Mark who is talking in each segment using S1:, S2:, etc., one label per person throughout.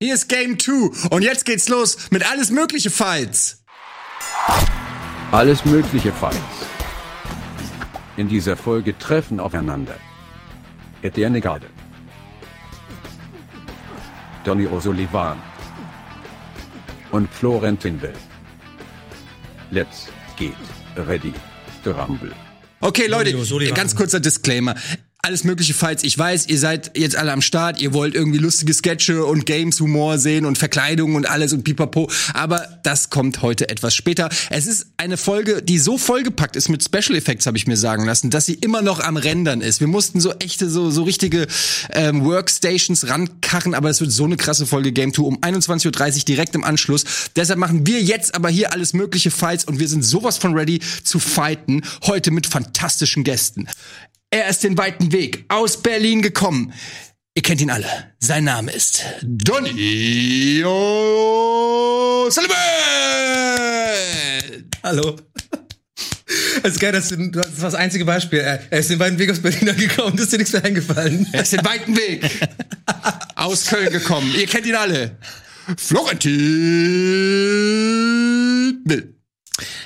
S1: Hier ist Game 2 und jetzt geht's los mit alles mögliche Fights.
S2: Alles mögliche Fights. In dieser Folge treffen aufeinander Etienne Garde, Donny O'Sullivan und Florentin Will. Let's get ready to rumble.
S1: Okay, Leute,
S3: Mario, so die
S1: ganz
S3: Waffen.
S1: kurzer Disclaimer. Alles mögliche Fights. Ich weiß, ihr seid jetzt alle am Start. Ihr wollt irgendwie lustige Sketche und Games Humor sehen und Verkleidung und alles und pipapo. Aber das kommt heute etwas später. Es ist eine Folge, die so vollgepackt ist mit Special Effects, habe ich mir sagen lassen, dass sie immer noch am Rendern ist. Wir mussten so echte, so, so richtige ähm, Workstations rankarren, aber es wird so eine krasse Folge Game 2 um 21.30 Uhr direkt im Anschluss. Deshalb machen wir jetzt aber hier alles mögliche Fights und wir sind sowas von ready zu fighten. Heute mit fantastischen Gästen. Er ist den weiten Weg aus Berlin gekommen. Ihr kennt ihn alle. Sein Name ist Donny O'Sullivan.
S3: Hallo. Das ist geil, das, sind- das war das einzige Beispiel. Er er ist den beiden Weg aus Berlin angekommen, das ist dir nichts mehr eingefallen.
S1: Er ist den weiten Weg aus Köln gekommen. Ihr kennt ihn alle. Florentin Will.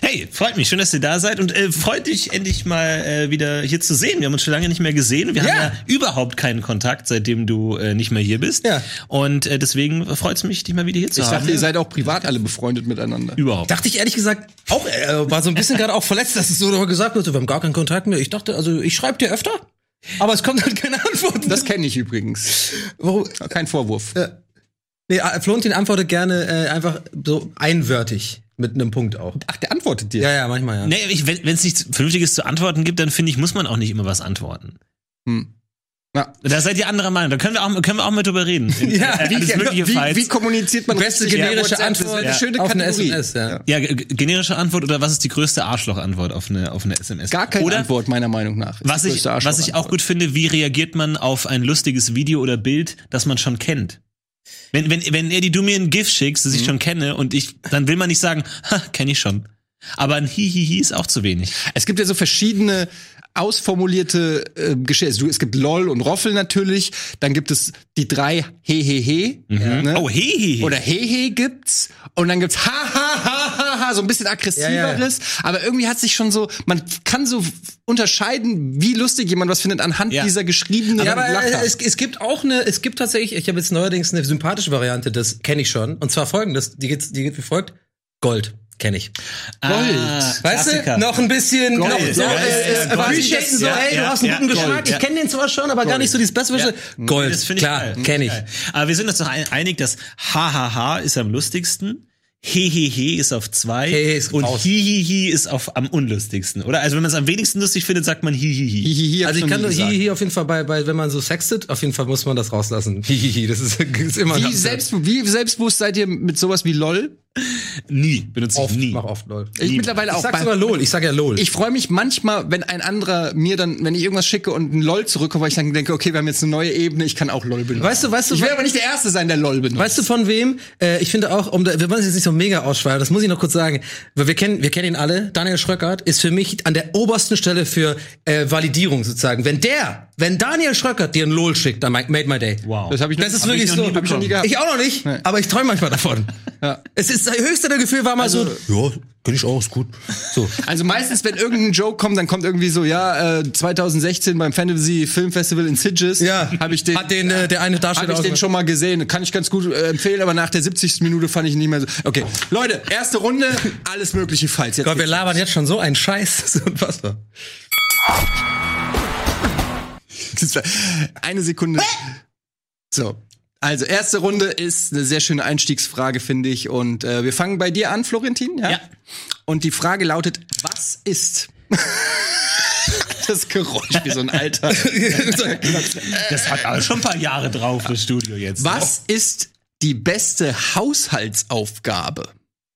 S4: Hey, freut mich, schön, dass ihr da seid und äh, freut dich endlich mal äh, wieder hier zu sehen. Wir haben uns schon lange nicht mehr gesehen. Wir
S1: Ja.
S4: haben ja überhaupt keinen Kontakt, seitdem du äh, nicht mehr hier bist.
S3: Ja.
S4: Und äh, deswegen freut es mich, dich mal wieder hier zu
S1: Ich
S4: haben.
S1: dachte, ihr seid auch privat alle befreundet miteinander.
S4: überhaupt.
S3: Dachte ich ehrlich gesagt, auch äh, war so ein bisschen gerade auch verletzt, dass es so darüber gesagt wurde, wir haben gar keinen Kontakt mehr. Ich dachte, also ich schreibe dir öfter, aber es kommt halt keine Antwort.
S1: Das kenne ich übrigens.
S3: Warum?
S1: Kein Vorwurf.
S3: Nee, äh, Florentin antwortet gerne äh, einfach so einwörtig mit einem Punkt auch.
S1: Ach, der antwortet dir.
S3: Ja, ja, manchmal ja.
S4: Nee, ich, wenn es nichts Vernünftiges zu antworten gibt, dann finde ich, muss man auch nicht immer was antworten.
S1: Hm. Ja.
S4: Da seid ihr anderer Meinung. Da können wir auch, können wir auch mal drüber reden.
S3: Ja,
S4: Äh, alles mögliche
S1: wie,
S4: Fights.
S1: wie kommuniziert man
S3: Beste
S1: richtig?
S3: generische
S1: WhatsApp ist halt
S3: Antwort
S1: eine schöne
S3: auf eine
S1: Kategorie.
S3: SMS, ja.
S4: ja, ge- ge- generische Antwort oder was ist die größte Arschloch-Antwort auf eine, auf eine SMS?
S1: Gar keine
S4: oder,
S1: Antwort, meiner Meinung nach. Ist
S4: Was
S1: die
S4: ich,
S1: größte
S4: was ich auch
S1: Arschlochantwort.
S4: gut finde, wie reagiert man auf ein lustiges Video oder Bild, das man schon kennt? Wenn, wenn, wenn Eddie, du mir ein GIF schickst,
S3: Mhm.
S4: das ich schon kenne, und ich, dann will man nicht sagen, ha, kenne ich schon. Aber ein Hihihi ist auch zu wenig.
S1: Es gibt ja so verschiedene ausformulierte äh, Geschichten. Also, du- es gibt LOL und Roffel natürlich. Dann gibt es die drei Hehehe. Ne?
S4: Oh, Hihihi.
S1: Oder Hehe gibt's. Und dann gibt's ha ha ha ha ha, so ein bisschen aggressiveres. Aber irgendwie hat sich schon so, man kann so unterscheiden, wie lustig jemand was findet anhand
S4: Ja.
S1: dieser geschriebenen
S3: Ja, aber äh,
S1: Lacher.
S3: es, es gibt auch eine, es gibt tatsächlich, ich habe jetzt neuerdings eine sympathische Variante, das kenne ich schon. Und zwar folgendes, die geht, die geht wie folgt. Gold, kenne ich.
S4: Gold.
S3: Weißt du, noch ein bisschen, noch so,
S4: Ah, Ja,
S3: äh,
S4: ja,
S3: äh,
S4: ja, Gold.
S3: appreciaten, so,
S4: Ja,
S3: ey, du
S4: ja,
S3: hast einen
S4: ja,
S3: guten
S4: Gold,
S3: Geschmack,
S4: ja.
S3: ich kenne den zwar schon, aber gar nicht so dieses beste
S4: Ja.
S3: Besser. Gold,
S4: Das finde ich
S3: klar,
S4: geil.
S3: kenne ich.
S4: Geil. Aber wir sind uns doch ein, einig, dass Hahaha ist am lustigsten. Hehehe ist auf zwei
S3: Hehe ist
S4: und
S3: raus.
S4: Hihihi ist auf am unlustigsten, oder? Also wenn man es am wenigsten lustig findet, sagt man Hihihi.
S1: Hihihi hab
S3: Also ich
S1: noch
S3: kann
S1: nie
S3: nur
S1: gesagt.
S3: hihi auf jeden Fall bei, bei, wenn man so sextet, auf jeden Fall muss man das rauslassen. Hihihi, das ist, ist immer
S1: Wie, selbst, wie selbstbewusst seid ihr mit sowas wie LOL?
S4: Nie, benutze ich
S3: oft,
S4: nie.
S3: mach oft lol.
S1: Ich
S4: Lieben.
S1: mittlerweile
S3: Ich
S1: auch.
S3: sag
S1: bei-
S3: sogar lol, ich sag ja lol.
S1: ich freue mich manchmal, wenn ein anderer mir dann, wenn ich irgendwas schicke und ein LOL zurückkommt, weil ich dann denke, okay, wir haben jetzt eine neue Ebene, ich kann auch LOL benutzen.
S3: Weißt du, weißt du,
S1: ich will
S3: wa-
S1: aber nicht der Erste sein, der LOL benutzt.
S3: Weißt du von wem? Äh, ich finde auch, um da, wir wollen es jetzt nicht so mega ausschweifen, das muss ich noch kurz sagen. Weil wir kennen, wir kennen ihn alle. Daniel Schröckert ist für mich an der obersten Stelle für äh, Validierung sozusagen. Wenn der, wenn Daniel Schröckert dir einen LOL schickt, dann made my day.
S4: Wow.
S1: Das habe ich
S3: Das ist
S1: hab
S3: wirklich
S1: ich noch
S3: so.
S1: Nie, hab ich noch nie gehabt.
S3: Ich auch noch nicht, aber ich träume manchmal davon.
S1: Ja.
S3: Es ist das höchste der Gefühl war mal so. Ja, kenn ich auch, ist gut. So.
S1: also meistens, wenn irgendein Joke kommt, dann kommt irgendwie so, ja, äh, 2016 beim Fantasy Film Festival in Sitges,
S3: Ja.
S1: habe ich den,
S3: Hat den, äh, der eine
S1: hab
S3: Darsteller
S1: ich den
S3: ausgemacht.
S1: schon mal gesehen. Kann ich ganz gut äh, empfehlen, aber nach der 70. Minute fand ich ihn nicht mehr so. Okay, Leute, erste Runde, alles mögliche Falls. Jetzt
S3: Gott, wir
S1: geht's.
S3: labern jetzt schon so einen Scheiß. Das ist unfassbar.
S1: Das war- Eine Sekunde. So. Also, erste Runde ist eine sehr schöne Einstiegsfrage, finde ich. Und äh, wir fangen bei dir an, Florentin. Ja?
S4: Ja.
S1: Und die Frage lautet: Was ist das Geräusch wie so ein Alter?
S4: Das hat aber schon ein paar Jahre drauf, das Studio jetzt.
S1: Was ist die beste Haushaltsaufgabe?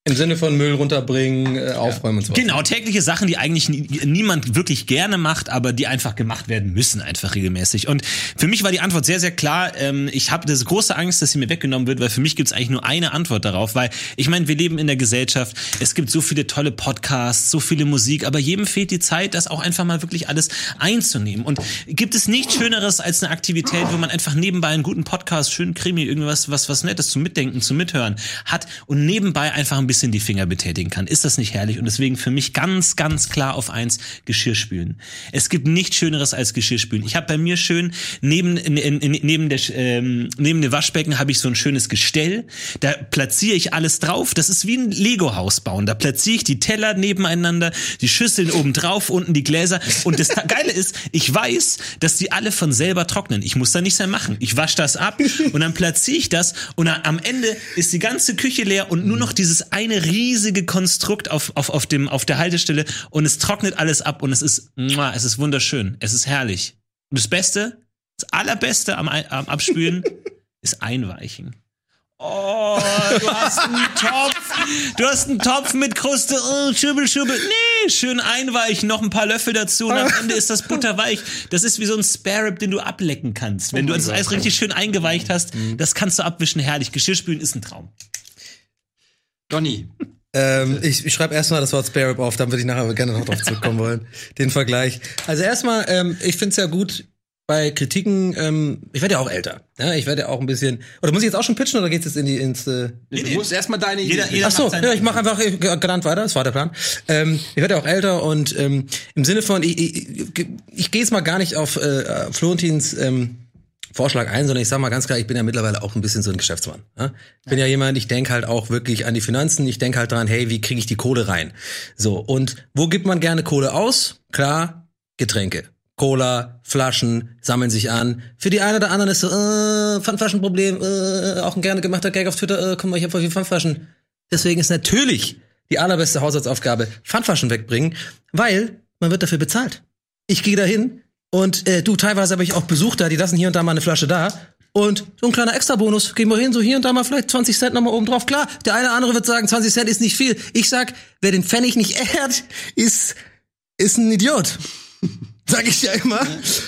S3: Im Sinne von Müll runterbringen, äh, aufräumen und so. weiter.
S4: Genau, tägliche Sachen, die eigentlich nie, niemand wirklich gerne macht, aber die einfach gemacht werden müssen, einfach regelmäßig. Und für mich war die Antwort sehr, sehr klar. Ähm, ich habe das große Angst, dass sie mir weggenommen wird, weil für mich gibt's eigentlich nur eine Antwort darauf. Weil ich meine, wir leben in der Gesellschaft, es gibt so viele tolle Podcasts, so viele Musik, aber jedem fehlt die Zeit, das auch einfach mal wirklich alles einzunehmen. Und gibt es nichts Schöneres als eine Aktivität, wo man einfach nebenbei einen guten Podcast, schönen Krimi, irgendwas, was, was Nettes zum Mitdenken, zum Mithören hat und nebenbei einfach ein bisschen die Finger betätigen kann. Ist das nicht herrlich? Und deswegen für mich ganz, ganz klar auf eins, Geschirrspülen. Es gibt nichts Schöneres als Geschirrspülen. Ich habe bei mir schön, neben, in, in, in- neben, der, ähm, neben dem Waschbecken habe ich so ein schönes Gestell. Da platziere ich alles drauf. Das ist wie ein Lego-Haus bauen. Da platziere ich die Teller nebeneinander, die Schüsseln oben drauf, unten die Gläser. Und das Geile ist, ich weiß, dass die alle von selber trocknen. Ich muss da nichts mehr machen. Ich wasche das ab und dann platziere ich das und dann am Ende ist die ganze Küche leer und nur noch dieses eine riesige Konstrukt auf, auf, auf, dem, auf der Haltestelle und es trocknet alles ab und es ist, mua, es ist wunderschön. Es ist herrlich. Und das Beste, das Allerbeste am, Ei- am Abspülen ist Einweichen. Oh, du hast einen Topf. Du hast einen Topf mit Kruste. Oh, schibbel, schibbel. Nee, schön einweichen, noch ein paar Löffel dazu und am Ende ist das butterweich. Das ist wie so ein Spare Rib, den du ablecken kannst. Wenn du das Eis richtig schön eingeweicht hast, das kannst du abwischen. Herrlich. Geschirrspülen ist ein Traum.
S1: Donny.
S3: Ähm, ich ich schreibe erstmal das Wort Spare Rib auf, dann würde ich nachher gerne noch drauf zurückkommen wollen. Den Vergleich. Also erstmal, ähm, ich finde es ja gut bei Kritiken, ähm, ich werde ja auch älter. Ja, ich werde ja auch ein bisschen. Oder muss ich jetzt auch schon pitchen oder geht's jetzt in die ins äh,
S1: Du musst erstmal deine
S4: Jeder-
S1: Idee.
S4: jeder-
S3: Ach so,
S4: macht seine
S3: ja, ich mache einfach äh, galant weiter, das war der Plan. Ähm, ich werde ja auch älter und ähm, im Sinne von, ich, ich, ich gehe jetzt mal gar nicht auf äh, Florentins ähm, Vorschlag ein, sondern ich sage mal ganz klar, ich bin ja mittlerweile auch ein bisschen so ein Geschäftsmann. Ja? Ich bin ja jemand, ich denke halt auch wirklich an die Finanzen, ich denke halt dran, hey, wie kriege ich die Kohle rein? So, und wo gibt man gerne Kohle aus? Klar, Getränke. Cola, Flaschen sammeln sich an. Für die einen oder anderen ist so, äh, Pfandflaschenproblem, äh, auch ein gerne gemachter Gag auf Twitter, äh, guck mal, ich habe voll viel Pfandflaschen. Deswegen ist natürlich die allerbeste Haushaltsaufgabe Pfandflaschen wegbringen, weil man wird dafür bezahlt. Ich gehe dahin und äh, du, teilweise habe ich auch Besuch da, die lassen hier und da mal eine Flasche da. Und so ein kleiner Extrabonus, gehen wir hin, so hier und da mal vielleicht 20 Cent nochmal oben drauf. Klar, der eine oder andere wird sagen, 20 Cent ist nicht viel. Ich sag, wer den Pfennig nicht ehrt, ist, ist ein Idiot. Sag ich ja immer.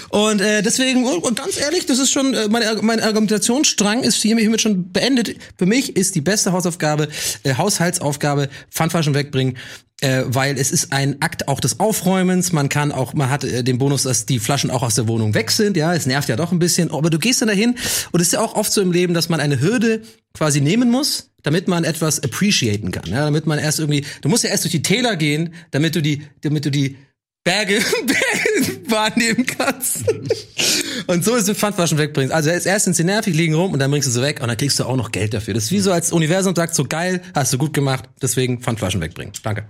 S3: Und äh, deswegen, und, und ganz ehrlich, das ist schon, äh, mein, Ar- mein Argumentationsstrang ist hier- hiermit schon beendet. Für mich ist die beste Hausaufgabe, äh, Haushaltsaufgabe, Pfandflaschen wegbringen, äh, weil es ist ein Akt auch des Aufräumens. Man kann auch, man hat äh, den Bonus, dass die Flaschen auch aus der Wohnung weg sind. Ja, es nervt ja doch ein bisschen. Aber du gehst dann dahin und es ist ja auch oft so im Leben, dass man eine Hürde quasi nehmen muss, damit man etwas appreciaten kann. Ja, damit man erst irgendwie, du musst ja erst durch die Täler gehen, damit du die, damit du die Berge, Berge wahrnehmen kannst. Und so ist es mit Pfandflaschen wegbringst. Also erst sind sie nervig, liegen rum und dann bringst du sie weg und dann kriegst du auch noch Geld dafür. Das ist wie so als Universum sagt, so geil, hast du gut gemacht, deswegen Pfandflaschen wegbringen. Danke.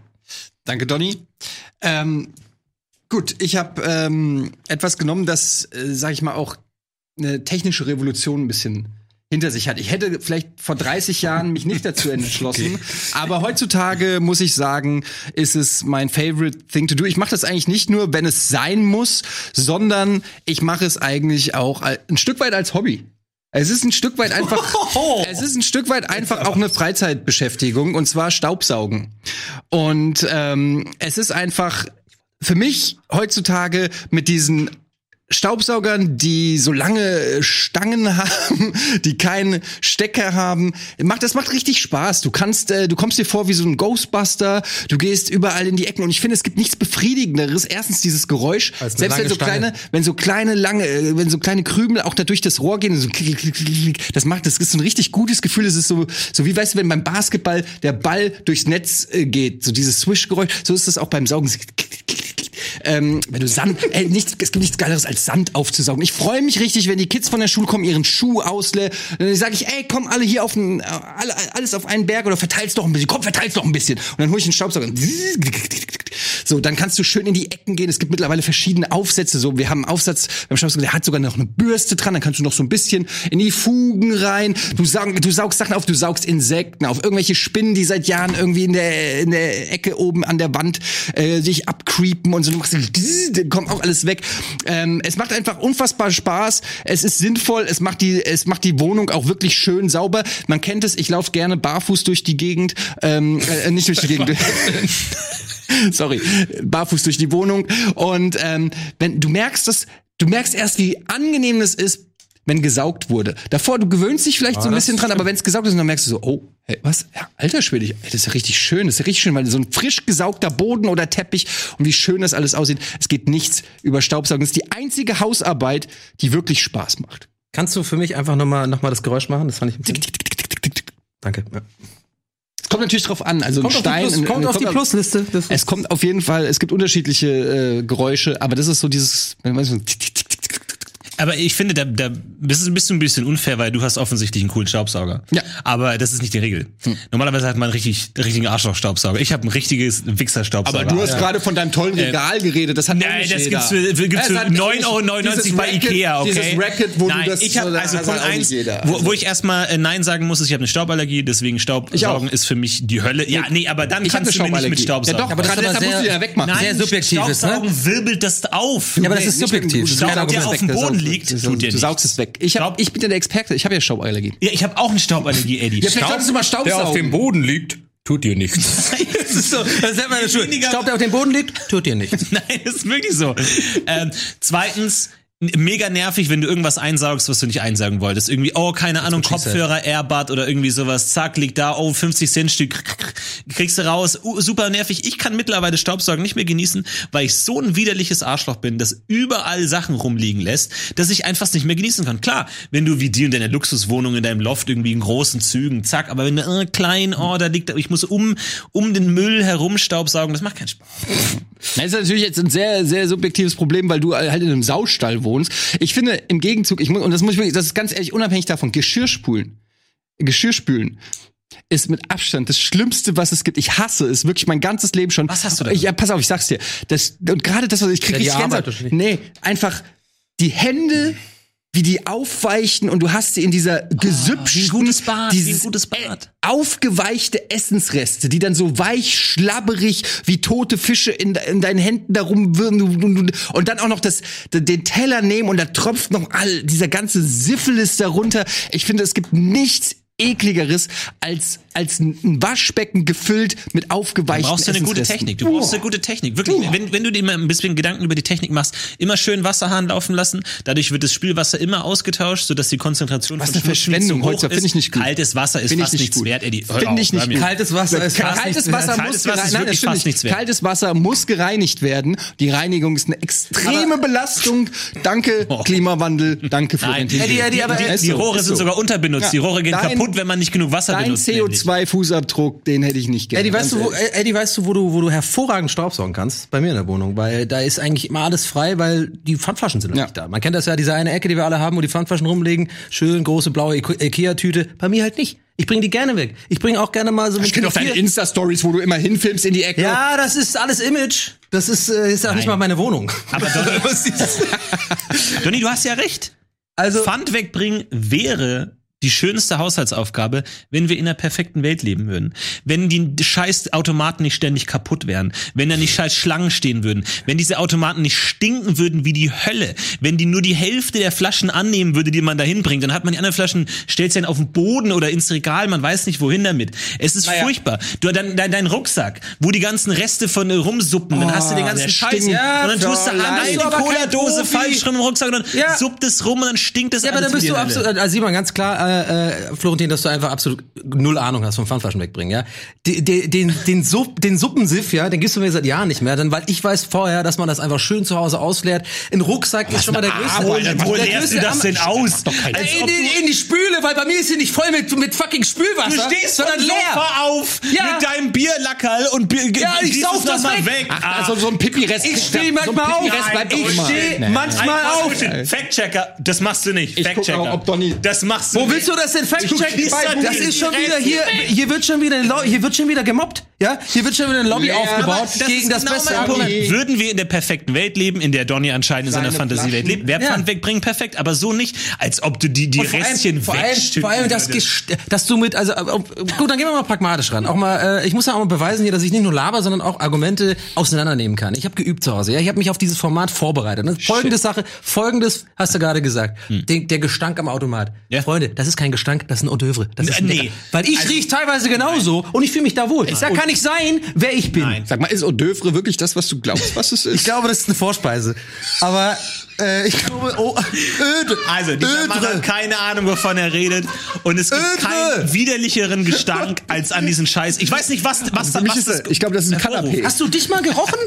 S1: Danke, Donny. Ähm, gut, ich habe ähm, etwas genommen, das, äh, sag ich mal, auch eine technische Revolution ein bisschen hinter sich hat. Ich hätte vielleicht vor 30 Jahren mich nicht dazu entschlossen, aber heutzutage muss ich sagen, ist es mein favorite thing to do. Ich mache das eigentlich nicht nur, wenn es sein muss, sondern ich mache es eigentlich auch al- ein Stück weit als Hobby. Es ist ein Stück weit einfach, es ist ein Stück weit einfach auch eine Freizeitbeschäftigung und zwar Staubsaugen. Und ähm, es ist einfach für mich heutzutage mit diesen Staubsaugern, die so lange äh, Stangen haben, die keinen Stecker haben, macht das macht richtig Spaß. Du kannst, äh, du kommst dir vor wie so ein Ghostbuster. Du gehst überall in die Ecken und ich finde, es gibt nichts befriedigenderes. Erstens dieses Geräusch,
S3: Als eine
S1: selbst wenn
S3: lange
S1: so
S3: Stange.
S1: kleine, wenn so kleine lange, äh, wenn so kleine Krümel auch da durch das Rohr gehen, so klick, klick, klick, klick, das macht, das ist so ein richtig gutes Gefühl. Es ist so, so wie weißt du, wenn beim Basketball der Ball durchs Netz äh, geht, so dieses Swish-Geräusch, so ist das auch beim Saugen. Es- ähm, wenn du Sand, ey, nichts, es gibt nichts Geileres als Sand aufzusaugen. Ich freue mich richtig, wenn die Kids von der Schule kommen, ihren Schuh auslä, dann sage ich, ey, komm alle hier auf den, äh, alle, alles auf einen Berg oder verteil's doch ein bisschen, komm, verteil's doch ein bisschen. Und dann hole ich den Staubsauger. So, dann kannst du schön in die Ecken gehen. Es gibt mittlerweile verschiedene Aufsätze. So, wir haben einen Aufsatz, beim Schaubs, der hat sogar noch eine Bürste dran. Dann kannst du noch so ein bisschen in die Fugen rein. Du, saug, du saugst Sachen auf, du saugst Insekten auf. Irgendwelche Spinnen, die seit Jahren irgendwie in der, in der Ecke oben an der Wand äh, sich abcreepen und so. Du machst, dann kommt auch alles weg. Ähm, es macht einfach unfassbar Spaß. Es ist sinnvoll. Es macht die, es macht die Wohnung auch wirklich schön sauber. Man kennt es. Ich laufe gerne barfuß durch die Gegend. Ähm, äh, nicht durch die Gegend. Sorry, barfuß durch die Wohnung. Und ähm, wenn du merkst, dass du merkst erst, wie angenehm es ist, wenn gesaugt wurde. Davor, du gewöhnst dich vielleicht so ein bisschen dran, aber wenn es gesaugt ist, dann merkst du so, oh, hey, was? Ja, alter Schwede, ey, das ist ja richtig schön, das ist ja richtig schön, weil so ein frisch gesaugter Boden oder Teppich und wie schön das alles aussieht. Es geht nichts über Staubsaugen. Das ist die einzige Hausarbeit, die wirklich Spaß macht.
S3: Kannst du für mich einfach nochmal noch mal das Geräusch machen? Das fand ich. Danke. Ja.
S1: Es kommt natürlich drauf an, also ein Stein. ein- ein-
S3: Plusliste. Das
S1: Es kommt auf jeden Fall, es gibt unterschiedliche äh, Geräusche, aber das ist so dieses, wenn man so tick, tick, tick, tick, tick, tick.
S4: Aber ich finde, da, da das ist ein bisschen, ein bisschen unfair, weil du hast offensichtlich einen coolen Staubsauger.
S1: Ja. Hm.
S4: Aber das ist nicht die Regel. Normalerweise hat man einen richtig, richtigen Arschloch-Staubsauger. Ich habe ein richtiges Wichser-Staubsauger.
S1: aber du hast gerade von deinem tollen Regal geredet, Äh, das hat auch
S4: Nein,
S1: nicht
S4: das
S1: jeder.
S4: gibt's für, für, gibt's
S1: Es
S4: für
S1: hat wirklich
S4: 9,99
S1: oh, dieses
S4: bei
S1: Racket-
S4: Ikea, okay?
S1: Dieses Racket, wo
S4: nein,
S1: du das
S4: ich hab,
S1: so- da
S4: also
S1: hat
S4: Punkt
S1: auch nicht
S4: eins,
S1: jeder.
S4: wo, wo ich erstmal äh, Nein sagen muss, ist, ich habe eine Stauballergie, deswegen Staubsaugen
S1: auch.
S4: ist für mich die Hölle. Ja, nee, aber dann
S1: Ich hab
S4: kannst du
S1: eine
S4: mir nicht mit
S1: Stauballergie.
S4: Staubsaugen.
S1: Ja, doch, aber
S3: das
S1: gerade
S3: ist aber
S1: deshalb musst du
S3: sehr-
S1: ja wegmachen.
S4: Nein,
S3: sehr subjektiv ist, ne?
S4: Staubsaugen wirbelt das auf.
S3: Ja, aber das ist
S1: nicht mit einem
S3: subjektiv.
S1: guten
S3: Kein
S4: Staub, der
S3: Argument.
S4: auf dem Boden liegt,
S1: Du,
S4: tut
S1: du
S4: dir nichts.
S1: saugst es weg. Ich, hab,
S4: Staub-
S1: ich bin ja der Experte, ich habe ja Stauballergien.
S4: Ja, ich habe auch eine Stauballergie, Eddie.
S1: vielleicht solltest du mal Staub
S5: Der auf dem Boden liegt, tut dir nichts.
S4: das ist so.
S3: Das nennt man das schön.
S4: Weniger-
S3: Staub, der auf dem Boden liegt, tut dir nichts.
S4: Nein, das ist wirklich so. Ähm, zweitens, n- mega nervig, wenn du irgendwas einsaugst, was du nicht einsaugen wolltest. Irgendwie, oh, keine Ahnung, Kopfhörer, Airbud oder irgendwie sowas. Zack, liegt da, oh, 50 Cent Stück, krr, krr, krr, kriegst du raus. Uh, super nervig. Ich kann mittlerweile Staubsaugen nicht mehr genießen, weil ich so ein widerliches Arschloch bin, das überall Sachen rumliegen lässt, dass ich einfach nicht mehr genießen kann. Klar, wenn du wie die in deiner Luxuswohnung in deinem Loft irgendwie in großen Zügen, zack, aber wenn du äh, klein, oh, da liegt, ich muss um, um den Müll herum Staubsaugen, das macht keinen Spaß.
S1: Das ist natürlich jetzt ein sehr, sehr subjektives Problem, weil du halt in einem Saustall wohnst. Ich finde, im Gegenzug, ich muss, und das muss ich wirklich, das ist ganz ehrlich, unabhängig davon, Geschirrspülen. Geschirrspülen ist mit Abstand das Schlimmste, was es gibt. Ich hasse es wirklich mein ganzes Leben schon.
S4: Was hast du denn?
S1: Ich, ja, pass auf, ich sag's dir. Das, und gerade das, was ich krieg,
S3: Ja, die
S1: richtig
S3: Arbeit
S1: Gänsehaut.
S3: oder
S1: Nee, einfach die Hände, wie die aufweichen und du hast sie in dieser gesübschten,
S4: Ah, gutes Bad, wie ein
S1: dieses
S4: gutes Bad.
S1: aufgeweichte Essensreste, die dann so weich, schlabberig wie tote Fische in, in deinen Händen darum würden und dann auch noch das, den Teller nehmen und da tropft noch all dieser ganze Syphilis darunter. Ich finde, es gibt nichts ekligeres als als ein Waschbecken gefüllt mit aufgeweichten
S4: Du brauchst ja eine gute
S1: Essensresten.
S4: Technik. Du brauchst eine gute Technik. Wirklich,
S1: Oh.
S4: wenn, wenn du dir immer ein bisschen Gedanken über die Technik machst, immer schön Wasserhahn laufen lassen. Dadurch wird das Spülwasser immer ausgetauscht, sodass die Konzentration
S1: Was
S4: von
S1: eine
S4: Schnupfen nicht
S1: Verschwendung,
S4: so hoch
S1: Holzer,
S4: ist.
S1: finde ich nicht gut.
S4: Kaltes Wasser ist
S1: Finde ich
S4: fast
S1: nicht
S4: nichts
S1: gut.
S4: wert, Eddie.
S1: Finde
S4: Hör
S1: ich
S4: auf, hör
S1: nicht
S4: mir.
S1: gut.
S3: Kaltes Wasser ist fast
S1: Kaltes
S3: nichts
S1: Wasser,
S4: Kaltes
S1: muss, gerei-
S4: Wasser
S1: Nein,
S4: ist
S1: das
S4: wirklich
S1: stimmt
S4: fast
S1: nicht.
S4: nichts wert.
S1: Kaltes Wasser muss gereinigt werden. Die Reinigung ist eine extreme Belastung. Danke, Klimawandel. Danke, Florentin.
S4: Eddie,
S3: Eddie, aber-
S1: Ist
S4: Die
S1: so,
S4: Rohre
S1: ist
S4: sind
S1: so.
S4: sogar unterbenutzt.
S1: Ja.
S4: Die Rohre gehen
S1: Dein-
S4: kaputt, wenn man nicht genug Wasser
S1: Dein
S4: benutzt. nämlich.
S1: CO2-Fußabdruck, den hätte ich nicht gerne.
S3: Eddie, weißt du,
S1: Ganz
S3: wo,
S1: ehrlich.
S3: Eddie, weißt du, wo du, wo du hervorragend Staubsaugen kannst? Bei mir in der Wohnung, weil da ist eigentlich immer alles frei, weil die Pfandflaschen sind noch
S1: Ja.
S3: nicht da. Man kennt das ja, diese eine Ecke, die wir alle haben, wo die Pfandflaschen rumlegen, schön große blaue Ike- Ikea-Tüte. Bei mir halt nicht. Ich bringe die gerne weg. Ich bringe auch gerne mal so
S1: Ich kenne auch deine
S3: vier-
S1: Insta-Stories, wo du immer hinfilmst in die Ecke.
S3: Ja, das ist alles Image. Das ist, äh, ist auch nicht mal meine Wohnung.
S4: Aber Donny, Donny, du hast ja recht.
S3: Also
S4: Pfand wegbringen wäre die schönste Haushaltsaufgabe, wenn wir in einer perfekten Welt leben würden. Wenn die scheiß Automaten nicht ständig kaputt wären. Wenn da nicht scheiß Schlangen stehen würden. Wenn diese Automaten nicht stinken würden wie die Hölle. Wenn die nur die Hälfte der Flaschen annehmen würde, die man da hinbringt. Dann hat man die anderen Flaschen, stellt sie dann auf den Boden oder ins Regal. Man weiß nicht, wohin damit. Es ist furchtbar. Du dein, dein, dein Rucksack, wo die ganzen Reste von äh, rumsuppen. Dann hast du den ganzen
S1: Oh, der
S4: Scheiß.
S1: stinkt.
S4: und dann tust du
S1: Ja,
S4: an, die
S3: bist du aber kein
S4: Cola-Dose
S3: Profi.
S4: falsch drin im Rucksack und dann
S3: Ja.
S4: suppt es rum und dann stinkt es
S3: Ja, aber
S4: alles
S3: dann bist
S4: in
S3: du
S4: die
S3: absolut,
S4: Hölle.
S3: also Simon, ganz klar, äh, äh, Florentin, dass du einfach absolut null Ahnung hast vom Pfandflaschen wegbringen, ja. Den, den, den, Supp, den Suppensiff, ja, den gibst du mir seit Jahren nicht mehr, denn weil ich weiß vorher, dass man das einfach schön zu Hause ausleert. Ein Rucksack ist schon mal der größte.
S4: Arbeit,
S3: der
S4: wo leerst du
S3: größte
S4: das
S3: Am-
S4: denn aus?
S3: Äh,
S4: Als
S3: In,
S4: ob
S3: die- in die Spüle, weil bei mir ist sie nicht voll mit, mit fucking Spülwasser,
S4: Du stehst
S3: sondern
S4: von
S3: leer.
S4: Sofa auf
S3: Ja.
S4: mit deinem Bierlackerl und Bier,
S3: Ja, ich
S4: gießt
S3: sauf
S4: es
S3: das
S4: noch mal
S3: weg.
S4: weg. Ah.
S1: also so ein Pipi-Rest.
S3: Ich stehe
S1: so ein
S3: manchmal auf.
S1: Pipi-Rest bleibt doch
S3: ich
S1: immer.
S3: stehe
S1: Nee.
S3: manchmal
S4: Ein
S3: auf.
S4: Fact-Checker, das machst du nicht.
S1: Ich guck mal,
S4: Fact-Checker.
S1: ob Donny-
S4: Das machst du nicht.
S3: willst du das denn fact checken?
S1: gehst halt
S3: Das
S1: direkt
S3: ist schon wieder hier, hier wird schon wieder, eine Lo- hier wird schon wieder gemobbt, ja? Hier wird schon wieder eine Lobby
S1: Ja,
S3: aufgebaut
S1: aber
S4: das
S3: gegen
S4: ist
S3: das
S4: genau
S3: beste
S4: mein
S3: Argument.
S4: Punkt. Würden wir in der perfekten Welt leben, in der Donny anscheinend in seiner
S1: Kleine
S4: Fantasiewelt
S1: Flaschen.
S4: lebt, wäre
S3: Ja.
S4: Pfand wegbringen perfekt, aber so nicht, als ob du die, die
S3: Und vor allem-
S4: Restchen
S3: vor allem,
S4: wegschütten
S3: vor allem das,
S4: würdest.
S3: Gest- dass du mit, also äh, äh, gut, dann gehen wir mal pragmatisch ran. Auch mal, äh, ich muss ja auch mal beweisen hier, dass ich nicht nur laber, sondern auch Argumente auseinandernehmen kann. Ich habe geübt zu Hause. Ja, ich habe mich auf dieses Format vorbereitet. Ne? Folgende Sache, Folgendes hast du gerade gesagt: Den, der Gestank am Automat.
S4: Hm. Ja.
S3: Freunde, das ist kein Gestank, das ist ein Eau d'oeuvre. Das ist
S4: N- nee. Also-
S3: lecker. weil ich riech teilweise genauso und ich fühle mich da wohl. Da kann ich sein, wer ich bin.
S1: Sag mal, ist Odeuvre wirklich das, was du glaubst, was es ist?
S3: Ich glaube, das ist eine Vorspeise. Aber äh, ich glaube, oh, öde.
S4: Also, dieser Mann hat keine Ahnung, wovon er redet. Und es gibt
S3: Öde.
S4: keinen widerlicheren Gestank als an diesen Scheiß. Ich weiß nicht, was, was,
S1: Für
S4: was,
S1: mich
S4: was
S1: ist das- ich glaube, das ist ein
S4: hervorruft.
S1: Kanapé.
S3: Hast du dich mal gerochen?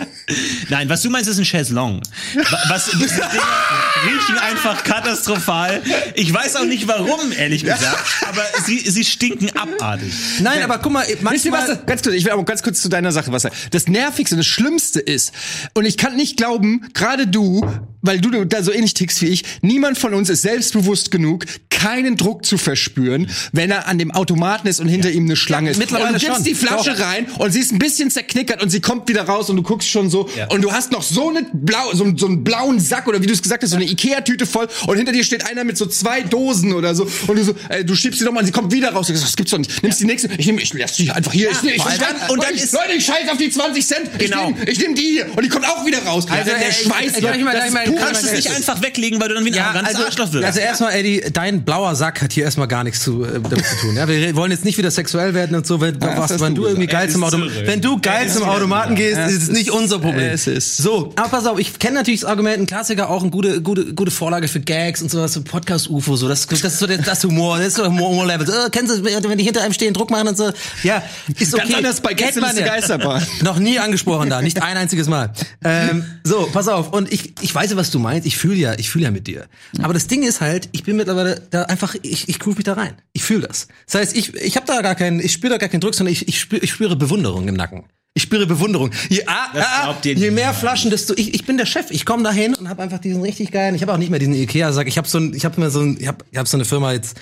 S4: Nein, was du meinst, ist ein Chaiselong. Wa- Was, diese Dinger riechen einfach katastrophal. Ich weiß auch nicht warum, ehrlich gesagt. Aber sie, sie stinken abartig.
S3: Nein, aber guck mal,
S1: Wisst ihr, was
S3: manchmal.
S1: das, ganz kurz, ich will aber ganz kurz zu deiner Sache was sagen. Das Nervigste, das Schlimmste ist, und ich kann nicht glauben, gerade du, weil du da so ähnlich tickst wie ich, niemand von uns ist selbstbewusst genug, keinen Druck zu verspüren, wenn er an dem Automaten ist und hinter ihm eine Schlange ist.
S3: mittlerweile
S1: und du gibst
S3: schon.
S1: die Flasche
S3: Doch.
S1: rein und sie ist ein bisschen zerknickert und sie kommt wieder raus und du guckst schon so und du hast noch so, eine blau, so, so einen blauen Sack oder wie du es gesagt hast, so eine Ikea-Tüte voll und hinter dir steht einer mit so zwei Dosen oder so und du so, äh, du schiebst sie nochmal und sie kommt wieder raus. Du sagst, das gibt's doch nicht. Nimmst die nächste, ich nehme, ich lass die einfach hier. ich, ich,
S4: vor allem-
S1: ich,
S4: dann- und dann
S1: ich,
S4: ist-
S1: Leute, ich scheiß auf die 20 Cent.
S4: Genau. äh,
S1: Ich nehme ich nehm die hier und die kommt auch wieder raus. Also
S3: ey, ich- ich- ich- ich- ich- ich- ich-
S4: Du kannst es nicht einfach weglegen, weil du dann wie ein arrogantes Arschloch wirst.
S3: also erstmal, Eddie, dein blauer Sack hat hier erstmal gar nichts zu, äh, damit zu tun. Ja, wir re- wollen jetzt nicht wieder sexuell werden und so. Wenn,
S1: das
S3: was,
S1: hast
S3: wenn
S1: du
S3: du irgendwie
S4: gesagt.
S3: geil zum
S4: Er ist
S3: Automaten,
S4: zurück.
S3: wenn du geil zum Automaten gehst, ist es nicht unser Problem.
S1: es ist-
S3: So, aber pass auf, ich kenne natürlich das Argument, ein Klassiker auch eine gute, gute, gute Vorlage für Gags und sowas, so Podcast-UFO, so das, das ist so der, das Humor, das ist so Humor, Humor-Level. So, äh, kennst du, das, wenn die hinter einem stehen, Druck machen und so. Ja, ist okay.
S1: Ganz anders bei
S3: Kennt
S1: Gästen
S3: man
S1: ist die
S3: ja.
S1: Geisterbahn.
S3: Noch nie angesprochen da, nicht ein einziges Mal. Ähm, so, pass auf. Und ich, ich weiß ja, was du meinst. Ich fühle ja, ich fühle ja mit dir. Aber das Ding ist halt, ich bin mittlerweile da einfach, ich, ich groove mich da rein. Ich fühle das. Das heißt, ich, ich habe da gar keinen, ich spüre da gar keinen Druck, sondern ich, ich, spüre, ich spüre Bewunderung im Nacken. Ich spüre Bewunderung. Je, ah,
S4: Das
S3: ah,
S4: glaubt ihr
S3: je
S4: niemand.
S3: mehr Flaschen, desto ich, ich bin der Chef. Ich komme da hin und habe einfach diesen richtig geilen. Ich habe auch nicht mehr diesen Ikea Sack. Ich habe so ein, ich habe mir so ein, ich habe ich hab so eine Firma jetzt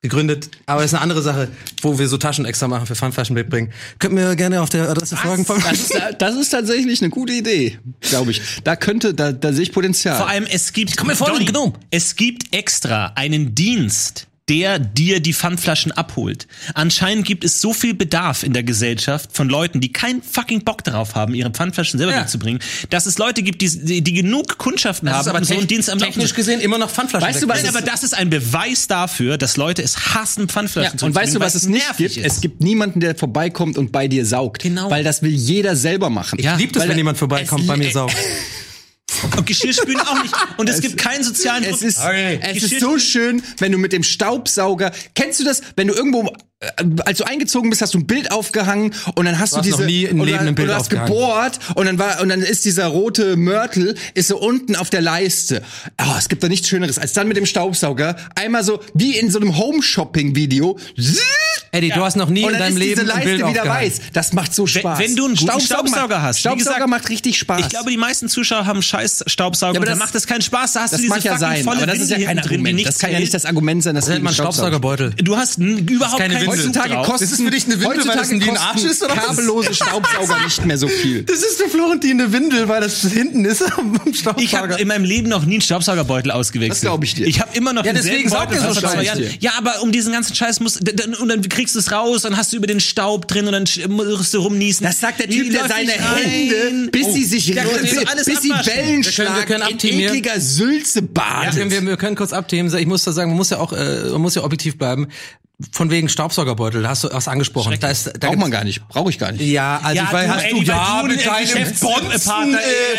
S3: gegründet, aber ist eine andere Sache, wo wir so Taschen extra machen für Funflaschen wegbringen. Könnt mir gerne auf der Adresse folgen.
S1: Das ist, äh, das ist tatsächlich eine gute Idee, glaube ich. Da könnte, da, da sehe ich Potenzial.
S4: Vor allem, es gibt.
S3: mir vor wie ein Gnom.
S4: Es gibt extra einen Dienst, der dir die Pfandflaschen abholt. Anscheinend gibt es so viel Bedarf in der Gesellschaft von Leuten, die keinen fucking Bock darauf haben, ihre Pfandflaschen selber
S3: Ja.
S4: mitzubringen, dass es Leute gibt, die, die, die genug Kundschaften haben, um so einen Dienst am Laufen zu
S3: technisch gesehen immer noch Pfandflaschen.
S1: Weißt du,
S3: wegbringen.
S1: was
S4: Nein, aber das ist ein Beweis dafür, dass Leute es hassen, Pfandflaschen zu
S1: Und weißt du,
S4: bringen,
S1: was
S4: weil
S1: es nicht
S4: nervig
S1: gibt?
S4: ist.
S1: Es gibt niemanden, der vorbeikommt und bei dir saugt.
S4: Genau.
S1: Weil das will jeder selber machen.
S3: Ich lieb das,
S1: Weil
S3: wenn jemand
S1: es-
S3: vorbeikommt bei mir saugt.
S4: Und Geschirrspülen auch nicht. Und es gibt keinen sozialen
S1: Es
S4: Druck.
S1: ist,
S3: Okay.
S1: es ist so schön, wenn du mit dem Staubsauger. Kennst du das, wenn du irgendwo, äh, als du eingezogen bist, hast du ein Bild aufgehangen und dann hast du,
S3: hast
S1: diese
S3: noch nie im
S1: und
S3: Leben
S1: dann-
S3: ein Bild
S1: und du hast
S3: aufgehangen.
S1: gebohrt und dann war und dann ist dieser rote Mörtel ist so unten auf der Leiste. Oh, es gibt doch nichts Schöneres als dann mit dem Staubsauger einmal so wie in so einem Home Shopping Video.
S3: Eddie, du hast noch nie
S1: und
S3: in
S1: dann
S3: deinem
S1: ist diese
S3: Leben ein
S1: Leiste
S3: Bild
S1: wieder
S3: aufgehangen.
S1: weiß. Das macht so
S4: Wenn-
S1: Spaß.
S4: wenn du einen guten Staubsauger
S1: macht,
S4: hast, wie
S1: Staubsauger
S4: gesagt,
S1: macht richtig Spaß.
S4: Ich glaube, die meisten Zuschauer haben scheiß Staubsauger
S1: Ja, aber
S4: und dann
S1: das-
S4: macht es keinen Spaß. Da hast
S1: das
S4: du diese
S1: mag ja
S4: fucking
S1: sein,
S4: volle
S1: aber das
S4: Windel
S1: ist ja kein
S4: hinten drin, die
S1: Argument.
S4: nichts
S1: Das kann ja
S4: hält.
S1: nicht das Argument sein, dass
S3: Das nennt man Staubsaugerbeutel.
S4: Du hast n- überhaupt
S3: keine
S4: keinen
S3: Windel.
S4: Zug
S1: Heutzutage
S4: drauf.
S1: kosten,
S3: Das ist für dich eine Windel, weil
S1: heutzutage
S3: das ein- wie ein Arsch
S1: kosten
S3: ist, oder was?
S1: kabellose Staubsauger nicht mehr so viel.
S3: Das ist für Florentin eine Windel, weil das hinten ist am Staubsauger.
S4: Ich habe in meinem Leben noch nie einen Staubsaugerbeutel ausgewechselt.
S1: Das glaub ich dir.
S4: Ich habe immer noch
S3: Ja,
S4: denselben
S3: deswegen saugt
S4: Beutel
S3: ihr so
S4: von vor
S3: scheiße.
S4: zwei Jahren. Ja, aber um diesen ganzen Scheiß muss d- d- und dann kriegst du es raus, dann hast du über den Staub drin und dann sch- musst du rumniesen.
S1: Das sagt der
S4: Die
S1: Typ, der
S4: läuft
S1: seine
S4: nicht rein.
S1: Hände, bis sie sich
S4: Ja, können wir
S1: bis,
S4: alles
S1: bis sie
S4: abwaschen.
S1: Wellen
S3: Wir können- wir können
S1: schlagen, in
S3: abtimieren.
S1: ekliger Sülze
S3: Ja,
S1: badet.
S3: wir, wir, wir können kurz abthemen. Ich muss da sagen, man muss ja auch, äh, man muss ja objektiv bleiben. Von wegen Staubsaugerbeutel, da hast du was angesprochen. Da ist, da
S1: Braucht
S3: gibt's-
S1: man gar nicht, brauche ich gar nicht.
S3: Ja, also
S4: Ja,
S3: weil
S4: du,
S3: hast
S4: ey,
S3: du
S4: weil
S3: ja
S4: du
S3: mit
S4: ein
S3: deinem Bonzenpartner
S4: Geschäftspartner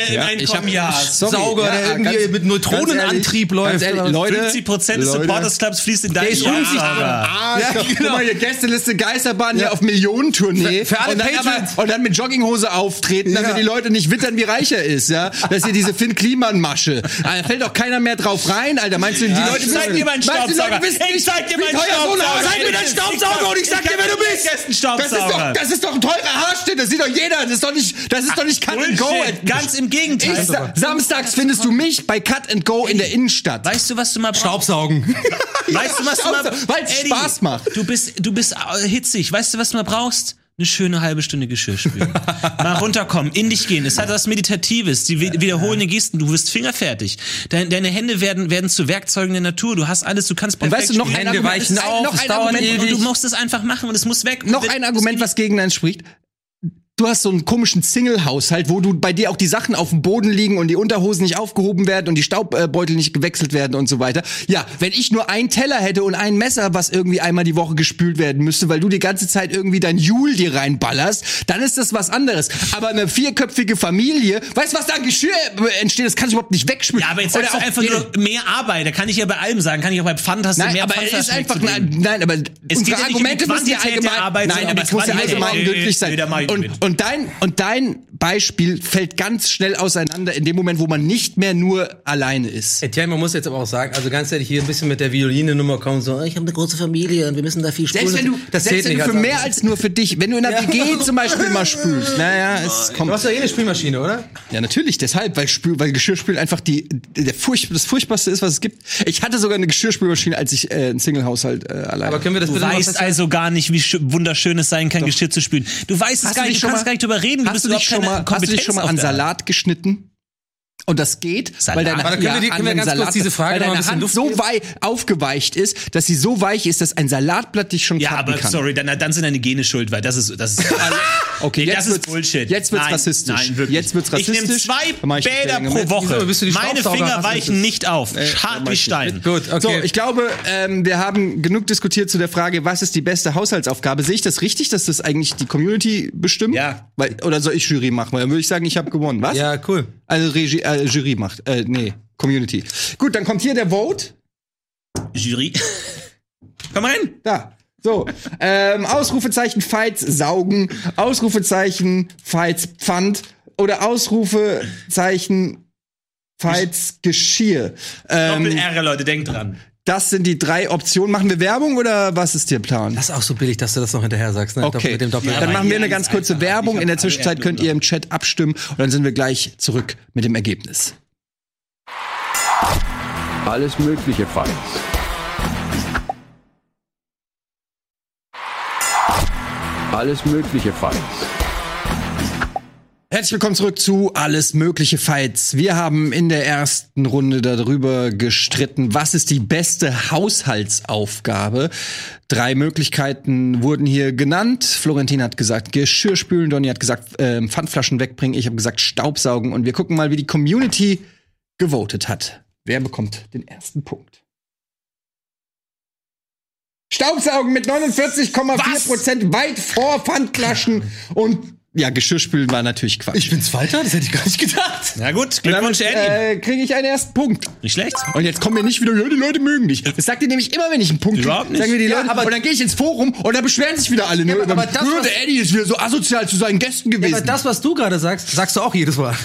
S4: äh, im
S1: ich
S4: Einkommen
S1: hab-
S4: ja hast.
S1: sorry,
S3: Sauger, der irgendwie mit Neutronenantrieb
S1: ganz
S3: läuft,
S1: Ehrlich,
S3: oder was?
S1: Leute,
S4: 50% des
S1: Leute.
S4: Supporters Clubs fließt in deinen
S3: ist
S4: Staubsauger.
S3: unsichtbar.
S1: Ah,
S3: Ja,
S1: ja, genau.
S3: genau.
S1: Guck mal, hier Gästeliste Geisterbahn hier auf Millionentournee.
S3: Für- für alle
S1: und, dann
S3: Patriots.
S1: und dann mit Jogginghose auftreten, damit
S3: Ja.
S1: die Leute nicht wittern, wie reich er ist, ja. Das ist hier diese Finn-Kliman-Masche. Da fällt doch keiner mehr drauf rein, Alter. Meinst du, die Leute
S4: Ich zeig dir meinen
S1: Meinst du, die Leute
S4: Staubsauger.
S1: wissen
S4: Ich
S1: nicht,
S4: zeig dir
S1: wie
S4: meinen
S1: teuer so eine
S4: Staubsauger.
S1: Ausrede
S3: bin ein Staubsauger und ich sag dir, wer du bist.
S4: Das ist
S1: Das ist, doch,
S4: Staubsauger.
S1: das ist doch ein teurer Haarschnitt, das sieht doch jeder. Das ist doch nicht, das ist doch nicht Cut and Go.
S4: Bullshit. Ganz im Gegenteil.
S1: Ich, sa- samstags findest du mich bei Cut and Go in der Innenstadt.
S4: Weißt du, was du mal brauchst?
S3: Staubsaugen.
S4: Weißt du, was du mal
S1: Staubsauger, weil's
S4: Eddie,
S1: Spaß macht.
S4: Du bist, du bist äh, hitzig. Weißt du, was du mal brauchst? Eine schöne halbe Stunde Geschirr spülen. mal runterkommen, in dich gehen. Es hat was Meditatives, die wi- wiederholende Gesten. Du wirst fingerfertig. Deine, deine Hände werden, werden zu Werkzeugen der Natur. Du hast alles, du kannst perfekt
S1: weißt du, noch
S4: spielen.
S1: ein
S3: Hände
S1: Argument-
S3: weichen
S1: ein-
S3: auf,
S1: noch
S3: es
S1: ein
S3: dauert
S1: Argument-
S3: ewig.
S4: Und du musst es einfach machen und es muss weg. Und
S1: Noch
S4: wenn-
S1: ein Argument, was gegen deinen spricht. Du hast so einen komischen Single-Haushalt, wo du bei dir auch die Sachen auf dem Boden liegen und die Unterhosen nicht aufgehoben werden und die Staubbeutel nicht gewechselt werden und so weiter. Ja, wenn ich nur einen Teller hätte und ein Messer, was irgendwie einmal die Woche gespült werden müsste, weil du die ganze Zeit irgendwie dein Jul dir reinballerst, dann ist das was anderes. Aber eine vierköpfige Familie, weißt du, was da an Geschirr äh, entsteht, das kannst du überhaupt nicht wegspülen.
S4: Ja, aber jetzt sagst du
S1: auch-
S4: einfach nur mehr Arbeit. Da kann ich ja bei allem sagen. Kann ich auch bei Pfandtasten
S1: Nein,
S4: mehr
S1: aber es
S4: Pfandflaschen
S1: ist einfach
S4: wegzugeben.
S1: nein, nein, aber
S4: Es geht ja
S1: unsere
S4: nicht um die
S1: Argumente müssen ja
S4: Quantität der
S1: allgemein,
S4: Arbeit,
S1: nein,
S4: sondern
S1: aber
S4: um
S1: es
S4: die
S1: muss ja
S4: Qualität.
S1: allgemein
S4: Nee,
S1: gültig
S4: nee,
S1: sein.
S4: da mach ich
S1: und,
S4: mit.
S1: und dein und dein Beispiel fällt ganz schnell auseinander in dem Moment, wo man nicht mehr nur alleine ist.
S3: Etienne, man muss jetzt aber auch sagen, also ganz ehrlich, hier ein bisschen mit der Violine-Nummer kommen, so, ich habe eine große Familie und wir müssen da viel spielen.
S1: Selbst wenn du,
S3: das
S1: selbst wenn
S3: zählt nicht also
S1: du für
S3: als
S1: mehr als nur für dich, wenn du in einer
S3: Ja.
S1: WG zum Beispiel mal spülst, naja, es
S3: Du
S1: kommt.
S3: hast ja eh eine Spielmaschine, oder?
S1: Ja, natürlich, deshalb, weil, Spül, weil Geschirrspülen einfach die, der Furcht, das Furchtbarste ist, was es gibt. Ich hatte sogar eine Geschirrspülmaschine, als ich äh, einen Single-Haushalt äh, alleine
S3: Aber können wir das
S4: Du
S3: bitte mal
S4: weißt
S3: festhalten?
S4: also gar nicht, wie schö- wunderschön es sein kann, Geschirr zu spülen. Du weißt es
S1: Hast
S4: gar
S1: du dich
S4: nicht, du
S1: schon
S4: kannst
S1: mal-
S4: gar nicht drüber reden, du
S1: hast
S4: bist
S1: du dich
S4: überhaupt
S1: schon
S4: keine
S1: mal, hast du
S4: Kompetenz
S1: dich schon mal
S4: auf
S1: an
S4: der Hand.
S1: Salat geschnitten? Und das geht, weil
S4: Salat?
S1: deine,
S4: Aber
S3: können wir die-
S1: an
S3: können wir
S1: den
S3: ganz kurz diese Frage
S1: weil
S3: noch
S1: deine
S3: ein bisschen
S1: Hand
S3: Luft
S1: so
S3: geben?
S1: wei aufgeweicht ist, dass sie so weich ist, dass ein Salatblatt dich schon
S4: Ja,
S1: kappen
S4: aber
S1: kann.
S4: sorry, dann, dann sind deine Gene schuld, weil das ist das ist
S1: Okay,
S4: Nee,
S1: jetzt
S4: das ist
S1: wird's-
S4: Bullshit.
S1: jetzt wird's
S4: nein,
S1: rassistisch.
S4: Nein, wirklich.
S1: Jetzt wird's
S4: Ich nehme
S1: rassistisch.
S4: zwei
S1: Da mach ich
S4: Bäder
S1: Bestellungen.
S4: pro Woche.
S3: Wieso bist du die
S4: Meine
S3: Staubsauger-
S4: Finger weichen
S3: Rassistin?
S4: nicht auf.
S1: Äh,
S4: Hart wie Stein.
S3: Gut, okay.
S1: So, ich glaube, ähm, wir haben genug diskutiert zu der Frage, was ist die beste Haushaltsaufgabe? Sehe ich das richtig, dass das eigentlich die Community bestimmt?
S4: Ja.
S1: Weil, oder soll ich Jury machen? Weil Dann würde ich sagen, ich habe gewonnen. Was?
S3: ja, cool.
S1: Also Regie, äh, Jury macht. Äh, nee, Community. Gut, dann kommt hier der Vote.
S4: Jury. Komm rein.
S1: Da. So. Ähm, Ausrufezeichen Fights saugen. Ausrufezeichen Fights Pfand. Oder Ausrufezeichen Fights Geschirr.
S4: Doppel
S1: Ähm,
S4: R, Leute, denkt dran.
S1: das sind die drei Optionen. Machen wir Werbung oder was ist der Plan?
S3: Das ist auch so billig, dass du das noch hinterher sagst, ne?
S1: Okay,
S3: Mit dem Doppel
S1: dann machen wir eine
S4: Ja,
S1: ganz
S4: ist
S1: kurze
S4: einfach. Ich
S1: Werbung.
S4: hab
S1: In der
S4: alle
S1: Zwischenzeit könnt ihr im Chat abstimmen und dann sind wir gleich zurück mit dem Ergebnis.
S2: Alles mögliche Fights. Alles mögliche Fights.
S1: Herzlich willkommen zurück zu Alles Mögliche Fights. Wir haben in der ersten Runde darüber gestritten, was ist die beste Haushaltsaufgabe. Drei Möglichkeiten wurden hier genannt. Florentin hat gesagt, Geschirr spülen, Donny hat gesagt, ähm, Pfandflaschen wegbringen, ich habe gesagt, Staubsaugen und wir gucken mal, wie die Community gewotet hat. Wer bekommt den ersten Punkt? Staubsaugen mit 49,4 Prozent weit vor Pfandflaschen und ja, Geschirrspülen war natürlich Quatsch.
S3: bin Zweiter? Das hätte ich gar nicht gedacht.
S4: Na gut, Glückwunsch, Eddie.
S1: äh, kriege ich einen ersten Punkt.
S4: Nicht schlecht.
S1: Und jetzt kommen wir nicht wieder, ja, die Leute mögen mich. Das sagt ihr nämlich immer, wenn ich einen Punkt krieg.
S4: Überhaupt nicht.
S1: Sagen wir die
S3: Ja,
S1: Leute,
S3: aber-
S1: und dann gehe ich ins Forum und da beschweren sich wieder alle. nur
S3: aber-
S1: über
S3: aber
S1: mich.
S3: das,
S1: Nur
S3: was-
S1: der Eddie ist wieder so asozial zu seinen Gästen gewesen.
S3: Aber das, was du gerade sagst, sagst du auch jedes Mal.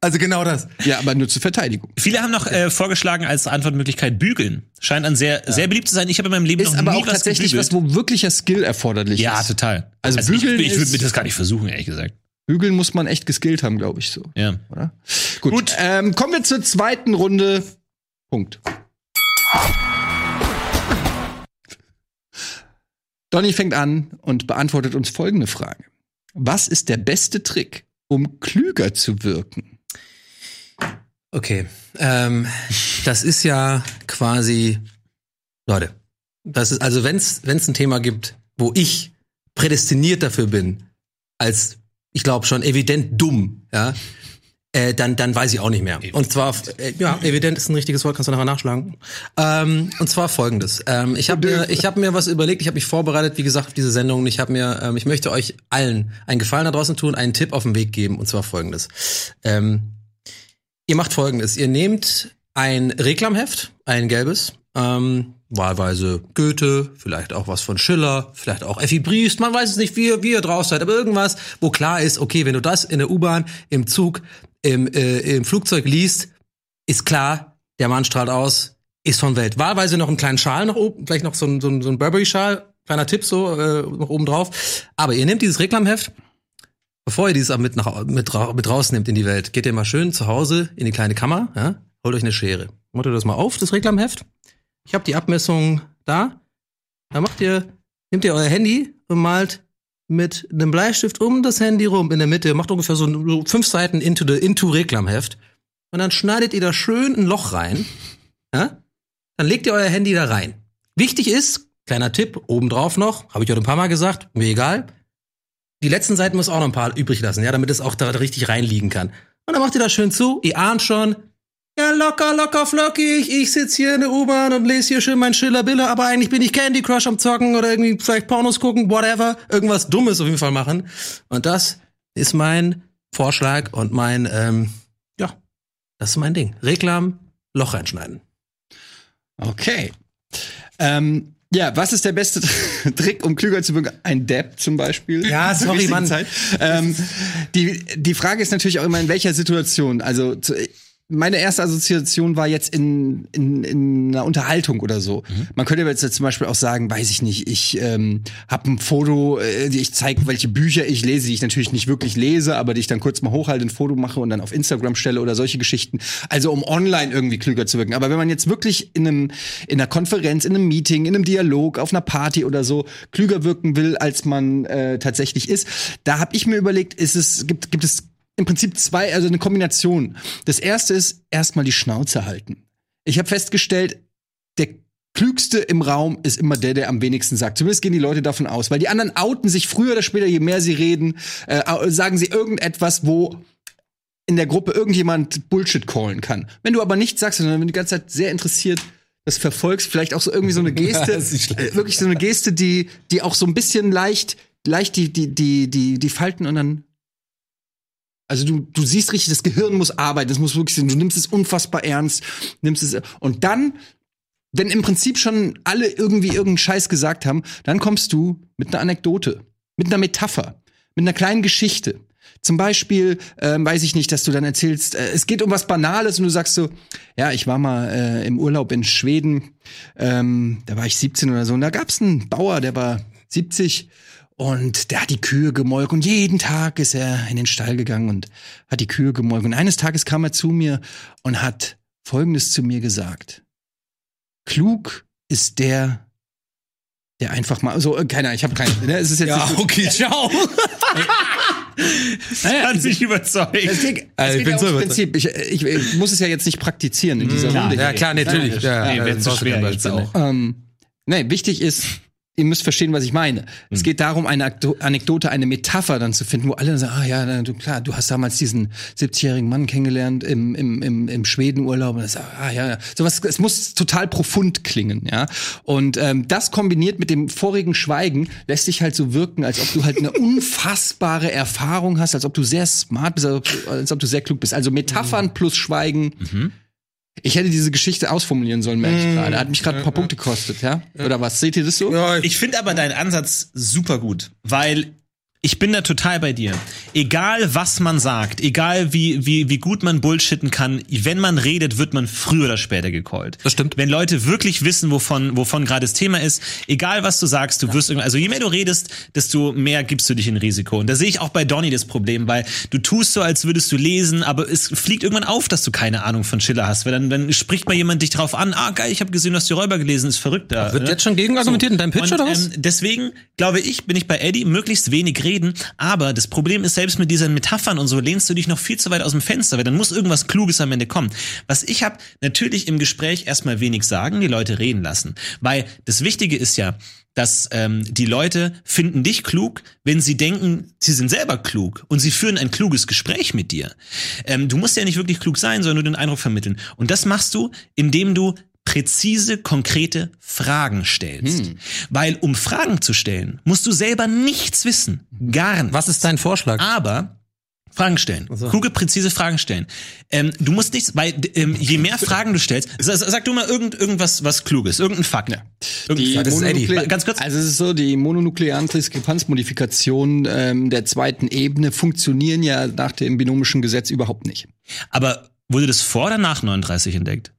S3: Also genau das.
S1: ja, aber nur zur Verteidigung.
S4: Viele haben noch äh, vorgeschlagen als Antwortmöglichkeit bügeln. Scheint an sehr sehr beliebt zu sein. Ich habe in meinem Leben
S1: Ist
S4: noch
S1: aber
S4: nie
S1: auch
S4: was
S1: tatsächlich
S4: gebügelt.
S1: was, wo wirklicher Skill erforderlich
S4: Ja,
S1: ist.
S4: total.
S1: Also
S4: ich,
S1: bügeln
S4: ich würde
S1: ist-
S4: mir das gar nicht versuchen, ehrlich gesagt.
S1: Bügeln muss man echt geskillt haben, glaube ich so.
S4: Ja.
S1: Oder? Gut. Ähm, kommen wir zur zweiten Runde. Punkt. Donny fängt an und beantwortet uns folgende Frage. Was ist der beste Trick, um klüger zu wirken?
S3: Okay. Ähm, das ist ja quasi, Leute, das ist, also wenn's, wenn's ein Thema gibt, wo ich prädestiniert dafür bin, als, ich glaube schon evident dumm, ja, äh, dann, dann weiß ich auch nicht mehr. Und zwar, äh, ja, evident ist ein richtiges Wort, kannst du nachher nachschlagen. Ähm, und zwar folgendes. Ähm, ich habe mir, ich hab mir was überlegt, ich habe mich vorbereitet, wie gesagt, auf diese Sendung. und Ich habe mir, ähm, ich möchte euch allen einen Gefallen da draußen tun, einen Tipp auf den Weg geben, und zwar folgendes. Ähm, Ihr macht folgendes: Ihr nehmt ein Reklamheft, ein gelbes, ähm, wahlweise Goethe, vielleicht auch was von Schiller, vielleicht auch Effi Briest, man weiß es nicht, wie, ihr- wie ihr drauf seid, aber irgendwas, wo klar ist, okay, wenn du das in der U-Bahn, im Zug, im, äh, im Flugzeug liest, ist klar, der Mann strahlt aus, ist von Welt. Wahlweise noch einen kleinen Schal nach oben, vielleicht noch so ein, so ein, so ein Burberry-Schal, kleiner Tipp so, äh, noch oben drauf. Aber ihr nehmt dieses Reklamheft, bevor ihr dieses aber mit, nach, mit, ra- mit rausnehmt in die Welt, geht ihr mal schön zu Hause in die kleine Kammer, ja? holt euch eine Schere. Macht ihr das mal auf, das Reklamheft. Ich habe die Abmessung da. Dann macht ihr, nehmt ihr euer Handy und malt mit einem Bleistift um das Handy rum in der Mitte, macht ungefähr so ein- so fünf Seiten into, the, into Reklamheft. Und dann schneidet ihr da schön ein Loch rein. Ja? Dann legt ihr euer Handy da rein. Wichtig ist, kleiner Tipp, obendrauf noch, habe ich heute ein paar Mal gesagt, mir egal. Die letzten Seiten muss auch noch ein paar übrig lassen, ja, damit es auch da richtig reinliegen kann. Und dann macht ihr das schön zu, ihr ahnt schon, ja, locker, locker, flockig. Ich sitz hier in der U-Bahn und lese hier schön mein Schiller-Biller, aber eigentlich bin ich Candy Crush am Zocken oder irgendwie vielleicht Pornos gucken, whatever. Irgendwas Dummes auf jeden Fall machen. Und das ist mein Vorschlag und mein, ähm, ja, das ist mein Ding. Reklam, Loch reinschneiden.
S1: Okay. Ähm, ja, was ist der beste Trick, um klüger zu bürgern? Ein Depp zum Beispiel.
S3: Ja,
S1: Zur
S3: sorry,
S1: richtigen
S3: Mann.
S1: Zeit. Ähm, die, die Frage ist natürlich auch immer, in welcher Situation. Also zu, meine erste Assoziation war jetzt in, in, in einer Unterhaltung oder so.
S3: Mhm.
S1: Man könnte aber jetzt zum Beispiel auch sagen, weiß ich nicht, ich ähm, habe ein Foto, äh, ich zeige, welche Bücher ich lese, die ich natürlich nicht wirklich lese, aber die ich dann kurz mal hochhalte, ein Foto mache und dann auf Instagram stelle oder solche Geschichten. Also um online irgendwie klüger zu wirken. Aber wenn man jetzt wirklich in einem in einer Konferenz, in einem Meeting, in einem Dialog, auf einer Party oder so klüger wirken will, als man äh, tatsächlich ist, da habe ich mir überlegt, ist es gibt gibt es im Prinzip zwei, also eine Kombination. Das erste ist erstmal die Schnauze halten. Ich habe festgestellt, der klügste im Raum ist immer der, der am wenigsten sagt. Zumindest gehen die Leute davon aus, weil die anderen outen sich früher oder später, je mehr sie reden, äh, au- sagen sie irgendetwas, wo in der Gruppe irgendjemand Bullshit callen kann. Wenn du aber nichts sagst, sondern wenn du die ganze Zeit sehr interessiert das verfolgst, vielleicht auch so irgendwie so eine Geste,
S3: Das ist schlecht.
S1: äh, wirklich so eine Geste, die die auch so ein bisschen leicht leicht die die die die die Falten und dann also du, du siehst richtig, das Gehirn muss arbeiten, das muss wirklich sein. Du nimmst es unfassbar ernst, nimmst es. Und dann, wenn im Prinzip schon alle irgendwie irgendeinen Scheiß gesagt haben, dann kommst du mit einer Anekdote, mit einer Metapher, mit einer kleinen Geschichte. Zum Beispiel, ähm, weiß ich nicht, dass du dann erzählst, äh, es geht um was Banales und du sagst so, ja, ich war mal äh, im Urlaub in Schweden, ähm, da war ich 17 oder so, und da gab's einen Bauer, der war 70 und der hat die Kühe gemolken und jeden Tag ist er in den Stall gegangen und hat die Kühe gemolken. Und eines Tages kam er zu mir und hat Folgendes zu mir gesagt. Klug ist der, der einfach mal, so, äh, keiner, ich habe keinen, ne, es ist jetzt nicht so-
S3: okay, ciao.
S4: Hat mich überzeugt.
S1: Es geht,
S3: Also,
S1: es geht
S3: ich bin
S1: ja
S3: so
S1: ums
S3: überzeugt.
S1: Prinzip. Ich, äh, ich, ich muss es ja jetzt nicht praktizieren in dieser Runde.
S3: Hm. Ja, klar, natürlich. Ja,
S4: Nee,
S3: ja,
S4: wenn's so
S3: brauchst du
S4: schwer
S3: kein
S4: jetzt
S3: Beispiel,
S4: auch.
S3: ne.
S1: Ähm, nein, wichtig ist, ihr müsst verstehen, was ich meine. Es geht darum, eine Akto- Anekdote, eine Metapher dann zu finden, wo alle dann sagen, ah ja, na, du, klar, du hast damals diesen 70-jährigen Mann kennengelernt im, im, im, im Schwedenurlaub. Und das, ah ja, ja. Sowas, es muss total profund klingen, ja. Und ähm, das kombiniert mit dem vorigen Schweigen lässt dich halt so wirken, als ob du halt eine unfassbare Erfahrung hast, als ob du sehr smart bist, als ob, du- als ob du sehr klug bist. Also Metaphern plus Schweigen. Ich hätte diese Geschichte ausformulieren sollen, merke ich gerade. Hat mich gerade ein paar Punkte gekostet, ja? Oder was? Seht ihr das so?
S3: Ja, ich-
S4: Ich finde aber deinen Ansatz super gut, weil ich bin da total bei dir. Egal was man sagt, egal wie, wie, wie gut man bullshitten kann, wenn man redet, wird man früher oder später gecallt.
S3: Das stimmt.
S4: Wenn Leute wirklich wissen, wovon, wovon gerade das Thema ist, egal was du sagst, du wirst irgendwie, also je mehr du redest, desto mehr gibst du dich in Risiko. Und da sehe ich auch bei Donny das Problem, weil du tust so, als würdest du lesen, aber es fliegt irgendwann auf, dass du keine Ahnung von Schiller hast, weil dann, dann spricht mal jemand dich drauf an, ah geil, ich habe gesehen, du hast die Räuber gelesen, ist verrückt da.
S3: Wird
S4: ne?
S3: jetzt schon gegenargumentiert in deinem Pitch
S4: Und,
S3: oder was?
S4: ähm, deswegen glaube ich, bin ich bei Eddie, möglichst wenig reden. Aber das Problem ist, selbst mit diesen Metaphern und so lehnst du dich noch viel zu weit aus dem Fenster, weil dann muss irgendwas Kluges am Ende kommen. Was ich habe, natürlich im Gespräch erstmal wenig sagen, die Leute reden lassen. Weil das Wichtige ist ja, dass ähm, die Leute finden dich klug, wenn sie denken, sie sind selber klug und sie führen ein kluges Gespräch mit dir. Ähm, du musst ja nicht wirklich klug sein, sondern nur den Eindruck vermitteln. Und das machst du, indem du präzise, konkrete Fragen stellst. Weil um Fragen zu stellen, musst du selber nichts wissen. Gar nichts.
S3: Was ist dein Vorschlag?
S4: Aber Fragen stellen. Kluge, präzise Fragen stellen. Ähm, du musst nichts, weil d- ähm, je mehr Fragen du stellst, sa- sa- sag du mal irgend, irgendwas was Kluges, irgendein Fakt. Irgendein
S1: Die
S4: Fakt.
S3: das ist Eddie.
S1: Mononukle-
S4: Ganz kurz.
S1: Also es ist so, die mononuklearen Diskrepanzmodifikationen ähm, der zweiten Ebene funktionieren ja nach dem binomischen Gesetz überhaupt nicht.
S4: Aber wurde das vor oder nach 39 entdeckt?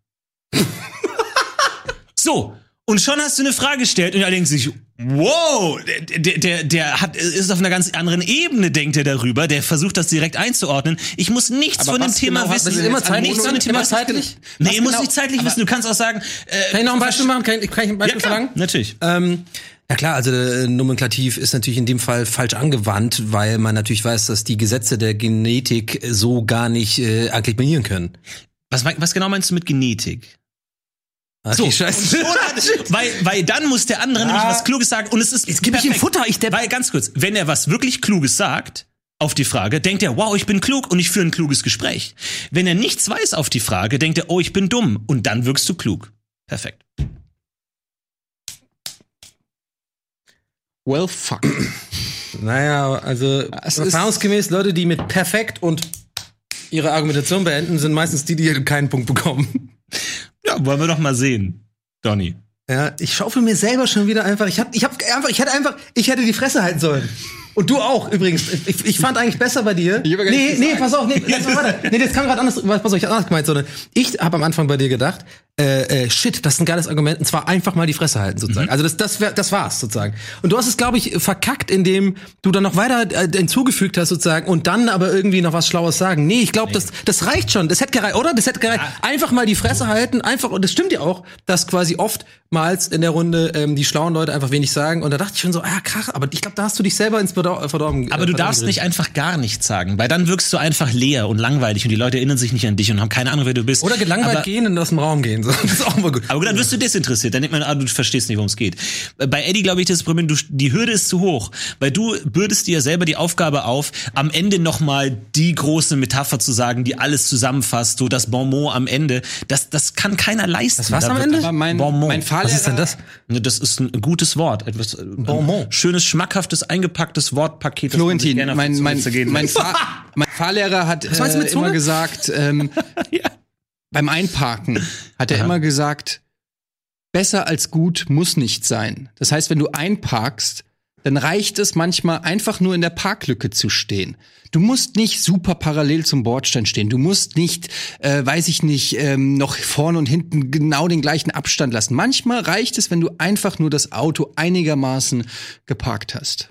S4: So. Und schon hast du eine Frage gestellt und alle denken sich, wow, der- der, der, der hat, ist auf einer ganz anderen Ebene, denkt er darüber, der versucht das direkt einzuordnen. Ich muss nichts
S1: Aber
S4: von dem
S1: was
S4: Thema
S1: genau hat
S4: wissen.
S1: das denn
S3: immer
S1: jetzt an
S3: zeitlich?
S4: Nichts von dem
S1: Monat-
S4: Thema
S3: Immer zeitlich?
S4: Nee,
S3: Was
S4: ihr muss
S3: genau?
S4: nicht zeitlich wissen. Du kannst auch sagen, äh,
S3: Kann ich noch ein Beispiel machen? Kann, ich- kann ich ein Beispiel
S4: Ja, klar.
S3: verlangen?
S4: Natürlich.
S3: Ähm, ja klar, also äh, Nomenklativ ist natürlich in dem Fall falsch angewandt, weil man natürlich weiß, dass die Gesetze der Genetik äh, so gar nicht äh, akklimatisieren können.
S4: was, mein- was genau meinst du mit Genetik?
S3: Okay,
S4: So,
S3: scheiße.
S4: weil, weil dann muss der andere nämlich was Kluges sagen und es ist. Jetzt gebe
S3: ich ihm Futter, ich Depp.
S4: Weil ganz kurz, wenn er was wirklich Kluges sagt auf die Frage, denkt er, wow, ich bin klug und ich führe ein kluges Gespräch. Wenn er nichts weiß auf die Frage, denkt er, oh, ich bin dumm und dann wirkst du klug. Perfekt.
S1: Well, fuck.
S3: Naja, also
S1: Es ist-
S3: erfahrungsgemäß Leute, die mit perfekt und ihre Argumentation beenden, sind meistens die, die keinen Punkt bekommen.
S4: Ja, wollen wir doch mal sehen, Donny.
S3: Ja, ich schaufel mir selber schon wieder einfach. Ich hab, ich hab einfach, ich hätte einfach, ich hätte die Fresse halten sollen. Und du auch übrigens. Ich, ich fand eigentlich besser bei dir.
S1: Ich hab ja gar
S3: nee,
S1: nichts
S3: nee, pass auf, nee, lass mal weiter. Nee, das kam gerade anders. Pass auf, ich hab anders gemeint, sondern ich habe am Anfang bei dir gedacht, äh, äh, shit, das ist ein geiles Argument. Und zwar einfach mal die Fresse halten
S4: Mhm.
S3: sozusagen. Also das, das, wär, das war's sozusagen. Und du hast es, glaube ich, verkackt, indem du dann noch weiter äh, hinzugefügt hast sozusagen und dann aber irgendwie noch was Schlaues sagen. Nee, ich glaube, das, das reicht schon. Das hätte gereicht, oder? Das hätte gereicht. Einfach mal die Fresse halten, einfach, und das stimmt ja auch, dass quasi oftmals in der Runde ähm, die schlauen Leute einfach wenig sagen. Und da dachte ich schon so, ah, krach, aber ich glaube, da hast du dich selber ins Verdor Verdorben
S4: Aber du darfst nicht einfach gar nichts sagen, weil dann wirkst du einfach leer und langweilig und die Leute erinnern sich nicht an dich und haben keine Ahnung, wer du bist.
S3: Oder gelangweilt
S4: Aber-
S3: gehen und aus dem Raum gehen. So, das ist auch mal gut.
S4: Aber dann wirst du desinteressiert. Dann denkt man, ah, du verstehst nicht, worum es geht. Bei Eddie, glaube ich, das Problem, du, die Hürde ist zu hoch, weil du bürdest dir selber die Aufgabe auf, am Ende nochmal die große Metapher zu sagen, die alles zusammenfasst, so das Bonmot am Ende. Das, das kann keiner leisten.
S3: Das war's
S4: Da
S3: am
S4: wird-
S3: Ende?
S1: Aber mein,
S4: Bonbon.
S1: mein Fahrlehrer,
S3: Was ist denn das?
S4: Ne, Das ist ein gutes Wort. Etwas, äh,
S3: Bonbon.
S4: Ein schönes, schmackhaftes, eingepacktes Wortpaket. das man sich
S1: Florentin,
S4: gerne auf die
S1: mein,
S4: Zunge
S1: mein,
S4: zergehen
S1: mein,
S4: lässt.
S1: Fahr, mein Fahrlehrer hat
S3: meinst du
S1: äh,
S3: mit Zunge?
S1: immer gesagt, ähm, beim Einparken hat er immer gesagt, besser als gut muss nicht sein. Das heißt, wenn du einparkst, dann reicht es manchmal einfach nur in der Parklücke zu stehen. Du musst nicht super parallel zum Bordstein stehen. Du musst nicht, äh, weiß ich nicht, ähm, noch vorne und hinten genau den gleichen Abstand lassen. Manchmal reicht es, wenn du einfach nur das Auto einigermaßen geparkt hast.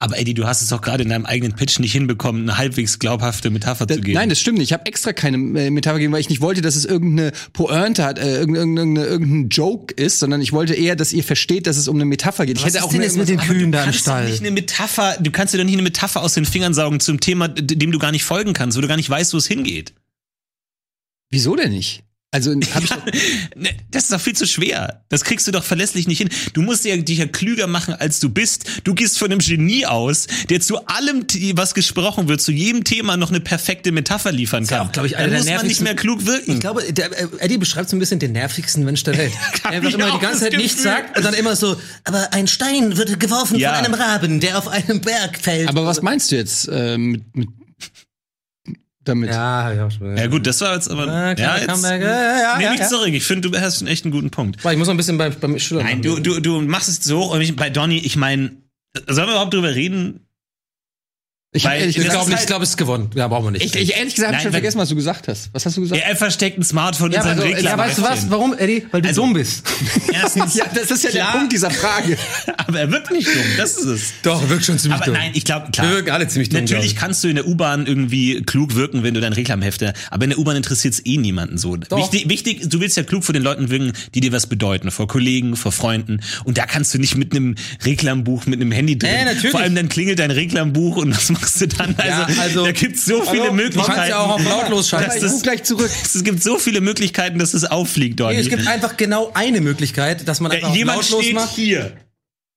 S4: Aber Eddie, du hast es auch gerade in deinem eigenen Pitch nicht hinbekommen, eine halbwegs glaubhafte Metapher
S1: Da-
S4: zu geben.
S1: Äh, Nein, das stimmt nicht. Ich habe extra keine äh, Metapher gegeben, weil ich nicht wollte, dass es irgendeine Pointe hat, äh, irgendein, irgendein, irgendein Joke ist, sondern ich wollte eher, dass ihr versteht, dass es um eine Metapher geht. Ich hätte auch nur irgendwas-
S3: Kühen da
S4: kannst doch nicht eine Metapher, du kannst dir doch nicht eine Metapher aus den Fingern saugen zum Thema, d- dem du gar nicht folgen kannst, wo du gar nicht weißt, wo es hingeht.
S1: Wieso denn nicht? Also hab ich doch,
S4: Ne, Das ist doch viel zu schwer. Das kriegst du doch verlässlich nicht hin. Du musst ja, dich ja klüger machen, als du bist. Du gehst von einem Genie aus, der zu allem, t- was gesprochen wird, zu jedem Thema noch eine perfekte Metapher liefern
S3: ja
S4: kann.
S3: auch, glaub ich, einer
S4: Dann
S3: der
S4: muss man nicht
S3: nervigsten-
S4: mehr klug
S3: Ich
S4: wirken.
S3: glaube, der, äh, Eddie beschreibt so ein bisschen den nervigsten Mensch der Welt.
S4: Hab
S3: er wird
S4: ich
S3: immer die
S4: auch
S3: ganze
S4: das
S3: Zeit nichts
S4: Gefühl.
S3: sagt und dann immer so, aber ein Stein wird geworfen
S4: Ja.
S3: von einem Raben, der auf einem Berg fällt.
S1: aber was meinst du jetzt äh, mit, mit damit?
S3: ja, ja, schon.
S4: Ja gut, das war jetzt aber.
S3: Ja, klar,
S4: ja, jetzt,
S3: kann man- ja, ja, ja,
S4: nehm
S3: ja,
S4: ich
S3: ja.
S4: zurück. Ich finde, du hast einen echt einen guten Punkt.
S3: Ich muss noch ein bisschen beim, beim Schüler
S4: Nein, du, du, du machst es so hoch und ich, bei Donny, ich meine, sollen wir überhaupt drüber reden?
S1: ich hab
S4: weil-
S1: ehrlich
S4: das
S3: ich
S1: gesagt,
S4: ist
S3: glaube,
S4: halt-
S3: ich glaube, es ist gewonnen. Ja, brauchen wir nicht.
S1: ich, ich, ehrlich gesagt hab
S4: Nein,
S1: ich schon
S4: wenn-
S1: vergessen, was du gesagt hast. Was hast du gesagt?
S4: Ja, er versteckt ein Smartphone in seinem
S3: Also,
S1: aber so-
S4: Regler.
S1: ja,
S4: weißt du was?
S3: Warum, Eddie? Weil du
S4: Also-
S3: bist.
S4: Erstens,
S1: das ist ja der Punkt dieser Frage.
S4: aber er wirkt nicht dumm, das ist es.
S3: Doch, wirkt schon ziemlich
S4: Aber nein, ich glaube, klar.
S3: Wir wirken alle ziemlich dumm, glaub
S4: Natürlich
S3: ich.
S4: kannst du in der U-Bahn irgendwie klug wirken, wenn du dein Reklamhefte, aber in der U-Bahn interessiert es eh niemanden so. Wichtig, wichtig, du willst ja klug vor den Leuten wirken, die dir was bedeuten, vor Kollegen, vor Freunden. Und da kannst du nicht mit einem Reklambuch, mit einem Handy drin.
S3: Nee, natürlich.
S4: Vor allem dann klingelt dein Reklambuch und was machst du dann? Also,
S3: Ja, also-
S4: da gibt's so viele
S1: Hallo?
S3: Du kannst
S4: Möglichkeiten.
S3: ja auch auf lautlos
S1: Aber
S3: schalten.
S1: ich
S4: das-
S1: ruf gleich zurück.
S4: es gibt so viele Möglichkeiten, dass es auffliegt, Donny.
S3: Nee, es gibt einfach genau eine Möglichkeit, dass man
S4: Ja,
S3: einfach auf
S4: Äh, jemand
S3: lautlos
S4: steht
S3: macht.
S4: hier.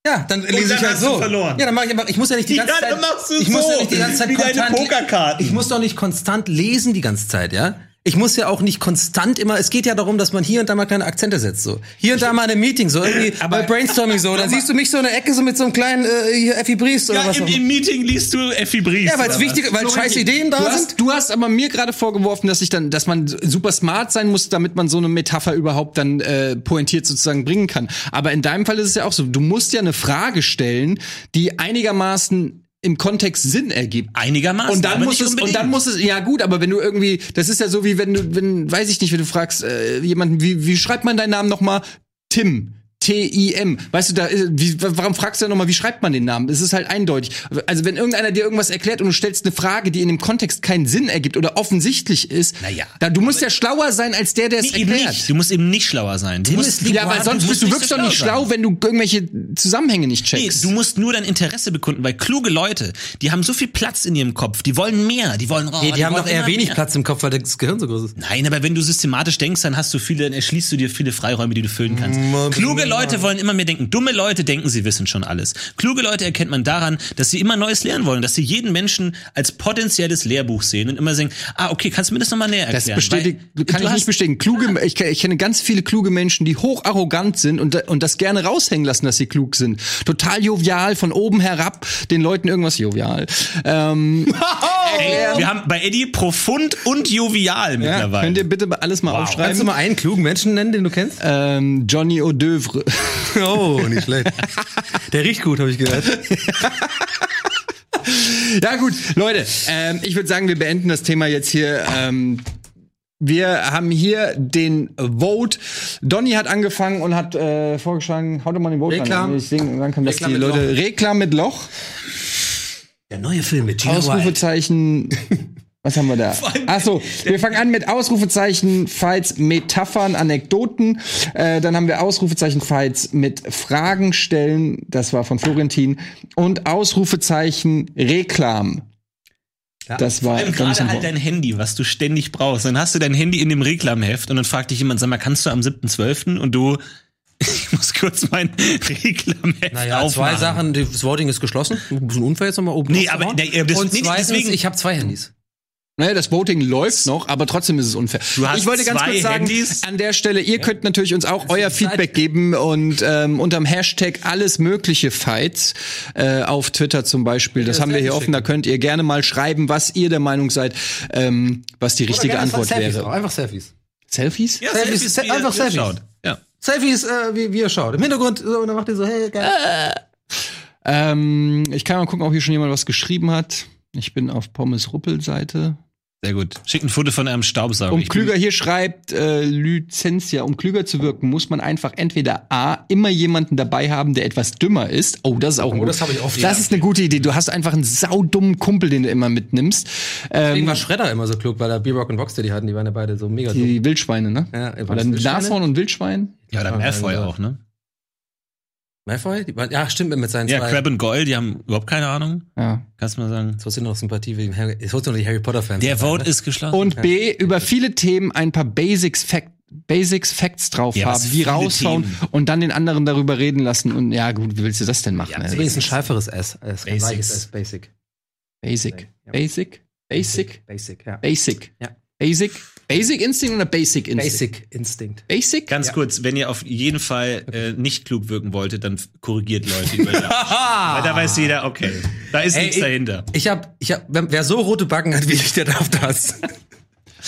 S3: Ja, dann lese
S4: dann
S3: ich halt
S4: hast du
S3: so.
S4: verloren.
S3: Ja, dann mache ich einfach, ich muss ja nicht die
S4: Ja,
S3: ganze Zeit.
S4: dann machst du es
S3: ich muss ja
S4: so,
S3: nicht die ganze Zeit
S4: wie deine
S3: konstant.
S4: Pokerkarten.
S3: Ich muss doch nicht konstant lesen die ganze Zeit, ja? Ich muss ja auch nicht konstant immer, es geht ja darum, dass man hier und da mal kleine Akzente setzt, so. Hier und da mal in einem Meeting, so irgendwie bei Brainstorming, so. Dann siehst du mich so in der Ecke, so mit so einem kleinen, äh, hier, Effi Briest oder
S4: Ja,
S3: was
S4: im,
S3: auch
S4: im Meeting liest du Effi Briefs.
S3: Ja, weil es wichtig, weil scheiß Ideen
S1: Du
S3: da sind.
S1: hast, du hast aber mir gerade vorgeworfen, dass ich dann, dass man super smart sein muss, damit man so eine Metapher überhaupt dann äh, pointiert sozusagen bringen kann. Aber in deinem Fall ist es ja auch so, du musst ja eine Frage stellen, die einigermaßen im Kontext Sinn ergibt.
S4: Einigermaßen.
S1: Und dann
S4: aber
S1: muss
S4: nicht
S1: es, und
S4: unbedingt.
S1: dann muss es, ja gut, aber wenn du irgendwie, das ist ja so wie wenn du, wenn, weiß ich nicht, wenn du fragst, äh, jemanden, wie, wie schreibt man deinen Namen nochmal? Tim. T-I-M. Weißt du, da, ist- wie, warum fragst du da nochmal, wie schreibt man den Namen? Es ist halt eindeutig. Also, wenn irgendeiner dir irgendwas erklärt und du stellst eine Frage, die in dem Kontext keinen Sinn ergibt oder offensichtlich ist,
S4: Naja.
S1: dann, du musst ja schlauer sein als der, der es
S4: Nee, eben
S1: erklärt.
S4: nicht. Du musst eben nicht schlauer sein. Du musst,
S3: League
S1: Ja, weil
S3: One,
S1: sonst
S3: du
S1: bist du
S3: musst
S1: wirklich doch nicht
S3: sein.
S1: schlau, wenn du irgendwelche Zusammenhänge nicht
S4: nee,
S1: checkst.
S4: du musst nur dein Interesse bekunden, weil kluge Leute, die haben so viel Platz in ihrem Kopf, die wollen mehr, die wollen oh,
S3: Nee, die haben
S4: wollen
S3: doch eher
S4: immer
S3: wenig
S4: mehr.
S3: Platz im Kopf, weil das Gehirn so groß ist.
S4: Nein, aber wenn du systematisch denkst, dann hast du viele, dann erschließt du dir viele Freiräume, die du füllen kannst.
S3: Mann,
S4: Kluge
S3: Mann.
S4: Leute wollen immer mehr denken. Dumme Leute denken, sie wissen schon alles. Kluge Leute erkennt man daran, dass sie immer Neues lernen wollen, dass sie jeden Menschen als potenzielles Lehrbuch sehen und immer sagen, ah, okay, kannst du mir das nochmal näher
S1: Das
S4: erklären?
S1: bestätigt,
S4: Weil
S1: kann
S4: du
S1: ich
S4: hast-
S1: nicht bestätigen. Kluge, ich, ke- ich kenne ganz viele kluge Menschen, die hoch arrogant sind und, da- und das gerne raushängen lassen, dass sie klug sind. Total jovial, von oben herab, den Leuten irgendwas jovial. Ähm,
S4: Ey, wir haben bei Eddie profund und jovial
S1: ja,
S4: mittlerweile.
S1: könnt ihr bitte alles mal
S3: Kannst du
S1: aufschreiben?
S3: mal einen klugen Menschen nennen, den du kennst?
S1: Ähm, Johnny O'Dövre.
S3: Oh, nicht schlecht. Der riecht gut, habe ich gehört.
S1: Ja gut, Leute, ähm, ich würde sagen, wir beenden das Thema jetzt hier. Ähm, wir haben hier den Vote. Donny hat angefangen und hat äh, vorgeschlagen, haut doch mal den Vote
S3: Reklam.
S1: an. Ich sing, dann kann das
S3: Reklam
S1: die
S3: mit
S1: Leute. Reklam mit Loch.
S3: Der neue Film mit Gina Wild.
S1: Ausrufezeichen. Was haben wir da? Achso, wir fangen an mit Ausrufezeichen, Fights, Metaphern, Anekdoten. Äh, dann haben wir Ausrufezeichen, Fights mit Fragen stellen. Das war von Florentin. Und Ausrufezeichen, Reklam. Das war
S4: Vor allem
S1: ganz
S4: gerade halt dein Handy, was du ständig brauchst. Dann hast du dein Handy in dem Reklamheft und dann fragt dich jemand, sag mal, kannst du am 7.12. und du, ich muss kurz mein Reklamheft
S3: Naja,
S4: aufmachen.
S3: zwei Sachen. die- Das Voting ist geschlossen. Ein bisschen unfair jetzt nochmal oben.
S4: Nee,
S3: drauf
S4: aber-
S3: zu hauen.
S4: nee, aber das
S3: Und
S4: ist nicht-
S3: zweitens,
S4: deswegen-
S3: ich habe zwei Handys.
S1: Naja, Ne, das Voting läuft noch, aber trotzdem ist es unfair.
S4: hast
S1: ich wollte ganz
S4: zwei
S1: kurz sagen,
S4: Handys?
S1: an der Stelle, ihr könnt natürlich uns auch euer Feedback geben und ähm, unterm Hashtag alles mögliche Fights äh, auf Twitter zum Beispiel, das haben wir hier offen, da könnt ihr gerne mal schreiben, was ihr der Meinung seid, ähm, was die richtige Antwort
S3: Selfies
S1: wäre.
S3: Einfach Selfies.
S1: Selfies?
S4: Ja,
S3: Selfies,
S4: Selfies, wie
S3: einfach
S4: ihr
S3: Selfies.
S4: schaut. Ja.
S3: Selfies, äh, wie, wie ihr schaut. Im Hintergrund, so, und dann macht ihr so, hey, geil.
S1: Ähm, ich kann mal gucken, ob hier schon jemand was geschrieben hat. Ich bin auf Pommes Ruppel Seite.
S4: Sehr gut. Schick ein Foto von einem Staubsauger.
S1: Um
S4: Ich bin-
S1: Klüger hier schreibt, äh, Licentia, um klüger zu wirken, muss man einfach entweder A, immer jemanden dabei haben, der etwas dümmer ist. Oh, das ist auch ein
S3: Oh, das
S1: gut-
S3: hab ich oft,
S1: Das
S3: ja.
S1: ist eine gute Idee. Du hast einfach einen saudummen Kumpel, den du immer mitnimmst.
S3: Deswegen
S1: Ähm,
S3: war Shredder immer so klug, weil er B-Rock und Rocksteady hatten, die waren ja beide so mega dumm.
S1: die Wildschweine, ne?
S3: Ja,
S1: Oder Nashorn und Wildschwein?
S4: Ja,
S3: Ah,
S4: oder Malfoy
S3: genau.
S4: auch, ne?
S3: Malfoy? Die waren, ja, stimmt, mit seinen
S4: Ja,
S3: zwei.
S4: Crab and Goyle, die haben überhaupt keine Ahnung.
S1: Ja.
S4: Kannst du mal sagen.
S3: Jetzt holst du noch Sympathie wegen Harry, jetzt holst du noch die Harry Potter-Fans.
S4: Der Vote ist geschlossen.
S1: Und B, über viele Themen ein paar Basics Fact Basics Facts drauf
S4: Ja, was
S1: haben, die
S4: viele
S1: raushauen
S4: Themen.
S1: und dann den anderen darüber reden lassen. Und ja, gut, wie willst du das denn machen?
S4: Ja,
S1: ne?
S3: Das ist übrigens ein schärferes S. Es ist kein
S4: Basics.
S3: weiches S, Basic.
S1: Basic.
S3: Ja.
S1: Basic. Basic.
S3: Basic, ja.
S1: Basic.
S3: Ja.
S1: Basic. Basic Instinct oder Basic Instinct?
S3: Basic Instinct.
S1: Basic?
S4: Ganz kurz, wenn ihr auf jeden Fall äh, nicht klug wirken wolltet, dann f- korrigiert Leute über Weil da weiß jeder, okay, da ist
S3: Ey,
S4: nichts
S3: ich-
S4: dahinter.
S3: Ah! Ich hab, ich hab, wer wer so rote Backen hat wie ich, der darf das.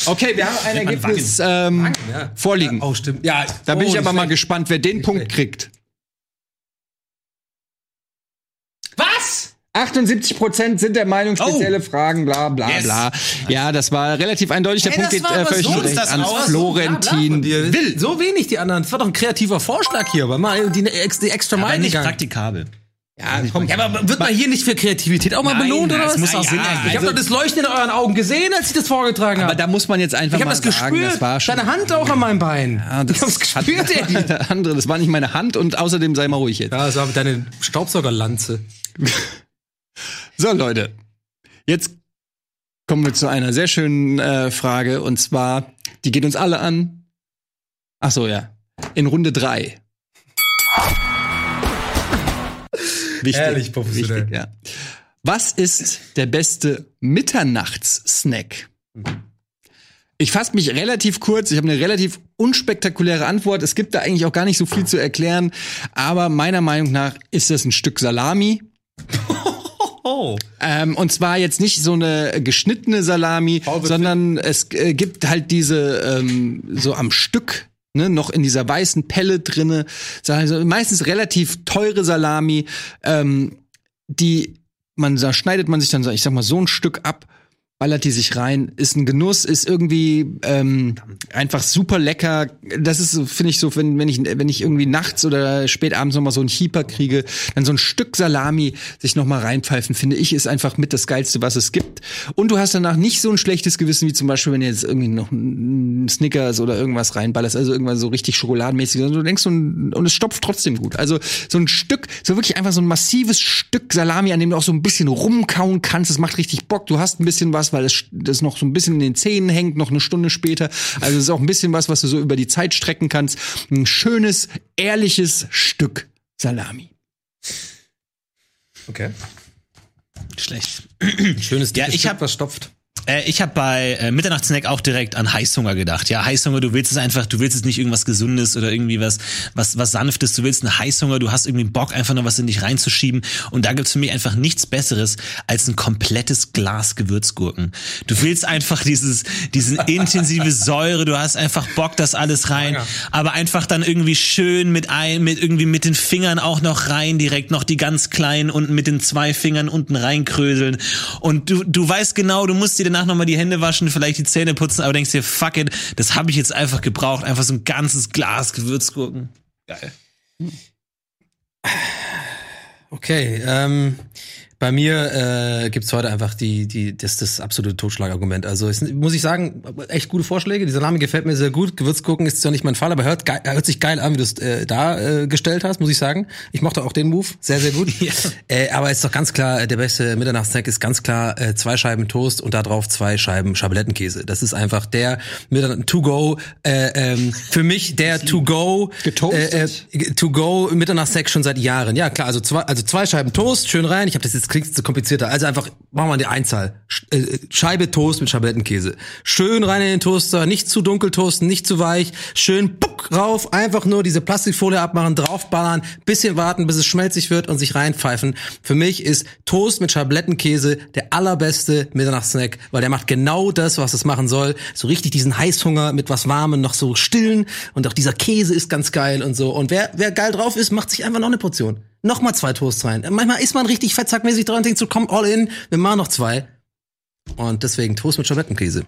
S1: Okay, wir haben ein Ergebnis ähm,
S3: Ja.
S1: vorliegen.
S3: Oh, stimmt. Ja,
S1: Da bin
S3: oh,
S1: ich aber
S3: nicht
S1: mal
S3: schlecht.
S1: gespannt, wer den Punkt kriegt.
S4: Was?
S1: 78% sind der Meinung, spezielle
S4: Oh.
S1: Fragen, bla bla
S4: Yes.
S1: bla. Ja, das war relativ eindeutig. Der
S3: Ey,
S1: Punkt
S3: das
S1: geht
S3: war
S1: äh,
S3: aber
S1: völlig
S3: so,
S1: zu
S4: ist
S1: Recht
S4: das
S1: an
S4: aus-
S1: Florentin.
S3: Will. So wenig die anderen. Das war doch ein kreativer Vorschlag hier, aber mal die, ex- die extra
S4: Aber
S3: Meile
S4: nicht
S3: gegangen.
S4: praktikabel.
S1: Ja, komm.
S3: Ja, aber wird man hier nicht für Kreativität auch mal
S4: Nein,
S3: belohnt oder
S4: es
S3: was?
S4: muss auch Sinn
S3: ja,
S4: ergeben.
S3: Ich habe doch
S4: Also-
S3: das Leuchten in euren Augen gesehen, als ich das vorgetragen
S1: Aber
S3: habe.
S1: da muss man jetzt einfach
S3: Ich habe
S1: mal
S3: das gespürt.
S1: sagen, das war schon.
S3: Deine Hand auch an meinem Bein.
S1: Ja, das
S3: ich hab's gespürt,
S1: hat,
S3: ey.
S1: der andere, das war nicht meine Hand und außerdem sei mal ruhig jetzt.
S3: Ja, das war deine Staubsaugerlanze.
S1: So, Leute, jetzt kommen wir zu einer sehr schönen äh, Frage und zwar, die geht uns alle an. Ach so, ja. In Runde drei. Wichtig,
S3: Ehrlich professionell.
S1: Wichtig, ja. Was ist der beste Mitternachtssnack? Ich fasse mich relativ kurz. Ich habe eine relativ unspektakuläre Antwort. Es gibt da eigentlich auch gar nicht so viel zu erklären. Aber meiner Meinung nach ist das ein Stück Salami.
S3: Oh.
S1: Ähm, und zwar jetzt nicht so eine geschnittene Salami, sondern es äh, gibt halt diese ähm, so am Stück. Ne, noch in dieser weißen Pelle drinne, also meistens relativ teure Salami, ähm, die man da schneidet man sich dann, ich sag mal, so ein Stück ab ballert die sich rein, ist ein Genuss, ist irgendwie ähm, einfach super lecker. Das ist, so, finde ich, so, wenn, wenn, ich, wenn ich irgendwie nachts oder spät abends nochmal so einen Hieper kriege, dann so ein Stück Salami sich nochmal reinpfeifen, finde ich, ist einfach mit das Geilste, was es gibt. Und du hast danach nicht so ein schlechtes Gewissen, wie zum Beispiel, wenn du jetzt irgendwie noch einen Snickers oder irgendwas reinballerst, also irgendwann so richtig schokoladenmäßig, sondern du denkst so, ein- und es stopft trotzdem gut. Also so ein Stück, so wirklich einfach so ein massives Stück Salami, an dem du auch so ein bisschen rumkauen kannst, es macht richtig Bock, du hast ein bisschen was, weil es das noch so ein bisschen in den Zähnen hängt, noch eine Stunde später. Also es ist auch ein bisschen was, was du so über die Zeit strecken kannst. Ein schönes, ehrliches Stück Salami.
S3: Okay.
S4: Schlecht.
S3: Schönes
S4: Ja,
S3: dickes
S4: ich
S3: Stück,
S4: hab-
S3: was stopft.
S4: Äh, ich habe bei äh, Mitternachtssnack auch direkt an Heißhunger gedacht. Ja, Heißhunger, du willst es einfach, du willst jetzt nicht irgendwas Gesundes oder irgendwie was, was, was Sanftes, du willst einen Heißhunger, du hast irgendwie Bock, einfach noch was in dich reinzuschieben. Und da gibt's für mich einfach nichts Besseres als ein komplettes Glas Gewürzgurken. Du willst einfach dieses, diesen intensive Säure, du hast einfach Bock, das alles rein. Aber einfach dann irgendwie schön mit ein, mit irgendwie mit den Fingern auch noch rein, direkt noch die ganz kleinen und mit den zwei Fingern unten reinkröseln. Und du, du weißt genau, du musst dir danach nochmal die Hände waschen, vielleicht die Zähne putzen, aber denkst dir, fuck it, das habe ich jetzt einfach gebraucht. Einfach so ein ganzes Glas Gewürzgurken.
S3: Okay, ähm, bei mir äh, gibt's heute einfach die, die, das, das absolute Totschlagargument. Also es, sind- muss ich sagen, echt gute Vorschläge. Dieser Name gefällt mir sehr gut. Gewürzgurken ist zwar nicht mein Fall, aber hört, ge- hört sich geil an, wie du es äh, da äh, gestellt hast, muss ich sagen. Ich mochte auch den Move, sehr, sehr gut. äh, aber ist doch ganz klar, äh, der beste Mitternachtssnack ist ganz klar äh, zwei Scheiben Toast und da drauf zwei Scheiben Schablettenkäse. Das ist einfach der Mitternacht To-Go, äh, ähm, für mich der To-Go.
S1: Getoastet?
S3: Äh, äh, To go Mitternachtssnack schon seit Jahren. Ja, klar, also zwei, also zwei Scheiben Toast, schön rein. Ich habe das jetzt klingt zu komplizierter. Also einfach machen wir die Einzahl. Sch äh, Scheibe Toast mit Schablettenkäse. Schön rein in den Toaster, nicht zu dunkel toasten, nicht zu weich. Schön puck rauf, einfach nur diese Plastikfolie abmachen, draufballern, bisschen warten, bis es schmelzig wird und sich reinpfeifen. Für mich ist Toast mit Schablettenkäse der allerbeste Mitternachtssnack, weil der macht genau das, was es machen soll. So richtig diesen Heißhunger mit was Warmem noch so stillen und auch dieser Käse ist ganz geil und so. Und wer, wer geil drauf ist, macht sich einfach noch eine Portion. Nochmal zwei Toasts rein. Manchmal ist man richtig fettsackmäßig dran und denkt so, komm, all in, wir machen noch zwei. Und deswegen Toast mit Schablettenkäse.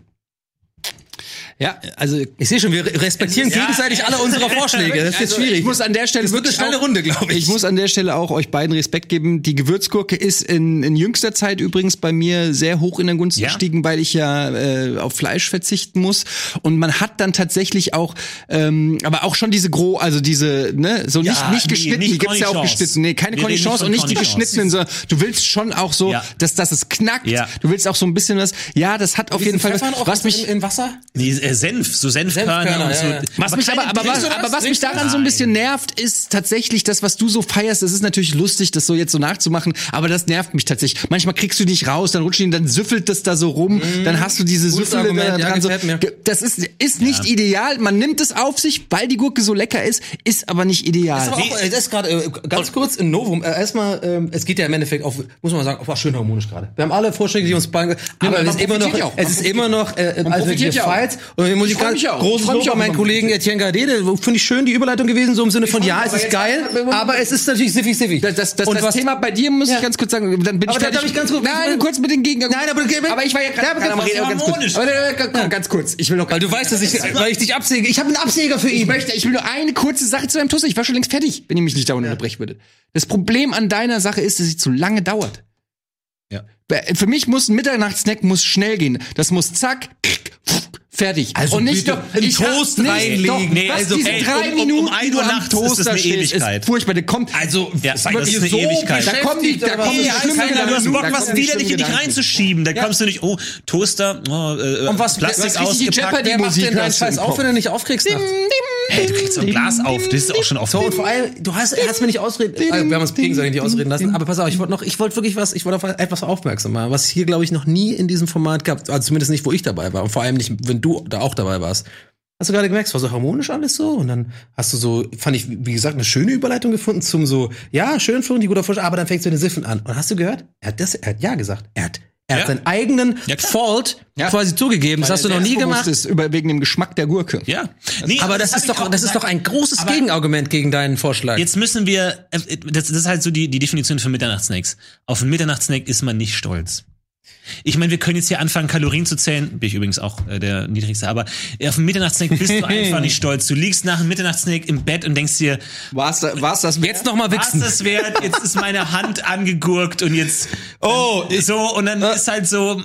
S1: Ja, also
S3: Ich sehe schon, wir re- respektieren gegenseitig alle unsere Vorschläge. Das ist jetzt
S1: Also,
S3: schwierig.
S1: Ich muss an der Stelle
S3: das wird eine
S1: wirklich
S3: schnelle
S1: auch-
S3: Runde, glaube ich.
S1: Ich muss an der Stelle auch euch beiden Respekt geben. Die Gewürzgurke ist in, in jüngster Zeit übrigens bei mir sehr hoch in den Gunst
S4: Ja.
S1: gestiegen, weil ich ja äh, auf Fleisch verzichten muss. Und man hat dann tatsächlich auch, ähm, aber auch schon diese Gro, also diese, ne, so
S4: Ja,
S1: nicht, nicht
S4: nee,
S1: geschnitten,
S4: nicht
S1: die gibt's ja auch
S4: Cornichons.
S1: geschnitten. Nee, keine
S4: Wir reden nicht
S1: Cornichons
S4: von
S1: und nicht die
S4: Cornichons.
S1: geschnittenen, sondern du willst schon auch so,
S4: Ja.
S1: dass, dass es knackt.
S4: Ja.
S1: Du willst auch so ein bisschen was, ja, das hat auf jeden Fall was. Was mich,
S3: in Wasser?
S4: Nee, äh, Senf, so Senfkörner
S3: Senfkörner,
S4: und so.
S3: ja, ja.
S1: was mich aber,
S4: keine-
S1: aber, was,
S4: Trinkst du das?
S1: aber was mich
S4: Trinkst du
S1: daran
S4: das?
S1: so ein bisschen
S4: Nein.
S1: nervt, ist tatsächlich das, was du so feierst. Das ist natürlich lustig, das so jetzt so nachzumachen, aber das nervt mich tatsächlich. Manchmal kriegst du dich raus, dann rutschen die, dann süffelt das da so rum, dann hast du diese
S3: Mhm. gutes
S1: Süffel
S3: Argument,
S1: da
S3: ja,
S1: dran. so.
S3: gefällt mir.
S1: Ge- Das ist, ist nicht ideal. Man nimmt es auf sich, weil die Gurke so lecker ist, ist aber nicht ideal.
S3: Das, ist aber auch, äh, das ist gerade äh, ganz kurz in Novum. Äh, erstmal, ähm, es geht ja im Endeffekt auf, muss man sagen, auf was schön harmonisch gerade. Wir haben alle Vorschläge, die uns beiden. Aber
S1: man
S3: es ist immer noch,
S1: profitiert ja auch. Man
S3: es ist immer noch, äh, also
S1: profitiert ja auch.
S3: gefeit. Und hier muss ich,
S1: freu
S3: ganz
S1: mich auch. Ich
S3: großes
S1: freu mich
S3: Lob
S1: auch
S3: an meinen
S1: über-
S3: Kollegen Etienne Gardede. Finde ich schön die Überleitung gewesen, so im Sinne von ja, es ist geil, aber es ist natürlich siffig, siffig.
S1: Das, das, das,
S3: Und
S1: das
S3: was-
S1: Thema bei dir muss
S3: Ja.
S1: ich ganz kurz sagen. Dann bin
S3: Aber
S1: ich
S3: da
S1: fertig.
S3: darf ich ganz kurz-
S1: Nein, kurz mit den Gegen.
S3: Nein, aber-
S1: aber ich war ja
S3: Ja,
S1: gerade
S3: aber
S1: gerade am
S3: das
S1: Reden,
S4: ist
S1: aber ganz kurz.
S4: harmonisch.
S1: Aber, äh, komm, ganz kurz. Ich will noch.
S3: Weil du weißt, dass ich, weil ich dich absäge. Ich habe einen Absäger für ihn.
S1: Ich möchte, ich will nur eine kurze Sache zu deinem Toaster. Ich war schon längst fertig, wenn ihr mich nicht dauernd unterbrechen würdet. Das Problem an deiner Sache ist, dass sie zu lange dauert.
S4: Ja.
S1: Weil Für mich muss ein Mitternachtssnack muss schnell gehen. Das muss zack, krick, pfuck, fertig.
S3: Also
S1: und nicht
S3: bitte,
S1: doch
S3: einen
S1: ich hab-
S3: Toast
S1: nicht
S3: reinlegen.
S1: Doch,
S4: Nee,
S1: was
S4: also,
S1: diese
S4: ey,
S1: drei
S4: um- um- um
S1: Minuten,
S4: ein
S1: die du
S4: Uhr
S1: am
S4: nachts ist das
S1: Toaster
S4: eine
S1: stehst,
S4: Ewigkeit.
S1: ist furchtbar. Der kommt
S3: Also,
S4: Ja,
S3: ist
S4: das
S3: wirklich
S4: ist eine
S3: so
S4: Ewigkeit.
S1: Da kommen die- da
S3: beschäftigt,
S1: kommen die
S3: aber-
S1: schlimmen
S4: Keiner, du hast
S1: Gedanken.
S4: Bock,
S1: Da
S4: was
S1: kommen die
S4: widerlich in dich
S1: Gedanken.
S4: reinzuschieben. Da kommst du nicht, oh, Toaster, oh, äh,
S3: Und was,
S4: Plastik
S3: was kriegst du die
S4: ausgepackt.
S3: Jeopardy macht
S1: Musik
S3: denn deinen
S1: hast du
S3: Scheiß
S1: im
S3: auf,
S1: Kopf.
S3: wenn du nicht aufkriegst? nachts?
S4: Ey, du kriegst so ein Glas auf, das ist auch schon oft.
S3: So, und vor allem, du hast, hast mir nicht ausreden, also, wir haben uns gegenseitig nicht ausreden lassen, aber pass auf, ich wollte noch, ich wollte wirklich was, ich wollte auf etwas aufmerksam machen, was hier, glaube ich, noch nie in diesem Format gab, also zumindest nicht, wo ich dabei war und vor allem nicht, wenn du da auch dabei warst. Hast du gerade gemerkt, es war so harmonisch alles so und dann hast du so, fand ich, wie gesagt, eine schöne Überleitung gefunden zum so, ja, schön, Florian, die guter Vorschlag, aber dann fängst du mit den Siffen an. Und hast du gehört? Er hat das, er hat ja gesagt. Er hat, er hat
S4: Ja.
S3: seinen eigenen
S4: Ja, klar.
S3: Fault quasi zugegeben, das hast du noch nie gemacht.
S1: Ist über, wegen dem Geschmack der Gurke.
S4: Ja. Nee,
S3: Aber das,
S4: hab
S3: ist
S4: ich
S3: doch,
S4: auch
S3: das ist
S4: gesagt.
S3: doch ein großes Gegenargument gegen deinen Vorschlag.
S4: Jetzt müssen wir, äh, das, das ist halt so die, die Definition für Mitternachtssnacks. Auf einen Mitternachtssnack ist man nicht stolz. Ich meine, wir können jetzt hier anfangen, Kalorien zu zählen. Bin ich übrigens auch äh, der Niedrigste. Aber auf dem Mitternachtssnack bist du einfach nicht stolz. Du liegst nach dem Mitternachtssnack im Bett und denkst dir,
S1: War's, da, war's das?
S3: Jetzt noch mal
S4: was
S3: wichsen.
S4: das wert? Jetzt ist meine Hand angegurkt und jetzt oh so und dann ist halt so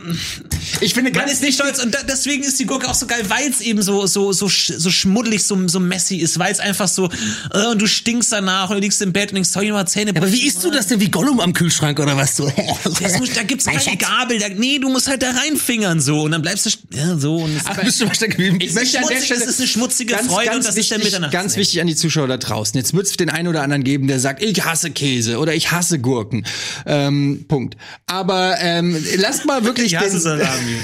S1: Ich finde
S4: man
S1: ganz
S4: ist nicht stolz und da, deswegen ist die Gurke auch so geil, weil es eben so so so sch- so schmuddelig, so so messy ist, weil es einfach so äh, und du stinkst danach und du liegst im Bett und denkst, soll ich noch mal Zähne
S3: Aber wie isst du das denn wie Gollum am Kühlschrank oder was so?
S4: Das muss, da gibt's
S3: Mein
S4: keine
S3: Schatz.
S4: Gabel. Da, nee, du musst halt da reinfingern so und dann bleibst du st- ja, so und
S3: Ach, bist du mal stecken geblieben?
S1: Ich möchte an der
S4: schmutzig,
S1: Stelle
S4: das ist eine schmutzige Freude und das ist der
S1: wichtig,
S4: Mitternacht-
S1: ganz wichtig an die Zuschauer da draußen. Jetzt wird's den einen oder anderen geben, der sagt, ich hasse Käse oder ich hasse Gurken. Ähm, Punkt. Aber ähm, lasst mal wirklich
S4: Ich hasse
S1: den,
S4: Salami.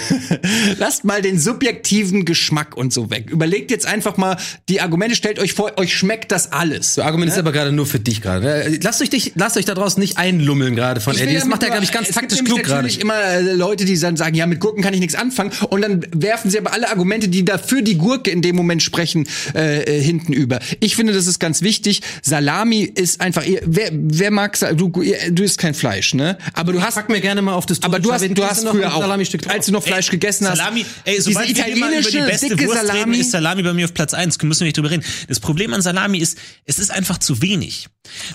S1: lasst mal den subjektiven Geschmack und so weg. Überlegt jetzt einfach mal die Argumente. Stellt euch vor, euch schmeckt das alles. Ne?
S3: Das Argument ist aber gerade nur für dich gerade. Äh, Lasst euch, dich, lasst euch da draußen nicht einlummeln gerade von
S1: Ich will
S3: Eddie. Das
S1: damit
S3: macht er,
S1: nur-
S3: glaube ich, ganz
S1: es
S3: taktisch
S1: gibt nämlich
S3: klug gerade.
S1: natürlich immer äh, Leute, die dann sagen, ja, mit Gurken kann ich nichts anfangen. Und dann werfen sie aber alle Argumente, die da für die Gurke in dem Moment sprechen, äh, äh, hinten über. Ich finde, das ist ganz wichtig. Salami ist einfach, ihr, wer, wer mag, Sa- du, ihr, du isst kein Fleisch, ne? Aber du hast,
S3: Pack mir gerne mal auf das
S1: aber du hast, du hast früher auch, als
S3: als
S1: du noch Fleisch gegessen hast,
S4: Salami, ey, sobald
S1: diese
S4: wir hier mal über die
S1: italienische,
S4: beste
S1: dicke
S4: Wurst reden,
S1: Salami.
S4: ist Salami bei mir auf Platz 1. Müssen wir nicht drüber reden. Das Problem an Salami ist, es ist einfach zu wenig.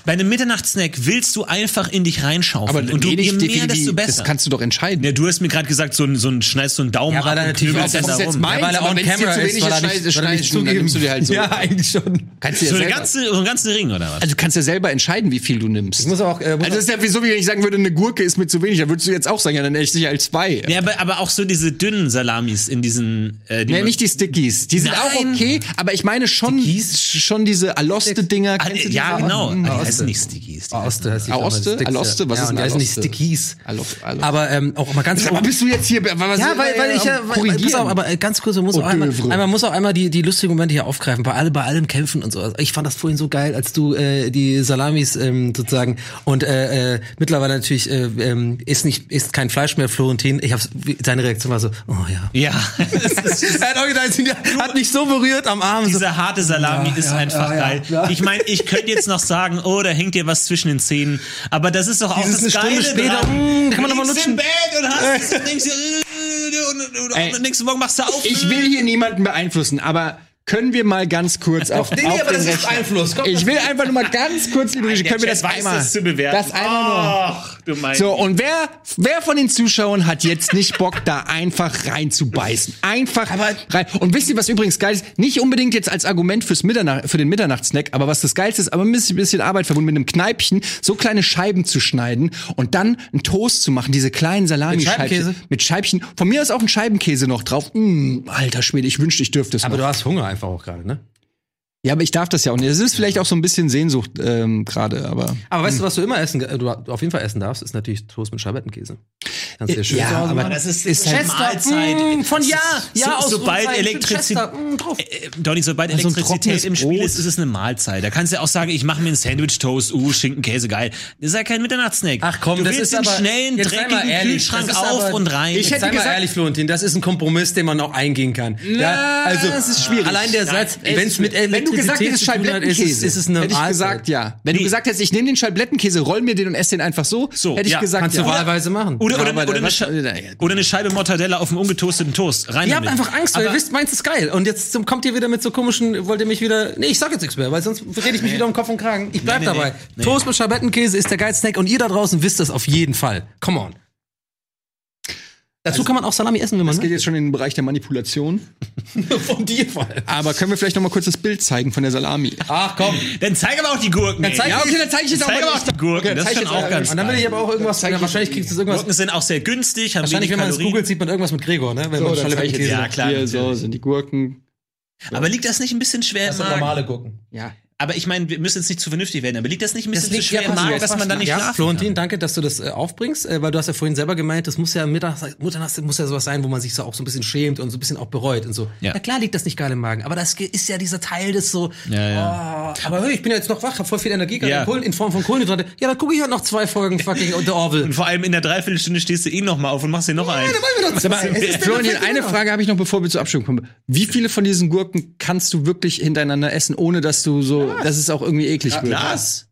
S4: Bei einem Mitternachtssnack willst du einfach in dich reinschaufeln. und du, je mehr, desto
S1: Das
S4: besser.
S1: kannst du doch entscheiden.
S4: ja, du hast mir gerade gesagt, so ein, so ein, schneidest so einen Daumen
S3: Ja,
S4: ab
S3: weil da
S4: und
S3: natürlich
S4: knüppelst
S3: auch- das ist
S4: dann da
S3: jetzt
S4: rum.
S3: Ja, weil er
S1: aber
S3: on
S1: wenn's dir
S3: camera
S1: zu
S3: ist,
S1: wenig
S3: weil er
S1: ist,
S3: nicht-
S1: schneidest-
S3: weil er nicht
S1: schneidest du, dann
S3: zugeben.
S1: nimmst du dir halt so.
S3: Ja, eigentlich schon.
S1: Kannst du ja
S4: So, eine
S1: selber-
S4: ganze, so einen ganzen Ring, oder was?
S1: Also du kannst ja selber entscheiden, wie viel du nimmst.
S3: muss auch, äh, muss
S1: also das ist ja wie so, wie wenn ich sagen würde, eine Gurke ist mir zu wenig. Da würdest du jetzt auch sagen, ja, dann esse ich sicher als zwei.
S4: Ja, aber, aber auch so diese dünnen Salamis in diesen... Äh, die
S1: Nee,
S4: man-
S1: nicht die Stickies. Die sind
S4: Nein.
S1: auch okay, aber ich meine schon, schon diese Aloste-Dinger.
S4: Ah,
S1: kennst du die?
S4: ja, genau.
S1: Hm.
S4: Ah, Die heißen nicht Stickies. Die
S3: Aoste heißt die
S1: Aoste?
S3: Firma, die Sticks, ja.
S1: Aloste? Was
S3: ja,
S1: ist
S3: und
S1: ein
S3: die heißen nicht
S1: Aloste?
S3: Stickies.
S1: Alof- Alof-
S3: Aber ähm, auch mal ganz
S1: Aber bist du jetzt hier... Was
S3: Ja, weil, weil ich ja,
S1: am
S3: weil, weil, pass auf,
S1: korrigieren?
S3: aber äh, ganz kurz, man muss
S1: Oh,
S3: auch einmal,
S1: Dövre.
S3: einmal, muss auch einmal die, die lustigen Momente hier aufgreifen, bei, all, bei allem Kämpfen und so. Also Ich fand das vorhin so geil, als du äh, die Salamis ähm, sozusagen und äh, äh, mittlerweile natürlich äh, ähm, ist nicht ist kein Fleisch mehr, Florentin. Ich hab's, wie- deine Reaktion war so, oh ja.
S4: Ja, es ist
S3: hat, original, hat mich so berührt am Arm. So.
S4: Diese harte Salami ist einfach geil. Ich meine, ich könnte jetzt noch sagen, oh, da hängt dir was zwischen den Zähnen. Aber das ist doch auch
S3: Dieses
S4: das
S3: eine
S4: Geile
S3: Stunde später,
S4: dran.
S3: mm, kann man
S4: Du
S3: noch mal
S4: liegst
S3: lutschen.
S4: im Bett und hast es und denkst dir, äh, und, und, und, und nächsten Morgen machst du auf.
S1: Ich will hier niemanden beeinflussen, aber können wir mal ganz kurz auf,
S3: Nee, nee,
S1: auf
S3: aber
S1: den
S3: das ist
S1: Rechner-
S3: Einfluss. Komm,
S1: Ich will einfach nur mal ganz kurz, liebe Regie,
S4: Der
S1: können wir das
S4: Chat weiß
S1: einmal...
S4: das zu bewerten. Oh.
S1: Das einmal nur.
S4: Ach, du meinst.
S1: So, und wer, wer von den Zuschauern hat jetzt nicht Bock, da einfach reinzubeißen? Einfach rein. Und wisst ihr, was übrigens geil ist? Nicht unbedingt jetzt als Argument fürs Mitternacht, für den Mitternachtssnack, aber was das Geilste ist, aber ein bisschen- bisschen Arbeit verbunden, mit einem Kneipchen so kleine Scheiben zu schneiden und dann einen Toast zu machen, diese kleinen Salamischeibchen.
S3: Scheibenkäse?
S1: Mit Scheibchen. Von mir ist auch ein Scheibenkäse noch drauf. Mm, alter Schwede, ich wünschte, ich dürfte es
S3: Aber
S1: noch.
S3: du hast Hunger einfach auch gerade, ne?
S1: Ja, aber ich darf das ja auch nicht. Es ist vielleicht auch so ein bisschen Sehnsucht ähm, gerade, aber...
S3: Aber weißt du, was du immer essen, äh, du auf jeden Fall essen darfst, ist natürlich Toast mit Scheibettenkäse. Kannst dir schön zu Hause machen.
S4: das ist,
S1: ist halt-
S4: Mahlzeit.
S3: mm, von
S4: Das
S3: ja,
S4: ist-
S3: ja aus
S4: so, sobald
S3: Rosenheim,
S4: Elektrizität,
S3: Chester, mm, drauf.
S4: äh, Donny, sobald
S3: Also
S1: so ein
S4: Elektrizität
S1: trockenes
S4: im Spiel
S1: Brot.
S4: ist, ist es eine Mahlzeit. Da kannst du ja auch sagen, ich mache mir ein Sandwich Toast, uh, Schinken, Käse, geil. Das ist ja kein Mitternachtssnack.
S3: Ach komm,
S4: du
S3: das
S4: willst
S3: ist
S4: den
S3: aber-
S4: schnellen,
S3: jetzt sei mal
S4: dreckigen
S3: ehrlich,
S4: Kühlschrank
S3: das ist
S4: auf
S3: aber-
S4: und rein.
S1: Ich
S3: Jetzt
S1: hätte
S3: sei mal
S1: gesagt-
S3: ehrlich, Florentin, das ist ein Kompromiss, den man auch eingehen kann. also,
S1: Na, das ist schwierig.
S3: Allein der
S1: Nein,
S3: Satz,
S1: es
S3: wenn es
S1: ist
S3: mit
S1: schwierig. Wenn du gesagt
S3: Elektrizität
S1: hättest,
S3: zu tun hat, ist, es-
S1: Scheiblettenkäse,
S3: ist es eine
S1: hätte ich
S3: Mahlzeit.
S1: gesagt, ja. Wenn du gesagt hättest, ich nehme den Scheiblettenkäse, roll mir den und esse den einfach so,
S4: So,
S1: hätte ich
S4: ja.
S1: gesagt,
S3: Kannst du
S1: ja.
S3: wahlweise machen.
S4: Oder, oder,
S1: aber
S4: oder,
S1: der
S4: eine
S1: Wasch-
S4: Schei- oder eine Scheibe Mortadella auf dem ungetoasteten Toast. Rein
S3: Ihr habt
S4: damit.
S3: einfach Angst, weil ihr
S4: Aber-
S3: wisst, meins ist geil. Und jetzt zum- kommt ihr wieder mit so komischen, wollt ihr mich wieder. Nee, ich sag jetzt nichts mehr, weil sonst rede ich mich wieder um Kopf und Kragen. Ich bleib
S4: Nee, nee,
S3: dabei.
S4: nee, nee.
S3: Toast mit Schabettenkäse ist der geilste Snack und ihr da draußen wisst das auf jeden Fall. Come on. Dazu kann man auch Salami essen, wenn man
S1: Das geht jetzt schon in den Bereich der Manipulation.
S3: von dir vor allem.
S1: Aber können wir vielleicht noch mal kurz das Bild zeigen von der Salami?
S3: Ach komm.
S4: Dann zeig aber auch die Gurken. Dann
S3: zeig-
S4: ja,
S3: okay,
S1: dann zeige ich
S4: zeig aber auch die Gurken.
S1: Okay, dann
S4: das ist
S1: zeig
S4: schon
S1: ich jetzt
S4: auch
S1: auch-
S4: ganz
S3: Und dann will ich
S4: geil.
S3: aber auch irgendwas. Ja, wahrscheinlich kriegst du irgendwas.
S4: Gurken sind auch sehr günstig, haben
S3: Wahrscheinlich,
S4: wenig
S3: wenn man es
S4: Kalorien.
S3: googelt, sieht man irgendwas mit Gregor, ne? Wenn
S1: So,
S3: man
S1: dann zeige ich jetzt
S3: Schabettenkäse
S4: Ja,
S1: mal
S4: klar,
S1: Hier,
S4: natürlich.
S1: so sind die Gurken.
S4: Aber liegt das nicht ein bisschen schwer im
S3: Das sind
S4: Magen?
S3: normale Gurken.
S1: Ja.
S4: Aber ich meine, wir müssen jetzt nicht zu vernünftig werden, aber liegt das nicht ein bisschen zu schwer im
S3: pass
S4: Magen,
S3: auf,
S4: dass
S3: pass
S4: man
S3: auf.
S4: dann nicht
S3: ja,
S4: schlafen
S3: Florentin, danke, dass du das äh, aufbringst, äh, weil du hast ja vorhin selber gemeint, das muss ja Mittag, Mutternacht muss ja sowas sein, wo man sich so auch so ein bisschen schämt und so ein bisschen auch bereut und so.
S4: Ja.
S3: Ja. Na klar liegt das nicht geil im Magen, aber das ge- ist ja dieser Teil des so,
S4: Ja,
S3: Oh, aber hey, ich bin ja jetzt noch wach, hab voll viel Energie gerade
S4: Ja.
S3: in, Kohlen- in Form von Kohlenhydrate. Ja, dann gucke ich halt noch zwei Folgen fucking The Orville.
S4: Und vor allem in der Dreiviertelstunde stehst du eh nochmal auf und machst dir noch einen.
S1: Florian,
S3: genau.
S1: eine Frage habe ich noch, bevor wir zur Abstimmung kommen. Wie viele von diesen Gurken kannst du wirklich hintereinander essen, ohne dass du so, dass es auch irgendwie eklig wird?
S4: Glas.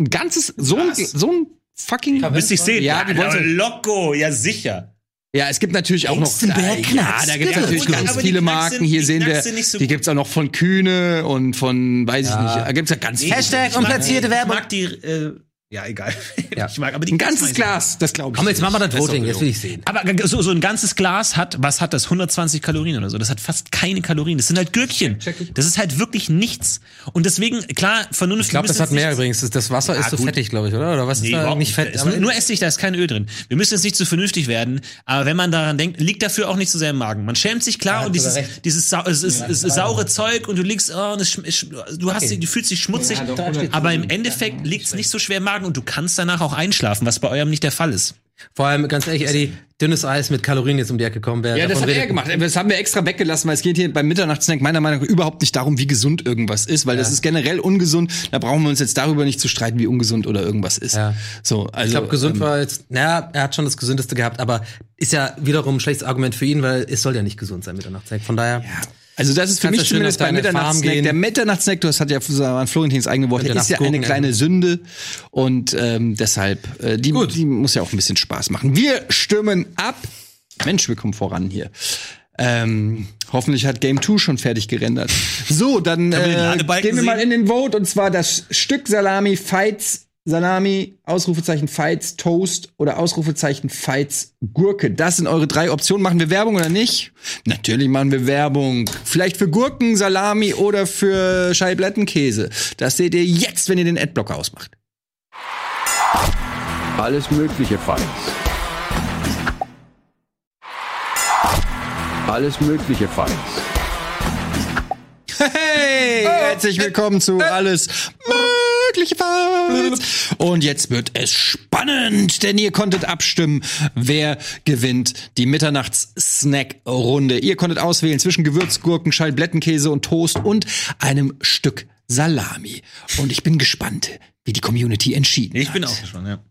S1: Ein ganzes, so ein, so ein fucking...
S4: Müsste ich sehen.
S1: Ja, die wollen
S4: aber
S1: sie-
S4: Loco, ja sicher.
S1: Ja, es gibt natürlich auch noch. äh,
S3: Hengstenberg
S1: ja,
S3: Knacks.
S1: da gibt es
S3: Genau.
S1: natürlich
S4: Und-
S1: ganz
S4: aber die
S1: viele
S4: Knacks
S1: Marken.
S4: sind-
S1: Hier
S4: die
S1: sehen wir,
S4: Knacks sind nicht so
S1: die
S4: gut.
S1: gibt's auch noch von Kühne und von, weiß ich nicht, da gibt's ja ganz viele.
S3: Hashtag
S4: mag-
S3: unplatzierte
S4: ich
S3: Werbung.
S4: mag die, äh, ja, egal.
S3: Ja.
S4: Ich mag, aber die
S1: Ein
S4: Knacks mag
S1: ganzes
S4: ich
S1: Glas, das glaube ich.
S3: Komm, jetzt
S1: nicht.
S3: machen wir das
S1: ist
S3: Voting,
S1: auch
S3: jetzt will ich sehen.
S4: Aber so, so ein ganzes Glas hat, was hat das? 120 Kalorien oder so. Das hat fast keine Kalorien. Das sind halt Gürkchen. Das ist halt wirklich nichts. Und deswegen, klar, Vernunft.
S3: Ich glaube, das hat mehr übrigens. Das- Das Wasser ist so
S4: gut.
S3: fettig, glaube ich, oder? Oder was
S4: Nee,
S3: ist da
S4: überhaupt
S3: nicht fett? Also
S4: Ist
S3: aber-
S4: nur, nur Essig, da ist kein Öl drin. Wir müssen jetzt nicht zu vernünftig werden, aber wenn man daran denkt, liegt dafür auch nicht so sehr im Magen. Man schämt sich klar und dieses, dieses sau, es ist, es ist saure Zeug und du liegst, oh, und es, schm- es schm- du hast, du fühlst dich schmutzig, aber im Endeffekt liegt es nicht so schwer im Magen und du kannst danach auch einschlafen, was bei eurem nicht der Fall ist.
S3: Vor allem, ganz ehrlich, Eddie, dünnes Eis mit Kalorien jetzt um die Ecke kommen. Wer
S1: Ja, das
S3: davon
S1: hat er
S3: redet-
S1: gemacht. Das haben wir extra weggelassen, weil es geht hier beim Mitternachtssnack meiner Meinung nach überhaupt nicht darum, wie gesund irgendwas ist, weil das ist generell ungesund. Da brauchen wir uns jetzt darüber nicht zu streiten, wie ungesund oder irgendwas ist.
S3: Ja.
S1: So, also,
S3: Ich glaube, gesund
S1: ähm,
S3: war jetzt, naja, er hat schon das Gesündeste gehabt, aber ist ja wiederum ein schlechtes Argument für ihn, weil es soll ja nicht gesund sein, Mitternachtssnack. Von daher,
S1: Also das ist für
S3: Kannst
S1: mich
S3: ja schön
S1: zumindest
S3: auf
S1: beim
S3: deine Farm
S1: Mitternachtssnack.
S3: gehen.
S1: Der Mitternachtssnack, das hat ja waren Florentins eigene Worte,
S3: Könnt ihr
S1: ist ja
S3: nachgucken,
S1: eine kleine
S3: ja.
S1: Sünde und ähm, deshalb äh, die, die muss ja auch ein bisschen Spaß machen. Wir stimmen ab. Mensch, wir kommen voran hier. Ähm, hoffentlich hat Game 2 schon fertig gerendert. So, dann
S4: wir den
S1: äh,
S4: Ladebalken
S1: gehen wir mal in
S4: sehen?
S1: den Vote und zwar das Stück Salami Fights Salami, Ausrufezeichen Fights Toast oder Ausrufezeichen Fights Gurke. Das sind eure drei Optionen. Machen wir Werbung oder nicht? Natürlich machen wir Werbung. Vielleicht für Gurken, Salami oder für Scheiblettenkäse. Das seht ihr jetzt, wenn ihr den Adblocker ausmacht.
S2: Alles mögliche Fights. Alles mögliche Fights.
S1: Hey, herzlich willkommen zu alles mögliche Fights. Und jetzt wird es spannend, denn ihr konntet abstimmen, wer gewinnt die Mitternachts-Snack-Runde. Ihr konntet auswählen zwischen Gewürzgurken, Schallblättenkäse und Toast und einem Stück Salami. Und ich bin gespannt, wie die Community entschieden
S4: Ich
S1: hat.
S4: bin auch gespannt, ja.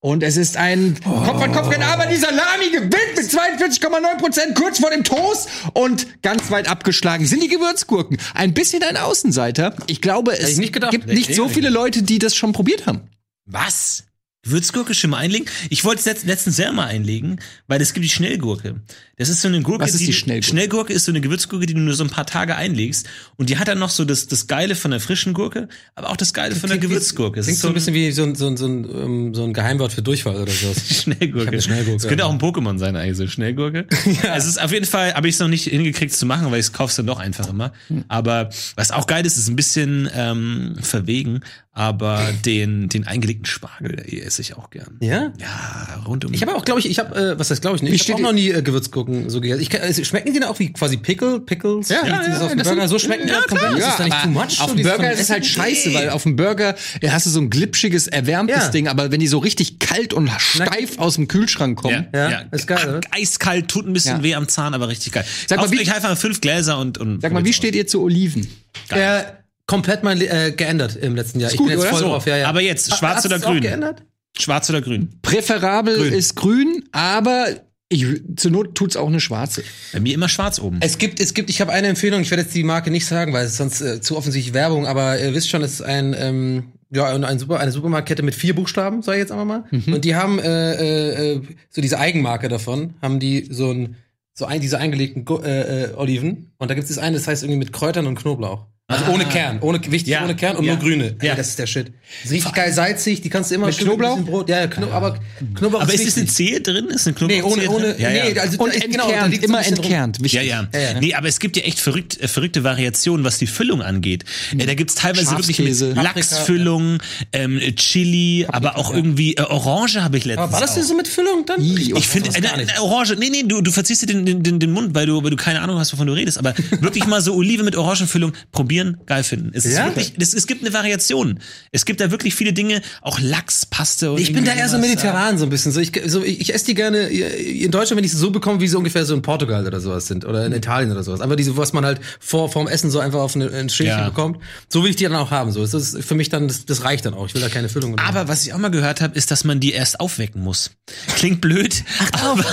S1: Und es ist ein
S3: Oh.
S1: Kopf an Kopf rennen, aber die Salami gewinnt mit 42,9 Prozent kurz vor dem Toast und ganz weit abgeschlagen sind die Gewürzgurken. Ein bisschen ein Außenseiter. Ich glaube, es
S3: ich nicht gedacht.
S1: gibt nicht so viele Leute, die das schon probiert haben.
S4: Was? Gewürzgurke schon mal einlegen? Ich wollte es letzt, letztens selber mal einlegen, weil es gibt die Schnellgurke. Das ist so eine Gurke,
S1: Was ist die
S4: du-
S1: Schnellgurke?
S4: Schnellgurke ist so eine Gewürzgurke, die du nur so ein paar Tage einlegst und die hat dann noch so das, das Geile von der frischen Gurke, aber auch das Geile von der
S3: Klingt wie-
S4: Gewürzgurke. Es
S3: Klingt
S4: ist
S3: so ein bisschen wie so ein, so ein, so ein, ähm, so ein Geheimwort für Durchfall oder so. Ich hab
S4: Schnellgurke.
S3: eine Schnellgurke.
S4: Es könnte auch ein Pokémon sein, eigentlich so Schnellgurke. Es ist auf jeden Fall, habe ich es noch nicht hingekriegt zu machen, weil ich es kauf's dann doch einfach immer.
S3: Hm.
S4: Aber was auch geil ist, ist ein bisschen ähm, verwegen, aber den, den eingelegten Spargel, der esse ich auch gern.
S3: Ja?
S4: Ja, rund um.
S3: Ich habe auch, glaube ich, ich habe, äh, was heißt, glaube ich, nicht, ich
S1: steht
S3: habe auch
S1: die-
S3: noch nie äh, Gewürzgurken so gegessen. Ich, kann- äh, schmecken die dann auch wie quasi Pickle, Pickles?
S1: Ja,
S3: Wie
S1: ja,
S3: dieses
S1: ja,
S3: auf dem
S1: das
S3: Burger?
S1: sind-
S3: So schmecken die
S1: ja,
S3: auch komplett.
S1: Ja,
S3: ist das dann nicht
S1: aber
S3: too much?
S1: Auf
S3: so
S1: dem
S3: dieses
S1: Burger
S3: von
S1: ist es halt
S3: Essen?
S1: scheiße, weil auf dem Burger ja, hast du so ein glitschiges, erwärmtes
S3: Ja.
S1: Ding, aber wenn die so richtig kalt und steif aus dem Kühlschrank kommen.
S3: Ja, ist geil,
S4: Ah,
S3: oder?
S4: Eiskalt, tut ein bisschen
S1: Ja.
S4: weh am Zahn, aber richtig geil.
S1: Sag mal,
S4: Auf-
S1: wie-
S4: ich einfach fünf Gläser und, und
S1: Sag mal, wie steht ihr zu Oliven?
S3: Äh, komplett mein, Le- äh, geändert im letzten Jahr. ich
S1: gut,
S3: bin jetzt
S1: oder?
S3: voll
S1: So,
S3: drauf, ja, ja.
S4: aber jetzt,
S3: Ha-
S4: schwarz
S3: hast
S4: oder
S3: du's auch
S4: grün?
S3: geändert?
S4: Schwarz oder grün?
S1: Präferabel ist grün, aber ich, zur Not tut's auch eine schwarze.
S4: Bei mir immer schwarz oben.
S3: Es gibt, es gibt, ich habe eine Empfehlung, ich werde jetzt die Marke nicht sagen, weil es ist sonst äh, zu offensichtlich Werbung, aber ihr wisst schon, es ist ein, ähm, ja, ein, ein Super, eine Supermarktkette mit vier Buchstaben, sag ich jetzt einfach mal.
S4: Mhm.
S3: Und die haben äh, äh, äh, so diese Eigenmarke davon, haben die so ein, so ein, diese eingelegten Gu- äh, äh, Oliven. Und da gibt es das eine, das heißt irgendwie mit Kräutern und Knoblauch. Also ohne Kern, ohne wichtig
S4: Ah. Ja,
S3: ohne Kern und
S4: ja,
S3: nur grüne.
S4: ja.
S3: das ist der Shit. Ist richtig geil salzig, die kannst du immer mit
S1: Knoblauch?
S3: Brot. Ja, ja, Kno aber Knoblauch
S4: aber ist
S3: wichtig.
S4: es eine Zehe drin? Ist eine
S3: Nee,
S4: Knoblauchzehe
S3: ohne, ohne,
S4: drin? Ja, ja.
S3: nee, also
S1: Und
S3: genau, da
S1: entkernt,
S3: liegt's ein
S1: immer
S3: bisschen drum.
S1: entkernt. Wichtig.
S4: Ja, ja.
S3: Ja, ja.
S4: Nee, aber es gibt ja echt verrückt, äh, verrückte Variationen, was die Füllung angeht.
S3: Mhm.
S4: Äh, da gibt's teilweise wirklich mit
S1: Schafskäse.
S4: Lachsfüllung, ähm, Chili, aber auch irgendwie äh, Orange habe ich letztens.
S3: Aber war das
S4: auch.
S3: denn so mit Füllung dann?
S4: Ich finde,
S3: das
S4: eine,
S3: gar nicht.
S4: eine Orange, nee, nee, du, du verziehst dir den, den- den, den Mund, weil du, weil du keine Ahnung hast, wovon du redest. Aber wirklich mal so Olive mit Orangenfüllung probieren, geil finden. Es,
S3: Ja?
S4: ist wirklich, es, es gibt eine Variation. Es gibt da wirklich viele Dinge, auch Lachspaste. Und
S3: Ich bin da
S4: irgendwie
S3: eher so
S4: was,
S3: mediterran, so ein bisschen. So, ich so, ich, ich esse die gerne äh, in Deutschland, wenn ich sie so bekomme, wie sie ungefähr so in Portugal oder sowas sind. Oder in
S4: Hm.
S3: Italien oder sowas. Einfach diese, was man halt vor, vorm Essen so einfach auf eine, ein Schälchen
S4: Ja.
S3: bekommt. So will ich die dann auch haben. So, das ist für mich dann, das, das reicht dann auch. Ich will da keine Füllung.
S4: äh, Aber was ich auch mal gehört habe, ist, dass man die erst aufwecken muss. Klingt blöd, aber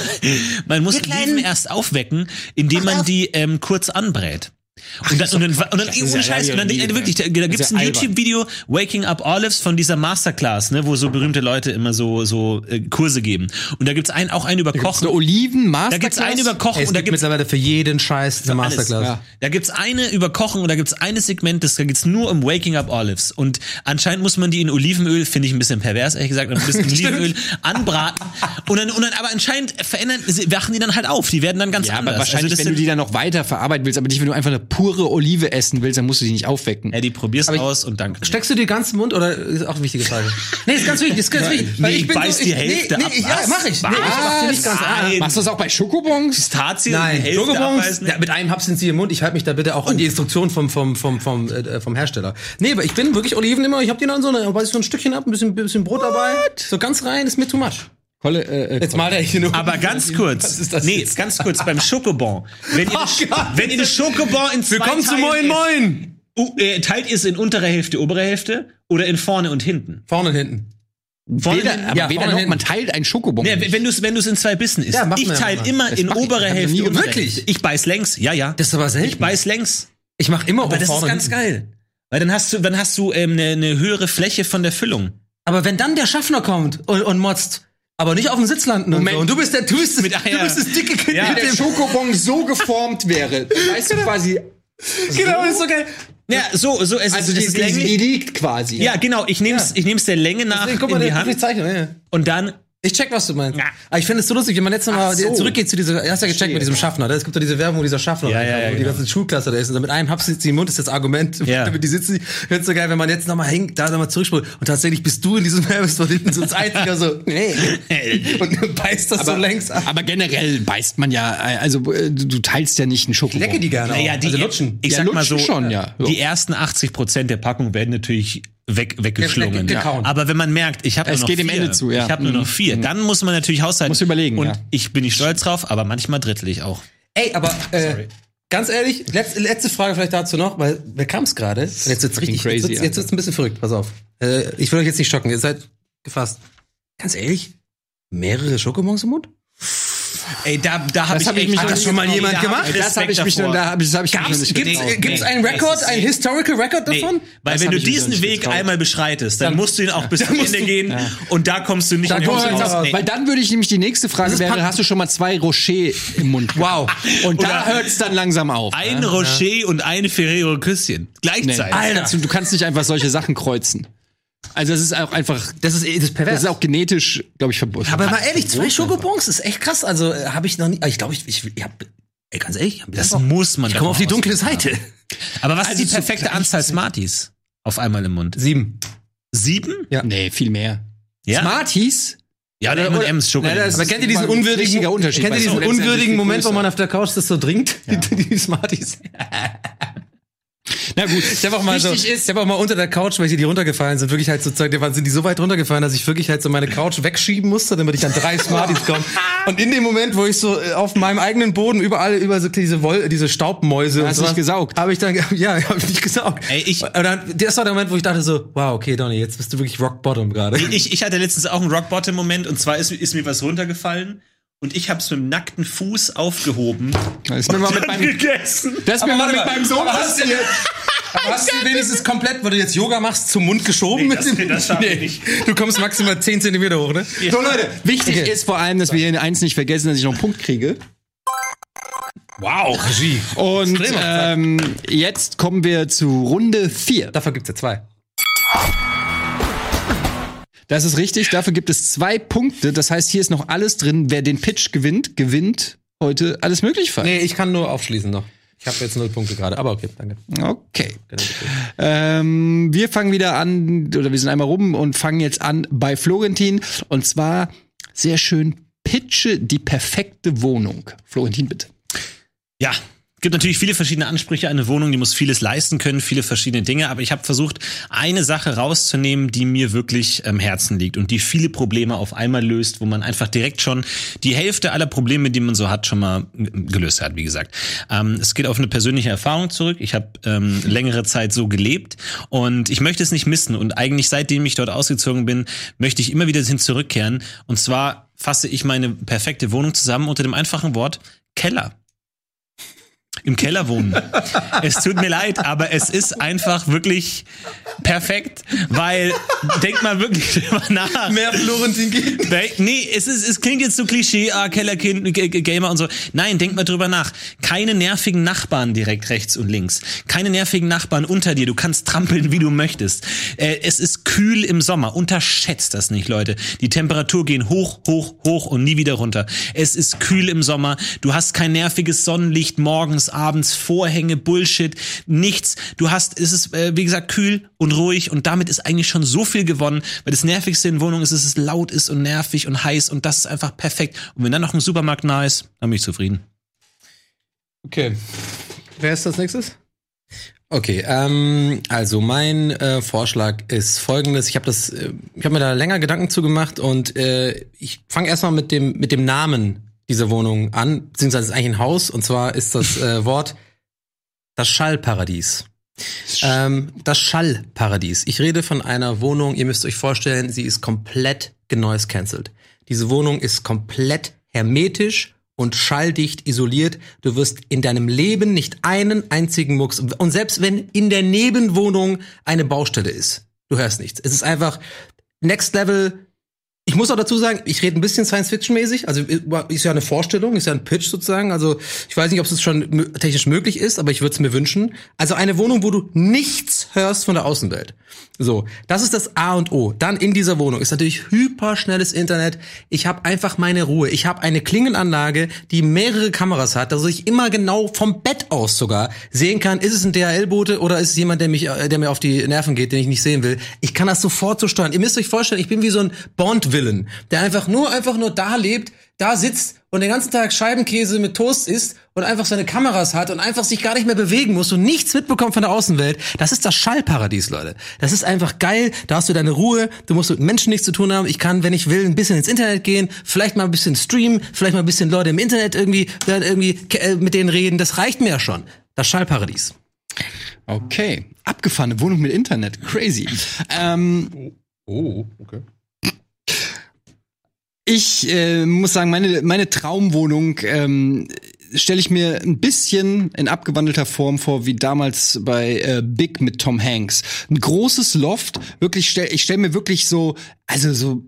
S4: man muss Oliven erst aufwecken, indem man die ähm, kurz anbrät. Und dann, und dann, und dann, ohne Scheiß, und dann, äh, wirklich, da, da gibt's
S6: ja
S4: ein
S6: albern.
S4: YouTube-Video, Waking Up Olives von dieser Masterclass, ne, wo so berühmte Leute immer so, so äh, Kurse geben. Und da gibt's einen, auch einen über Kochen.
S1: Eine Oliven,
S4: Da
S1: Masterclass.
S4: gibt's einen über Kochen
S3: Es
S4: und da
S3: gibt
S4: gibt's
S3: mittlerweile für jeden Scheiß eine
S4: alles.
S3: Masterclass.
S4: Ja. Da gibt's eine über Kochen und da gibt's eines Segment, das da geht's nur um Waking Up Olives. Und anscheinend muss man die in Olivenöl, finde ich ein bisschen pervers, ehrlich gesagt, und ein bisschen Olivenöl anbraten. Und dann, und dann, aber anscheinend verändern, sie- wachen die dann halt auf. Die werden dann ganz
S1: Ja,
S4: anders. Also
S1: aber wahrscheinlich,
S4: das
S1: wenn du
S4: sind-
S1: die dann noch weiter verarbeiten willst, aber nicht, wenn du einfach eine pure Olive essen willst, dann musst du die nicht aufwecken.
S4: ja, die probier's
S3: Aber ich-
S4: aus und danke.
S3: Steckst du dir ganz im Mund oder ist auch eine wichtige Frage? nee, ist ganz wichtig, ist ganz wichtig.
S4: Nee, ich beiß die Hälfte
S3: nee,
S4: ab.
S3: nee, ich, Ja,
S4: Was?
S3: mach ich. Nee, ich mach die nicht ganz ab.
S4: Nein.
S1: Machst du das auch bei Schokobons?
S4: Pistazien,
S3: Nein,
S4: Hälfte
S3: Schokobons,
S4: abbeißen?
S3: ja, mit einem Haps sind sie im Mund. Ich halte mich da bitte auch an die Instruktion vom, vom, vom, vom, äh, vom Hersteller. Nee, aber ich bin wirklich Oliven immer, ich hab die dann so, dann beiß ich so ein Stückchen ab, ein bisschen, bisschen Brot dabei. So ganz rein, ist mir too much.
S1: Kolle, äh, äh,
S3: Jetzt mal der ich nur.
S4: Aber ganz kurz, nee, ganz kurz beim Schokobon. Wenn ihr, das-
S3: Oh Gott.
S4: wenn ihr das Schokobon in zwei
S3: Willkommen zu Moin Moin!
S4: Moin. Äh, teilt ihr es in untere Hälfte, obere Hälfte oder in vorne und hinten?
S3: Vorne und hinten.
S4: Vorne, und
S1: weder,
S4: hinten?
S1: aber
S3: ja,
S1: weder
S3: vorne
S1: noch,
S3: hin.
S1: man teilt einen Schokobon.
S4: Ja,
S1: nicht.
S4: wenn du es wenn du's in zwei Bissen isst.
S3: Ja, mach
S4: ich
S3: mir
S4: teile
S3: mal.
S4: immer
S1: Das
S4: in
S1: mach ich.
S4: obere
S1: Hab ich noch nie
S4: Hälfte. und
S1: gemacht.
S4: untere Hälfte. Ich beiß längs. Ja, ja.
S3: Das ist aber selten.
S4: ich beiß längs.
S3: Ich mach immer um
S4: Aber das ist
S3: vorne und
S4: ganz
S3: hinten.
S4: geil. Weil dann hast du dann hast du ähm, eine eine höhere Fläche von der Füllung.
S3: Aber wenn dann der Schaffner kommt und, und motzt, aber nicht auf dem Sitz landen und,
S1: Moment.
S3: so. und du bist der du bist,
S4: Mit
S3: du
S4: Eier.
S3: bist das dicke Kind
S4: Ja.
S3: mit
S1: Wenn der
S3: dem
S1: Schokobon so geformt wäre, weißt du quasi,
S3: Genau, das ist so geil.
S4: Ja, so so es,
S1: also
S4: es
S1: die,
S4: ist
S1: die,
S4: länglich.
S1: die liegt quasi.
S4: ja, genau, ich nehm's ich nehm's der Länge nach
S3: Guck mal,
S4: in die
S3: der- die
S4: Hand
S3: Zeichnung, ja. ja.
S4: und
S1: Genau.
S4: dann
S3: Ich check, was du meinst.
S4: Ja.
S3: Aber ich finde es so lustig, wenn man letztes Mal
S1: Ach so.
S3: zurückgeht zu dieser, hast du ja gecheckt mit diesem Schaffner, ne? es gibt doch diese Werbung, wo dieser Schaffner,
S4: Ja,
S3: reinkommt,
S4: ja, ja,
S3: wo die
S4: genau.
S3: ganze Schulklasse da ist und dann mit einem Haps sitzt sie im Mund, ist das Argument,
S4: Ja.
S3: damit die sitzen, hört so geil, wenn man jetzt nochmal hängt, da nochmal zurückspult und tatsächlich bist du in diesem Werbespot hinten so als einziger so, nee, und beißt das so längs ab.
S1: Aber generell beißt man ja, äh, also äh, du du teilst ja nicht einen Schokobon.
S3: Lecke die gerne.
S4: Naja,
S3: auch.
S4: die,
S3: also lutschen.
S4: Ich
S1: Ja,
S4: sag mal so,
S1: lutschen schon, ja.
S4: die ersten 80 Prozent der Packung werden natürlich weg, weggeschlungen.
S3: Ge- gekaut.
S4: Aber wenn man merkt, ich habe nur
S1: Es
S4: noch
S1: geht
S4: vier,
S1: dem Ende zu, ja.
S4: ich habe nur noch
S1: Mhm.
S4: vier, dann muss man natürlich haushalten.
S1: Muss überlegen,
S4: Und
S1: ja.
S4: ich bin nicht stolz drauf, aber manchmal drittel ich auch.
S3: Ey, aber äh, ganz ehrlich, letzte, letzte Frage vielleicht dazu noch, weil mir kam es gerade. Und Jetzt wird's richtig
S1: crazy,
S3: jetzt, wird's,
S1: Alter.
S3: jetzt wird's ein bisschen verrückt, pass auf. Äh, ich will euch jetzt nicht schocken, ihr seid gefasst. Ganz ehrlich, mehrere Schokobons im Mund?
S4: Ey, da, da habe ich,
S1: hab ich
S4: echt
S1: mich
S4: Angst.
S1: noch
S3: nie gemacht.
S4: da
S3: Ey,
S4: hab ich
S1: Das habe
S4: Respekt
S1: ich mich
S4: davor.
S1: nur, da habe ich, das hab ich mich noch
S3: Gab's,
S1: nicht
S3: gibt's, äh,
S1: getraut.
S3: gibt's einen Record, einen historical Record
S4: Nee,
S3: davon?
S4: weil
S1: Das
S4: wenn
S1: hab
S4: du
S1: ich mir
S4: diesen
S1: nicht
S4: Weg
S1: getraut.
S4: einmal beschreitest, dann, musst du ihn auch bis zum
S3: musst
S4: Ende
S3: du-
S4: gehen und da kommst du nicht
S3: Da
S4: mehr
S3: kommst du
S4: raus.
S3: raus.
S4: Nee.
S1: Weil dann würde ich nämlich die nächste Frage
S3: ist
S1: wäre,
S3: Pack-
S1: hast du schon mal zwei Rocher im Mund? Wow. Und da
S4: Oder-
S1: hört es dann langsam auf.
S4: Ein Rocher und ein Ferrero Küsschen. Gleichzeitig.
S1: Alter. Du kannst nicht einfach solche Sachen kreuzen. Also das ist auch einfach,
S3: Das ist, eh- das ist pervers.
S1: das ist auch genetisch, glaube ich, verboten.
S3: aber mal ehrlich, zwei Schokobons ist echt krass. Also äh, habe ich noch nie. Ich glaube, ich, ich, ich hab, ey, ganz ehrlich, ich hab
S4: Das muss man
S3: Ich komme
S4: doch
S3: auf die
S4: mal
S3: dunkle Seite.
S4: Aber was ist die perfekte Anzahl Smarties auf einmal im Mund?
S3: Sieben.
S4: Sieben?
S1: Nee, viel mehr.
S4: Ja.
S1: Smarties?
S4: Ja, oder
S3: Oder-
S4: M&M's Schokolade.
S1: Ja, das-
S3: Aber kennt ihr diesen
S1: Ein
S3: unwürdigen,
S1: richtiger Unterschied
S3: kennt ihr
S1: bei
S3: diesen
S1: Smarties.
S3: unwürdigen
S1: Letztendlich
S3: Moment, wo
S1: größer.
S3: man auf der Couch das so trinkt? Die, die Smarties.
S1: Na gut.
S3: Ich habe auch mal so,
S1: Wichtig
S3: ich habe auch mal unter der Couch, welche die runtergefallen sind, wirklich halt so Zeug, waren sind die so weit runtergefallen, dass ich wirklich halt so meine Couch wegschieben musste, damit ich an drei Smarties komme. Und in dem Moment, wo ich so äh, auf meinem eigenen Boden überall über so diese Woll, diese Staubmäuse
S1: Hast
S3: und
S1: nicht gesaugt?
S3: habe ich dann ja, habe ich nicht gesaugt.
S4: Ey, ich-
S3: und dann, das war der Moment, wo ich dachte so, wow, okay, Donny, jetzt bist du wirklich rock bottom gerade.
S4: ich, ich hatte letztens auch einen Rock-Bottom-Moment und zwar ist, ist mir was runtergefallen und ich hab's mit dem nackten Fuß aufgehoben
S1: Das ist mir mal mit meinem,
S4: gegessen.
S1: das ist mir mal mit meinem Sohn
S3: hast du hast du wenigstens komplett, weil du jetzt Yoga machst, zum Mund geschoben?
S4: Nee, das-
S3: mit dem-
S4: das schaff ich nicht.
S3: Du kommst maximal 10 Zentimeter hoch, ne?
S1: So Leute, wichtig ist vor allem, dass wir hier eins nicht vergessen, dass ich noch einen Punkt kriege.
S4: Wow.
S3: Regie.
S1: Und ähm, jetzt kommen wir zu Runde 4.
S3: Dafür gibt's ja zwei.
S1: Das ist richtig, dafür gibt es zwei Punkte. Das heißt, hier ist noch alles drin. Wer den Pitch gewinnt, gewinnt heute alles mögliche.
S3: Nee, ich kann nur aufschließen noch. Ich habe jetzt null Punkte gerade, aber okay, danke.
S1: Okay.
S5: Genau
S1: Ähm, wir fangen wieder an, oder wir sind einmal rum und fangen jetzt an bei Florentin. Und zwar sehr schön, pitche die perfekte Wohnung. Florentin, bitte.
S4: Ja. Gibt natürlich viele verschiedene Ansprüche an eine Wohnung, die muss vieles leisten können, viele verschiedene Dinge, aber ich habe versucht, eine Sache rauszunehmen, die mir wirklich am Herzen liegt und die viele Probleme auf einmal löst, wo man einfach direkt schon die Hälfte aller Probleme, die man so hat, schon mal gelöst hat, wie gesagt. Ähm, es geht auf eine persönliche Erfahrung zurück. Ich habe ähm, längere Zeit so gelebt und ich möchte es nicht missen und eigentlich seitdem ich dort ausgezogen bin, möchte ich immer wieder hin zurückkehren und zwar fasse ich meine perfekte Wohnung zusammen unter dem einfachen Wort Keller. im Keller wohnen. es tut mir leid, aber es ist einfach wirklich perfekt, weil denkt mal wirklich drüber nach.
S3: Mehr Florentin geht.
S4: Weil- Nee, es, ist, es klingt jetzt so Klischee, ah, Kellerkind, G- G- Gamer und so. Nein, denkt mal drüber nach. Keine nervigen Nachbarn direkt rechts und links. Keine nervigen Nachbarn unter dir. Du kannst trampeln, wie du möchtest. Äh, es ist kühl im Sommer. Unterschätzt das nicht, Leute. Die Temperatur gehen hoch, hoch, hoch und nie wieder runter. Es ist kühl im Sommer. Du hast kein nerviges Sonnenlicht morgens, abends, Vorhänge, Bullshit, nichts. Du hast, es ist, äh, wie gesagt, kühl und ruhig und damit ist eigentlich schon so viel gewonnen, weil das Nervigste in Wohnungen ist, dass es laut ist und nervig und heiß und das ist einfach perfekt. Und wenn dann noch ein Supermarkt nah ist, dann bin ich zufrieden.
S3: Okay. Wer ist das nächstes? Okay, ähm, also mein äh, Vorschlag ist folgendes. Ich habe das, äh, ich habe mir da länger Gedanken zu gemacht und äh, ich fange erstmal mit dem mit dem Namen dieser Wohnung an, beziehungsweise es ist eigentlich ein Haus und zwar ist das äh, Wort das Schallparadies. Ähm, das Schallparadies. Ich rede von einer Wohnung, ihr müsst euch vorstellen, sie ist komplett genoise cancelled. Diese Wohnung ist komplett hermetisch und schalldicht isoliert. Du wirst in deinem Leben nicht einen einzigen Mucks. Und selbst wenn in der Nebenwohnung eine Baustelle ist, du hörst nichts. Es ist einfach Next Level ich muss auch dazu sagen, ich rede ein bisschen Science-Fiction-mäßig. Also ist ja eine Vorstellung, ist ja ein Pitch sozusagen. Also ich weiß nicht, ob es schon mö- technisch möglich ist, aber ich würde es mir wünschen. Also eine Wohnung, wo du nichts hörst von der Außenwelt. So, das ist das A und O. Dann in dieser Wohnung ist natürlich hyperschnelles Internet. Ich habe einfach meine Ruhe. Ich habe eine Klingenanlage, die mehrere Kameras hat, dass ich immer genau vom Bett aus sogar sehen kann, ist es ein DHL-Bote oder ist es jemand, der mich, äh, der mir auf die Nerven geht, den ich nicht sehen will. Ich kann das sofort so steuern. Ihr müsst euch vorstellen, ich bin wie so ein Bond-Villain, der einfach nur, einfach nur da lebt, da sitzt und den ganzen Tag Scheibenkäse mit Toast isst und einfach seine Kameras hat und einfach sich gar nicht mehr bewegen muss und nichts mitbekommt von der Außenwelt. Das ist das Schallparadies, Leute. Das ist einfach geil. Da hast du deine Ruhe. Du musst mit Menschen nichts zu tun haben. Ich kann, wenn ich will, ein bisschen ins Internet gehen, vielleicht mal ein bisschen streamen, vielleicht mal ein bisschen Leute im Internet irgendwie, dann irgendwie äh, mit denen reden. Das reicht mir ja schon. Das Schallparadies.
S1: Okay. Abgefahrene Wohnung mit Internet. Crazy. Ähm,
S5: Oh, okay.
S1: Ich äh, muss sagen, meine, meine Traumwohnung ähm, stelle ich mir ein bisschen in abgewandelter Form vor, wie damals bei äh, Big mit Tom Hanks. Ein großes Loft, wirklich stell, ich stelle mir wirklich so, also so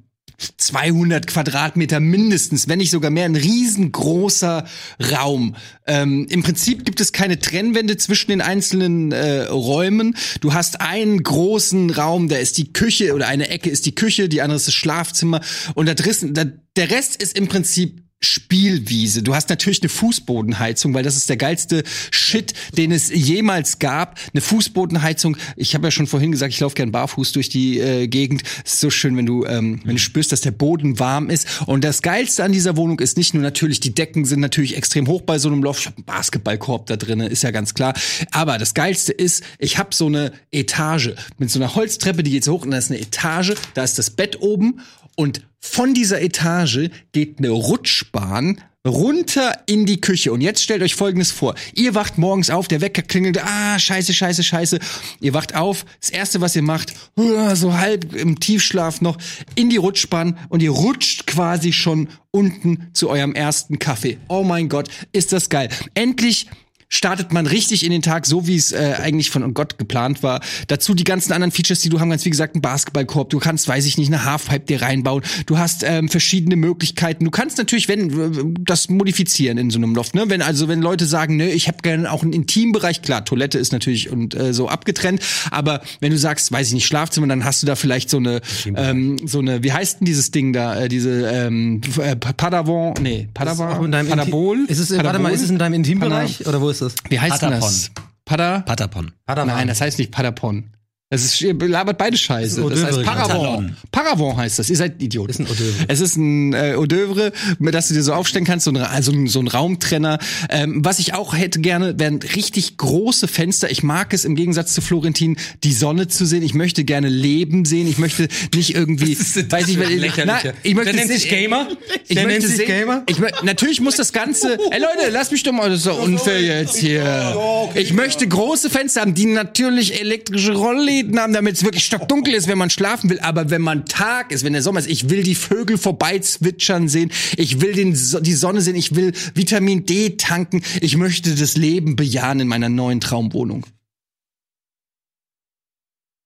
S1: 200 Quadratmeter mindestens, wenn nicht sogar mehr, ein riesengroßer Raum. Ähm, Im Prinzip gibt es keine Trennwände zwischen den einzelnen äh, Räumen. Du hast einen großen Raum, da ist die Küche oder eine Ecke ist die Küche, die andere ist das Schlafzimmer und da drissen, da, der Rest ist im Prinzip Spielwiese. Du hast natürlich eine Fußbodenheizung, weil das ist der geilste Shit, den es jemals gab. Eine Fußbodenheizung. Ich habe ja schon vorhin gesagt, ich laufe gern barfuß durch die äh, Gegend. Es ist so schön, wenn du ähm, wenn du spürst, dass der Boden warm ist. Und das geilste an dieser Wohnung ist nicht nur natürlich die Decken sind natürlich extrem hoch bei so einem Loft. Ich habe einen Basketballkorb da drin, ist ja ganz klar. Aber das geilste ist, ich habe so eine Etage mit so einer Holztreppe, die geht so hoch und da ist eine Etage, da ist das Bett oben und von dieser Etage geht eine Rutschbahn runter in die Küche. Und jetzt stellt euch Folgendes vor. Ihr wacht morgens auf, der Wecker klingelt, ah, scheiße, scheiße, scheiße. Ihr wacht auf, das Erste, was ihr macht, ah, so halb im Tiefschlaf noch, in die Rutschbahn und ihr rutscht quasi schon unten zu eurem ersten Kaffee. Oh mein Gott, ist das geil. Endlich startet man richtig in den Tag, so wie es äh, eigentlich von Gott geplant war. Dazu die ganzen anderen Features, die du haben kannst, wie gesagt, einen Basketballkorb, du kannst, weiß ich nicht, eine Halfpipe dir reinbauen, du hast ähm, verschiedene Möglichkeiten. Du kannst natürlich, wenn, äh, das modifizieren in so einem Loft, ne? Wenn also, wenn Leute sagen, ne, ich habe gerne auch einen Intimbereich, klar, Toilette ist natürlich und äh, so abgetrennt, aber wenn du sagst, weiß ich nicht, Schlafzimmer, dann hast du da vielleicht so eine, ähm, so eine, wie heißt denn dieses Ding da, äh, diese ähm, äh, Padawan, nee,
S3: Auch in
S1: Padawan,
S3: deinem
S1: Padabol?
S3: Inti- Ist es, in- warte mal,
S1: Padabol?
S3: ist es in deinem Intimbereich oder wo ist das?
S1: Wie heißt denn
S4: Patapon.
S1: das? Pada?
S4: Patapon.
S1: Nein, das heißt nicht Paderborn. Das ist, ihr labert beide Scheiße.
S3: Das
S1: Das,
S3: ist ein
S1: heißt
S3: Haut-d'œuvre,
S1: Paravon. Paravon heißt das. Ihr seid Idioten.
S3: ist ein Haut-d'œuvre.
S1: Es ist ein äh, Odeuvre, das du dir so aufstellen kannst, so ein, Ra- also ein- so ein Raumtrenner. Ähm, was ich auch hätte gerne, wären richtig große Fenster. Ich mag es im Gegensatz zu Florentin, die Sonne zu sehen. Ich möchte gerne Leben sehen. Ich möchte nicht irgendwie, weiß ich,
S3: lächerlich.
S1: na, ich möchte
S3: Der nennt sich
S1: sehen-
S3: Gamer?
S1: Ich
S3: Der
S1: möchte
S3: nennt sich
S1: sehen,
S3: Gamer?
S1: Ich mö- natürlich muss das Ganze. Ey Leute, lasst mich doch mal. Das ist genau. doch unfair jetzt hier. Ich möchte große Fenster haben, die natürlich elektrische Rolli angetreten haben, damit es wirklich stockdunkel ist, wenn man schlafen will. Aber wenn man Tag ist, wenn der Sommer ist, ich will die Vögel vorbeizwitschern sehen, ich will den, So- die Sonne sehen, ich will Vitamin D tanken, ich möchte das Leben bejahen in meiner neuen Traumwohnung.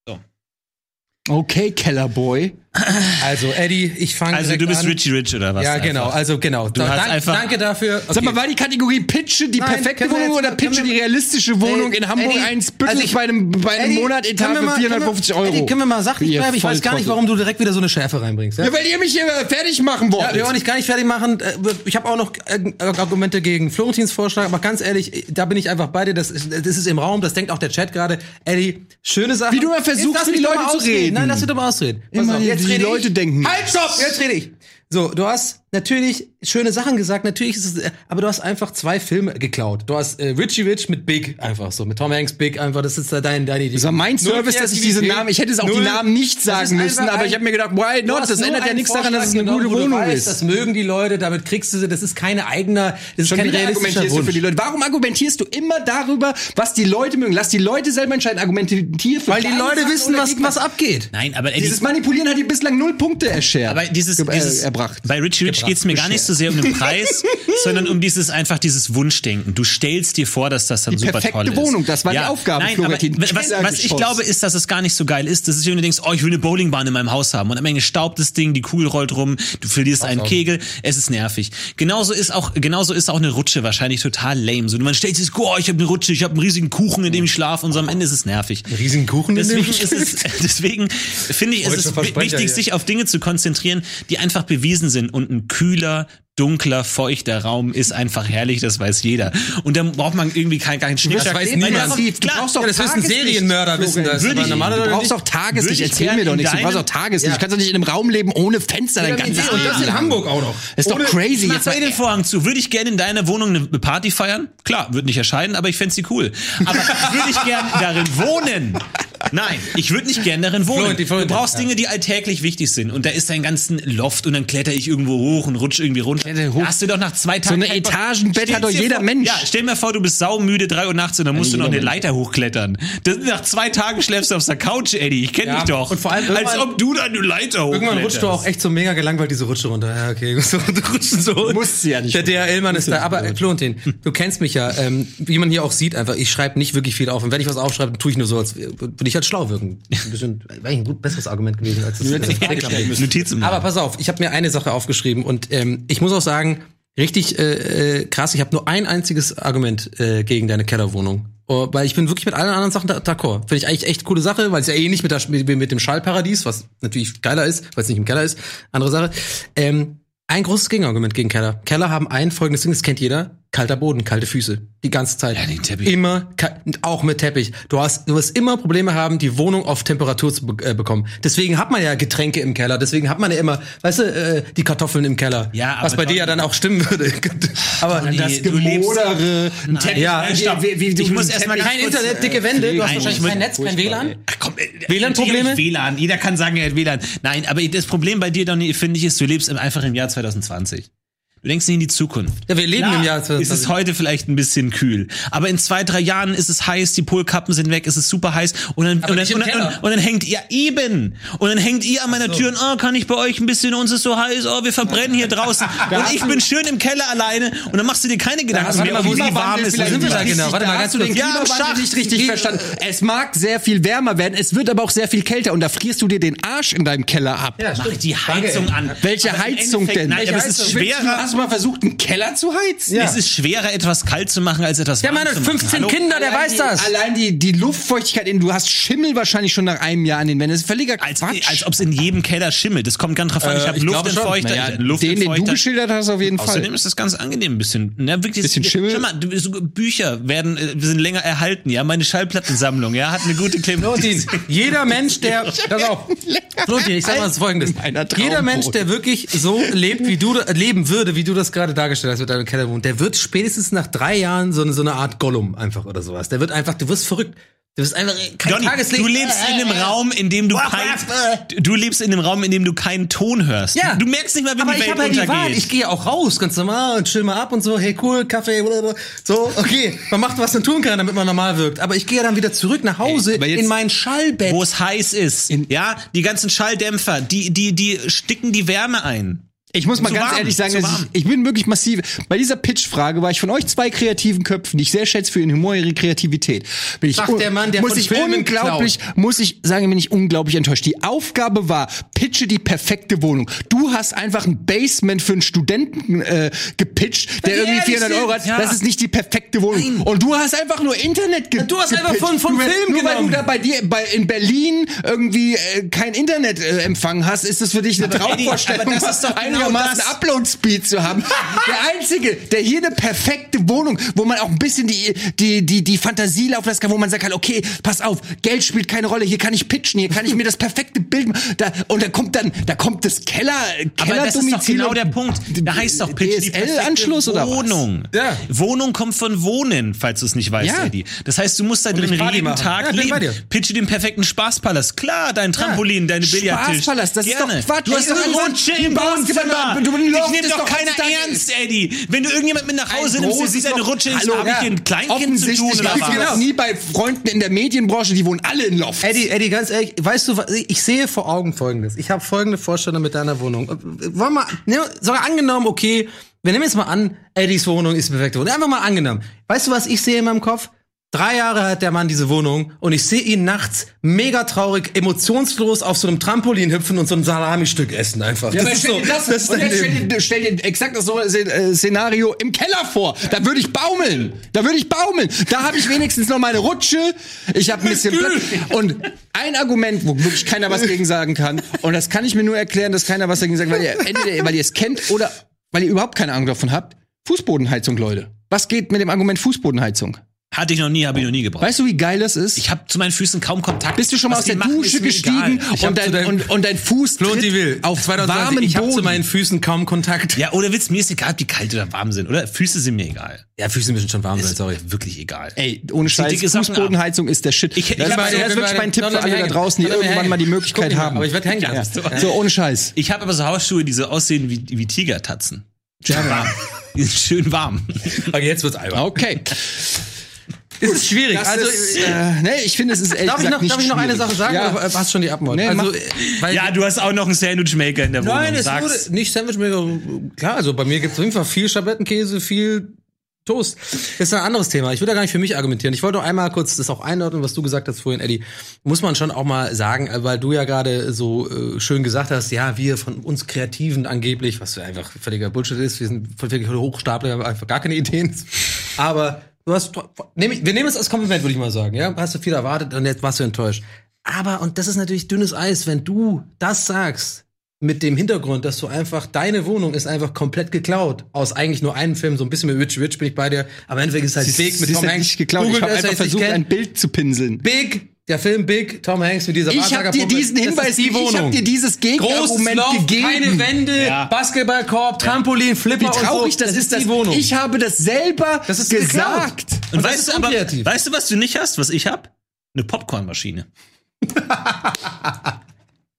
S4: So.
S1: Okay, Kellerboy.
S3: Also, Eddie, ich fange
S4: Also du bist
S3: an.
S4: Richie Rich oder was?
S3: Ja,
S4: einfach?
S3: genau, also genau. Du
S4: hast einfach-
S3: danke dafür.
S1: Sag mal,
S3: Okay.
S1: war die Kategorie Pitche die
S3: Nein,
S1: perfekte
S3: können wir
S1: Wohnung
S3: jetzt-
S1: oder Pitche
S3: können wir-
S1: die realistische Wohnung
S3: Ey,
S1: in Hamburg
S3: Eddie,
S1: ein Spüttel
S3: also ich-
S1: bei einem, bei einem
S3: Eddie,
S1: Monat Etat
S3: können wir
S1: für
S3: mal-
S1: 450
S3: können wir-
S1: Euro?
S3: Eddie, können wir mal sachlich
S1: Ihr
S3: bleiben? Ich weiß gar nicht,
S1: Volltrottel.
S3: warum du direkt wieder so eine Schärfe reinbringst. Ja?
S1: Ja, weil ihr mich hier äh, fertig machen wollt.
S3: Ja, wir wollen nicht gar nicht fertig machen. Äh, Ich habe auch noch äh, Argumente gegen Florentins Vorschlag, aber ganz ehrlich, äh, da bin ich einfach bei dir. Das ist, das ist im Raum, das denkt auch der Chat gerade. Eddie, schöne Sache.
S1: Wie du immer versuchst, für die Leute zu reden.
S3: Nein, lass mich doch mal ausreden. Pass
S1: Immer
S3: auf,
S1: die- die
S3: rede ich.
S1: Leute denken-
S3: Halt, stopp! Jetzt rede ich. So, du hast natürlich schöne Sachen gesagt, natürlich ist es, äh, aber du hast einfach zwei Filme geklaut. Du hast äh, Richie Rich mit Big einfach so, mit Tom Hanks Big einfach, das ist da dein, deine Idee.
S1: Das war mein
S3: Null
S1: Service, dass ich diese
S3: Kreativität,
S1: Namen, ich hätte es auch die
S3: null-
S1: Namen nicht
S3: Das
S1: sagen
S3: ist
S1: müssen,
S3: einfach
S1: aber
S3: ein-
S1: ich habe mir gedacht, why
S3: Du
S1: not?
S3: hast
S1: Das
S3: nur
S1: ändert ja
S3: einen
S1: nichts daran, dass es
S3: Vorschlag
S1: eine
S3: genommen,
S1: gute
S3: wo du
S1: Wohnung
S3: weißt,
S1: ist.
S3: Das mögen die Leute, damit kriegst du sie, das ist keine eigener, das ist
S1: Schon
S3: kein
S1: wieder
S3: realistischer
S1: argumentierst du für die
S3: Wunsch.
S1: Leute. Warum argumentierst du immer darüber, was die Leute mögen? Lass die Leute selber entscheiden. Argumentier für
S3: Weil die
S1: kleine
S3: Leute
S1: Sachen
S3: wissen,
S1: oder
S3: was,
S1: gegen-
S3: was abgeht.
S4: Nein, aber Eddie,
S1: Dieses Manipulieren hat dir bislang null Punkte erschert.
S4: Aber dieses,
S1: Ge- äh,
S4: dieses
S1: erbracht.
S4: bei Richie Rich geht's mir gar nicht so sehr um den Preis, sondern um dieses einfach dieses Wunschdenken. Du stellst dir vor, dass das dann
S1: Die
S4: super toll
S1: perfekte
S4: ist.
S1: Wohnung, das war die Aufgabe,
S4: nein, aber,
S1: Florentin.
S4: was, was ich
S1: Kellergeschoss.
S4: glaube, ist, dass es gar nicht so geil ist. Das ist, wenn du denkst, oh, ich will eine Bowlingbahn in meinem Haus haben und am Ende staubt das Ding, die Kugel rollt rum, du verlierst einen Kegel, es ist nervig. Genauso ist auch genauso ist auch eine Rutsche wahrscheinlich total lame. So, man stellt sich, oh, ich habe eine Rutsche, ich habe einen riesigen Kuchen, in dem ich schlafe und so am Ende ist es nervig.
S3: Riesigen Kuchen in dem
S4: Deswegen ist es, deswegen finde ich, ist
S3: Heute
S4: es
S3: schon
S4: wi-
S3: Versprecher
S4: wichtig,
S3: hier.
S4: sich auf Dinge zu konzentrieren, die einfach bewiesen sind. Und ein kühler, dunkler, feuchter Raum ist einfach herrlich, das weiß jeder. Und da braucht man irgendwie keinen, keinen Schnickschnack.
S3: weiß
S4: Weil
S3: niemand.
S4: das-
S1: Massiv. Du
S4: Klar,
S1: brauchst doch
S3: Ja, das wissen
S1: Tageslicht,
S3: Serienmörder, wissen das.
S1: Florian.
S4: aber normale
S1: Du
S4: Leute
S1: brauchst
S4: nicht.
S1: auch Tageslicht.
S4: Würde ich
S1: Erzähl
S4: gern
S1: mir doch
S4: in
S1: nichts. Du brauchst auch
S4: deinem-
S1: Tageslicht.
S3: Ja.
S1: Du kannst doch nicht in einem Raum leben ohne Fenster dein ganzes
S3: Und das
S1: Leben
S3: in
S1: lang.
S3: Hamburg auch noch.
S1: Ist doch crazy.
S4: Mach
S1: Jetzt
S4: doch
S1: mal
S4: eh
S3: e-
S4: den Vorhang zu. Würde ich gerne in deiner Wohnung eine Party feiern? Klar, würde nicht erscheinen, aber ich fände sie cool. Aber würde ich gerne darin wohnen? Nein, ich würde nicht gerne darin wohnen.
S3: Freund, die Freundin,
S4: du brauchst
S3: ja.
S4: Dinge, die alltäglich wichtig sind. Und da ist dein ganzen Loft und dann kletter ich irgendwo hoch und rutsche irgendwie runter.
S1: Kletter hoch.
S4: Da Hast du doch nach zwei Tagen...
S1: So ein
S4: keinen Bock.
S1: Etagenbett
S4: Stell's
S1: hat doch
S4: dir
S1: jeder
S4: vor,
S1: Mensch.
S4: Ja, stell mir vor, du bist saumüde, drei Uhr nachts und dann musst du
S1: jeder
S4: noch eine
S1: Mensch.
S4: Leiter hochklettern. Das, nach zwei Tagen schläfst du auf der Couch, Eddie. Ich kenne
S3: Ja,
S4: dich doch.
S3: und vor allem
S4: Als
S3: irgendwann-
S4: ob du da eine Leiter hochkletterst.
S3: Irgendwann rutscht du auch echt so mega gelangweilt diese Rutsche runter. Ja, okay, du rutschst so.
S1: Musst sie ja nicht
S3: Der DHL-Mann ist da. Aber äh, Florentin, du kennst mich ja. Ähm, wie man hier auch sieht, einfach, ich schreibe nicht wirklich viel auf. Und wenn ich was aufschreibe, tue ich nur so, als würde ich halt schlau wirken. Ein bisschen, wäre ein gut besseres Argument gewesen, als das.
S1: hättest
S3: äh,
S1: eine Frage stellen müssen.
S4: Notizen machen.
S3: Aber pass auf, ich habe mir eine Sache aufgeschrieben und ähm, ich muss auch sagen, richtig äh, äh, krass, ich habe nur ein einziges Argument äh, gegen deine Kellerwohnung. Oh, weil ich bin wirklich mit allen anderen Sachen da- d'accord. Finde ich eigentlich echt coole Sache, weil es ja eh nicht mit, der, mit, mit dem Schallparadies, was natürlich geiler ist, weil es nicht im Keller ist, andere Sache. Ähm, ein großes Gegenargument gegen Keller. Keller haben ein folgendes Ding, das kennt jeder. Kalter Boden, kalte Füße. Die ganze Zeit.
S4: Ja, den Teppich.
S3: Immer, ka- auch mit Teppich. Du hast, du wirst immer Probleme haben, die Wohnung auf Temperatur zu be äh, bekommen. Deswegen hat man ja Getränke im Keller. Deswegen hat man ja immer, weißt du, äh, die Kartoffeln im Keller.
S4: Ja, aber
S3: was bei dir ja
S4: Donny-
S3: dann auch stimmen würde. aber
S4: Donny,
S3: das
S4: du lebst- Äh,
S1: Gemodere, ein Teppich,
S3: Ja,
S1: wie-
S4: stopp.
S1: wie- wie du
S4: Ich muss
S1: einen
S4: erst mal
S1: Teppich-
S4: ganz
S3: kein Internet, dicke Wände, du hast
S1: Nein,
S3: wahrscheinlich
S1: ich-
S3: kein Netz, kein
S1: furchtbar,
S3: WLAN.
S1: ey.
S4: Äh, Ach komm, äh,
S3: WLAN-Probleme?
S4: natürlich WLAN. Jeder kann sagen, er hat WLAN. Nein, aber das Problem bei dir, Donny, finde ich, ist, du lebst im- einfach im Jahr 2020. Du denkst nicht in die Zukunft.
S3: Ja, wir leben
S4: Klar,
S3: im Jahr 2020.
S4: Ist es heute vielleicht ein bisschen kühl. Aber in zwei, drei Jahren ist es heiß, die Polkappen sind weg, es ist super heiß. Und dann, und dann,
S3: nicht im
S4: und, dann,
S3: Keller.
S4: und, und dann hängt ihr eben. Und dann hängt ihr an meiner Tür und, oh, kann ich bei euch ein bisschen, uns ist so heiß, oh, wir verbrennen hier draußen. und ich bin schön im Keller alleine. Und dann machst du dir keine Gedanken
S3: warte
S4: mehr,
S3: mal,
S4: ob
S3: wo
S4: wie
S3: ist der
S4: warm
S3: Wandel
S4: es
S3: vielleicht? Sind wir
S4: ist.
S3: da genau? Warte mal,
S1: Da
S3: ganz
S1: hast du den
S3: kurz.
S4: Ja,
S1: Klimawandel
S4: Schacht.
S1: nicht richtig verstanden. Es mag sehr viel wärmer werden, es wird aber auch sehr viel kälter und da frierst du dir den Arsch in deinem Keller ab.
S3: Ja,
S4: Mach
S3: stimmt.
S4: die
S3: Danke.
S4: Heizung an.
S1: Welche
S4: Aber im
S1: Heizung
S4: Endeffekt-
S1: denn?
S4: Nein,
S1: Welche
S4: aber es ist
S1: Heizung?
S4: schwerer.
S1: Hast du mal versucht, einen Keller zu heizen?
S3: Ja.
S4: Es ist schwerer, etwas kalt zu machen, als etwas
S3: Der
S4: warm
S3: Mann hat
S4: zu machen.
S3: 15
S4: Hallo?
S3: Kinder, der
S1: Allein
S3: weiß
S1: die,
S3: das.
S1: Allein die, die Luftfeuchtigkeit, in, du hast Schimmel wahrscheinlich schon nach einem Jahr an den Wänden. Das ist völliger
S4: Als,
S1: Quatsch.
S4: als ob es in jedem Keller schimmelt. Das kommt ganz drauf an.
S3: Äh,
S4: ich habe
S3: ich glaube schon.
S4: Luftentfeuchter.
S1: Naja,
S4: ich hab Luftentfeuchter.
S1: den, den du geschildert hast, auf jeden
S3: halt.
S4: Außerdem
S1: Fall.
S4: ist das ganz angenehm, ein bisschen, ne, wirklich,
S1: Bisschen Schimmel.
S4: Schau mal, du- so Bücher werden, äh, sind länger erhalten, ja, meine Schallplattensammlung, ja, hat eine gute Clementin.
S3: Florentin, jeder Mensch, der. Pass auf. Florentin, ich sag mal das folgendes.
S1: Meiner Traumbrot.
S3: Jeder Mensch, der wirklich so lebt, wie du äh, leben würde, wie wie du das gerade dargestellt hast mit deinem Kellermond, der wird spätestens nach drei Jahren so eine, so eine Art Gollum einfach oder sowas. Der wird einfach, du wirst verrückt. Du wirst einfach kein
S4: Johnny,
S3: Tageslicht. Äh,
S4: du lebst in einem Raum, in dem du
S3: Wah, wah,
S4: kein, du lebst in einem Raum, in dem du keinen Ton hörst.
S3: äh. Ja.
S4: Du merkst nicht mal, wenn
S3: Aber
S4: die
S3: ich
S4: Welt
S3: habe halt die Wahl.
S4: untergeht.
S3: Ich gehe auch raus, ganz normal und chill mal ab und so. Hey, cool, Kaffee, blablabla. so. Okay, man macht was man tun kann, damit man normal wirkt. Aber ich gehe dann wieder zurück nach Hause
S1: aber jetzt-
S3: in mein Schallbett.
S4: wo es heiß ist, ja, die ganzen Schalldämpfer, die die die sticken die Wärme ein.
S1: Ich muss mal
S4: Zu
S1: ganz
S4: warm,
S1: ehrlich sagen,
S4: zu
S1: dass ich,
S4: warm.
S1: ich bin wirklich massiv. Bei dieser Pitch-Frage war ich von euch zwei kreativen Köpfen, die ich sehr schätze für ihren Humor, ihre Kreativität. Bin ich
S3: Sagt
S1: un-
S3: der Mann, der
S1: muss
S3: von
S1: ich
S3: Filmen
S1: unglaublich, muss ich sagen, bin ich unglaublich enttäuscht. Die Aufgabe war, pitche die perfekte Wohnung. Du hast einfach ein Basement für einen Studenten äh, gepitcht, der
S3: die
S1: irgendwie
S3: ehrlich
S1: 400 Euro
S3: sind,
S1: hat.
S3: ja.
S1: Das ist nicht die perfekte Wohnung. Und du hast einfach nur Internet ge
S3: Du hast einfach
S1: gepitcht.
S3: von- von
S1: Du wärst-
S3: Film
S1: Nur weil du
S3: genommen.
S1: da bei dir bei, in Berlin irgendwie äh, kein Internetempfang äh, Empfang hast, ist das für dich eine
S4: Eddie,
S1: Traumvorstellung.
S4: aber das ist doch genau
S1: einigermaßen
S4: das.
S1: Upload-Speed zu haben. Der Einzige, der hier eine perfekte Wohnung, wo man auch ein bisschen die, die, die, die Fantasie laufen lassen kann, wo man sagen kann, okay, pass auf, Geld spielt keine Rolle, hier kann ich pitchen, hier kann ich mir das perfekte Bild machen. Da, und da kommt dann, da kommt das Keller,
S4: Aber
S1: Keller
S4: das ist doch genau der Punkt. Da heißt doch Pitch die perfekte
S1: DSL-Anschluss oder was?
S4: Wohnung.
S3: Ja.
S4: Wohnung kommt von Wohnen, falls du es nicht weißt,
S1: Ja.
S4: Eddie. Das heißt, du musst da drin
S3: nicht Party
S4: jeden
S3: machen.
S4: Tag
S3: Ja, bin ich bei
S4: leben.
S3: dir.
S4: Pitche den perfekten Spaßpalast. Klar, dein Trampolin, deine Billardtisch.
S1: Spaßpalast, das ist
S4: Gerne.
S1: doch Quatsch.
S4: Du hast
S1: Ey,
S4: doch irgendwo
S1: Mann,
S4: einen Chill
S1: ein
S4: im
S1: Basketball-
S4: Wohnzimmer.
S1: du- du- du-
S4: Ich
S1: ist
S4: nehme doch
S1: doch
S4: keiner
S1: heutzutage-
S4: ernst, Eddie. Wenn du irgendjemand mit nach Hause nimmst, ist es eine Rutsche ins
S1: Hallo,
S4: Hab ich hier ein Kleinkind zu tun
S1: Offensichtlich
S4: oder
S1: läuft mir das genau.
S4: was?
S1: nie bei Freunden in der Medienbranche, die wohnen alle in Loft.
S3: Eddie, Eddie, ganz ehrlich, weißt du, was- ich sehe vor Augen Folgendes. Ich habe folgende Vorstellung mit deiner Wohnung. Wollen wir, ne, sogar angenommen, okay, wir nehmen jetzt mal an, Eddies Wohnung ist die perfekte Wohnung. Einfach mal angenommen. Weißt du, was ich sehe in meinem Kopf? Drei Jahre hat der Mann diese Wohnung und ich sehe ihn nachts mega traurig, emotionslos auf so einem Trampolin hüpfen und so ein Salamistück essen einfach.
S1: Ja, aber stell dir das,
S3: das ist
S1: und
S3: dein
S1: jetzt
S3: Leben.
S1: stell, dir, stell dir exakt das so ein Szen- äh, Szenario im Keller vor. Da würde ich baumeln. Da würde ich baumeln. Da habe ich wenigstens noch meine Rutsche. Ich habe ein bisschen Platz. Und ein Argument, wo wirklich keiner was gegen sagen kann, und das kann ich mir nur erklären, dass keiner was dagegen sagt, weil ihr, entweder, weil ihr es kennt oder weil ihr überhaupt keine Ahnung davon habt. Fußbodenheizung, Leute. Was geht mit dem Argument Fußbodenheizung?
S4: Hatte ich noch nie, habe ich noch nie gebraucht.
S1: Weißt du, wie geil das ist?
S4: Ich habe zu meinen Füßen kaum Kontakt.
S1: Bist du schon mal aus
S4: Was
S1: der
S4: die machen,
S1: Dusche
S4: ist mir egal.
S1: gestiegen
S3: hab
S1: und
S3: zu
S1: dein,
S3: deinem-
S1: und, und dein Fuß
S3: Lohnt die
S1: tritt
S3: will.
S1: auf
S3: 2020,
S1: warmen
S3: ich habe zu
S1: Boden?
S3: meinen Füßen kaum Kontakt.
S4: Ja, oder Witz, mir ist egal, ob die kalt oder warm sind, oder? Füße sind mir egal.
S3: Ja, Füße müssen schon warm sein, sorry.
S4: Wirklich egal.
S1: Ey, ohne
S4: Zieh
S1: Scheiß,
S4: dicke Socken
S1: Fußbodenheizung ist der Shit.
S4: Ich- ich
S1: das
S4: hab
S1: war-
S3: also,
S4: meine-
S1: das ist wirklich
S3: meine-
S1: mein Tipp
S3: Lass
S1: für
S3: mich
S1: alle da
S3: hängen.
S1: draußen, die
S3: Lass mich
S1: irgendwann
S3: hängen.
S1: mal die Möglichkeit
S3: Guck nicht mehr,
S1: haben.
S3: aber ich werd hängen
S1: ja.
S3: gelassen.
S1: So, ohne Scheiß.
S4: Ich habe aber so Hausschuhe, die so aussehen wie, wie Tigertatzen. Schön warm. Die sind schön warm.
S3: Okay, jetzt wird's albern.
S1: Okay.
S3: Es ist schwierig.
S1: Das
S3: also,
S1: ist, äh, nee, ich finde, es ist ehrlich
S3: Darf ich
S1: gesagt
S3: noch,
S1: nicht
S3: darf ich noch eine
S1: schwierig.
S3: Sache sagen? äh,
S1: Ja.
S3: Oder hast schon die Abmord?
S1: Nee, mach.
S3: äh, weil
S4: Ja, du hast auch noch einen Sandwichmaker in der Wohnung.
S3: Nein, es
S4: Sag's.
S3: wurde nicht Sandwichmaker. Klar, also bei mir gibt es auf jeden Fall viel Schabettenkäse, viel Toast. Das ist ein anderes Thema. Ich will da gar nicht für mich argumentieren. Ich wollte nur einmal kurz das auch einordnen, was du gesagt hast vorhin, Eddie. Muss man schon auch mal sagen, äh, weil du ja gerade so äh, schön gesagt hast, ja, wir von uns Kreativen angeblich, was ja einfach völliger Bullshit ist, wir sind völlig Hochstapler, wir haben einfach gar keine Ideen. Aber du hast, tro- nehm ich- wir nehmen es als Kompliment, würde ich mal sagen, ja. Hast du viel erwartet und jetzt warst du enttäuscht. Aber, und das ist natürlich dünnes Eis, wenn du das sagst, mit dem Hintergrund, dass du einfach, deine Wohnung ist einfach komplett geklaut. Aus eigentlich nur einem Film, so ein bisschen mit Rich Rich bin ich bei dir. Aber im Endeffekt ist es halt
S1: Sie
S3: Big
S1: ist,
S3: mit
S1: sie ist
S3: Tom
S1: halt
S3: Hanks.
S1: nicht geklaut. Ich
S3: Googelt
S1: habe
S3: es,
S1: einfach
S3: wer es nicht
S1: versucht, ein
S3: kennt.
S1: Bild zu pinseln.
S3: Big, der Film Big, Tom Hanks mit dieser
S1: Ich habe
S3: Wahrsager-
S1: dir diesen
S3: Das ist
S1: Hinweis
S3: die
S1: gegeben. Ich habe
S3: Wohnung.
S1: dir dieses
S3: Großes
S1: Gegenargument
S3: Loch, keine
S1: gegeben.
S3: Wände,
S4: Ja.
S3: Basketballkorb, Trampolin, Flipper
S1: Wie traurig
S3: und so.
S1: das ist, dass
S3: die Wohnung.
S1: ich habe das selber
S3: Das ist
S1: gesagt.
S3: geklaut.
S4: Und
S3: Und
S4: weißt
S3: das
S4: du,
S3: ist
S4: aber,
S3: unkreativ.
S4: weißt du, was du nicht hast, was ich hab? Eine Popcornmaschine.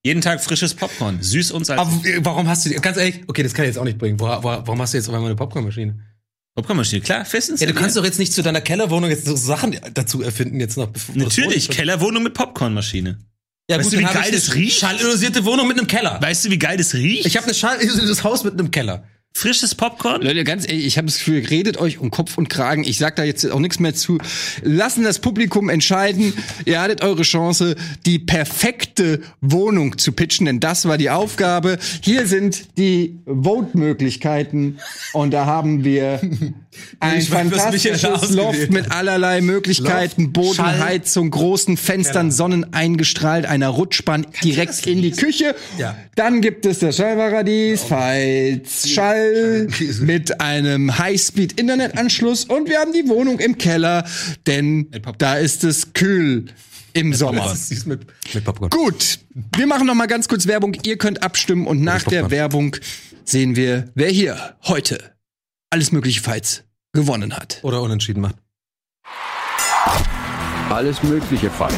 S4: Jeden Tag frisches Popcorn, süß und
S3: aber
S4: salzig.
S3: äh, warum hast du die, ganz ehrlich, okay, das kann ich jetzt auch nicht bringen. Woher- woher- warum hast du jetzt auf einmal eine Popcornmaschine?
S4: Popcornmaschine, klar, fest
S3: Ja, du kannst doch jetzt nicht zu deiner Kellerwohnung jetzt so Sachen dazu erfinden jetzt noch. bevor-
S4: Natürlich,
S3: bevor-
S4: Kellerwohnung mit Popcornmaschine.
S3: Ja,
S4: Weißt
S3: gut,
S4: du, wie
S3: dann hab
S4: geil
S3: ich
S4: das
S3: eine
S4: riecht?
S3: Schallillusierte Wohnung mit einem Keller.
S4: Weißt du, wie geil das riecht?
S3: Ich habe ein schallillusioniertes Haus mit einem Keller.
S4: Frisches Popcorn?
S1: Leute, ganz ehrlich, ich habe das Gefühl, ihr redet euch um Kopf und Kragen. Ich sag da jetzt auch nichts mehr zu. Lassen das Publikum entscheiden. Ihr hattet eure Chance, die perfekte Wohnung zu pitchen, denn das war die Aufgabe. Hier sind die Vote-Möglichkeiten und da haben wir ein
S3: Ich weiß, was Michael da
S1: fantastisches
S3: ausgewählt
S1: Loft mit allerlei Möglichkeiten,
S3: Loft, Schall. Genau.
S1: Bodenheizung, großen Fenstern, Sonnen eingestrahlt, einer Rutschbahn direkt in die Küche.
S3: Ja.
S1: Dann gibt es das Schallparadies, falls Schall mit einem Highspeed-Internetanschluss und wir haben die Wohnung im Keller, denn da ist es kühl im Sommer.
S3: Süß mit, mit Popcorn.
S1: Gut, wir machen noch mal ganz kurz Werbung. Ihr könnt abstimmen und nach der Werbung sehen wir, wer hier heute alles mögliche Fights gewonnen hat.
S3: Oder unentschieden macht.
S2: Alles mögliche Fights.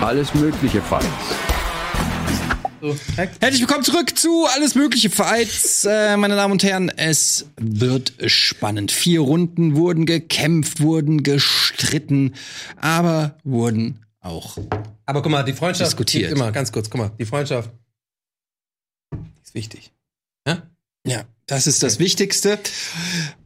S2: Alles mögliche Fights.
S1: Herzlich willkommen zurück zu Alles Mögliche Fights, äh, meine Damen und Herren. Es wird spannend. Vier Runden wurden gekämpft, wurden gestritten, aber wurden auch.
S3: Aber guck mal, die Freundschaft
S1: Diskutiert.
S3: gibt immer, ganz kurz, guck mal, die Freundschaft ist wichtig.
S1: Ja, das ist das Wichtigste.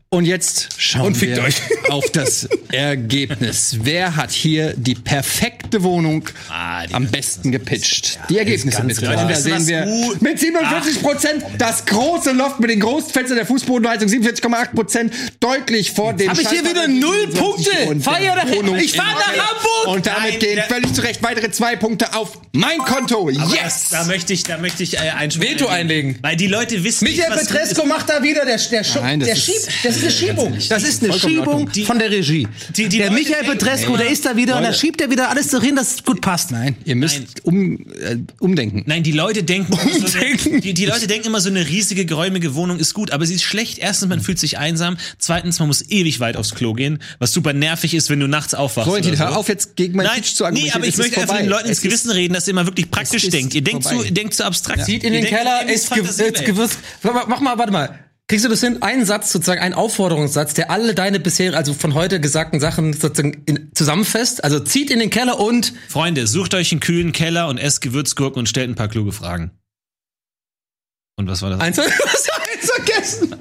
S1: Und jetzt schauen
S3: Und fickt
S1: wir
S3: euch.
S1: auf das Ergebnis. Wer hat hier die perfekte Wohnung
S3: Ah,
S1: am besten gepitcht? die Ergebnisse bitte.
S4: klar.
S1: Und da
S4: Weißt du
S1: sehen
S4: was?
S1: wir
S4: Uh,
S1: mit 47 Prozent das große Loft mit den großen Fenstern der Fußbodenheizung 47,8 Prozent deutlich vor dem.
S3: hab ich hier
S1: Scheiß-
S3: wieder null
S1: und der
S3: Punkte. Fahr ja nach-
S1: Wohnung
S3: Ich fahr
S1: in-
S3: nach Hamburg.
S1: Und damit
S4: Nein,
S1: gehen
S4: der-
S1: völlig zurecht weitere zwei Punkte auf mein Konto.
S4: Das,
S1: Yes!
S4: da möchte ich, da möchte ich äh, einspringen.
S3: Veto einlegen.
S4: Weil die Leute wissen
S3: Michael
S4: nicht, was gut
S3: Petresco macht da wieder der, der, Schu-
S1: Nein, das
S3: der
S1: ist-
S3: Schieb. Das ist eine Schiebung. Das ist
S1: Vollkommen
S3: eine
S1: in
S3: Schiebung
S1: Ordnung.
S3: von der Regie.
S4: Die- die
S3: der
S4: Leute
S3: Michael
S4: denken-
S3: Petresco, der ist da wieder und da schiebt er wieder alles dahin, dass es gut passt.
S1: Nein, ihr müsst um, äh, umdenken.
S4: Nein, die Leute denken, immer so eine,
S1: Umdenken.
S4: die, die Leute denken immer, so eine riesige, geräumige Wohnung ist gut, aber sie ist schlecht. Erstens, man fühlt sich einsam. Zweitens, man muss ewig weit aufs Klo gehen, was super nervig ist, wenn du nachts aufwachst.
S1: Florentin,
S4: oder so.
S1: hör auf jetzt gegen meinen
S4: Nein,
S1: Pitch zu argumentieren.
S4: nee, aber ich
S1: Es
S4: möchte
S1: ist
S4: einfach den
S1: vorbei.
S4: Leuten ins
S1: Es
S4: Gewissen reden, dass ihr mal wirklich praktisch
S1: ist
S4: denkt. Ihr denkt zu,
S1: vorbei.
S4: ihr denkt zu abstrakt.
S3: Zieht in
S4: Ihr
S3: den
S4: denkt,
S3: Keller,
S4: ihr
S3: ist
S4: denkt,
S3: ge-
S4: Fantasie,
S3: ist
S4: ey.
S3: gewusst. Mach mach mal, warte mal. Kriegst du das hin? Einen Satz, sozusagen, einen Aufforderungssatz, der alle deine bisher, also von heute gesagten Sachen sozusagen in, zusammenfasst. Also zieht in den Keller und
S4: Freunde, sucht euch einen kühlen Keller und esst Gewürzgurken und stellt ein paar kluge Fragen. Und was war das?
S3: eins, was eins vergessen.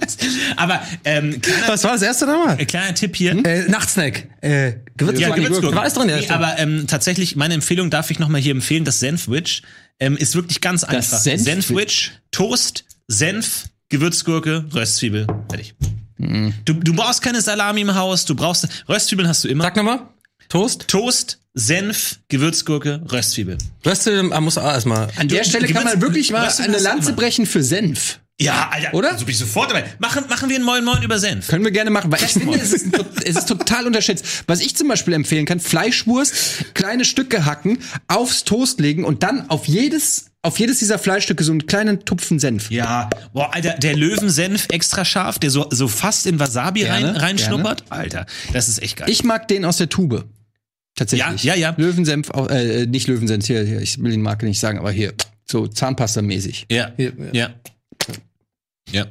S4: aber ähm, kleiner,
S3: Was war das erste nochmal?
S4: äh, kleiner Tipp hier.
S3: Äh, Nachtsnack. Äh, Gewürz
S4: Ja, Gewürzgurken.
S3: War alles drin, ja.
S4: nee,
S3: stimmt.
S4: aber ähm, tatsächlich, meine Empfehlung darf ich nochmal hier empfehlen, das Senfwich ähm, ist wirklich ganz einfach.
S1: Senfwich?
S4: Senfwich, Toast, Senf, Gewürzgurke, Röstzwiebel. Fertig.
S3: Mhm.
S4: Du, du brauchst keine Salami im Haus, du brauchst Röstzwiebeln hast du immer.
S3: Sag nochmal. Toast.
S4: Toast, Senf, Gewürzgurke, Röstzwiebel.
S3: Röste
S4: ähm,
S3: ah, muss auch erstmal.
S1: An der
S4: Du-
S1: Stelle
S4: du
S1: kann man
S4: gewinnst-
S1: wirklich mal
S4: weißt du,
S1: eine
S4: das
S1: Lanze
S4: immer.
S1: brechen für Senf.
S4: Ja, Alter,
S1: Oder?
S4: So bin ich sofort dabei. Machen, machen wir einen Moin Moin über Senf.
S1: Können wir gerne machen, weil ich finde, es ist, es ist total unterschätzt. Was ich zum Beispiel empfehlen kann, Fleischwurst, kleine Stücke hacken, aufs Toast legen und dann auf jedes, auf jedes dieser Fleischstücke so einen kleinen Tupfen Senf.
S4: Ja, boah, Alter, der Löwensenf extra scharf, der so, so fast in Wasabi rein,
S1: Gerne,
S4: reinschnuppert. Alter, das ist echt geil.
S1: Ich mag den aus der Tube. Tatsächlich.
S4: Ja, ja, ja.
S1: Löwensenf, au- äh, nicht Löwensenf, hier, hier, ich will den Marke nicht sagen, aber hier, so Zahnpasta-mäßig.
S4: Ja. Ja. Ja.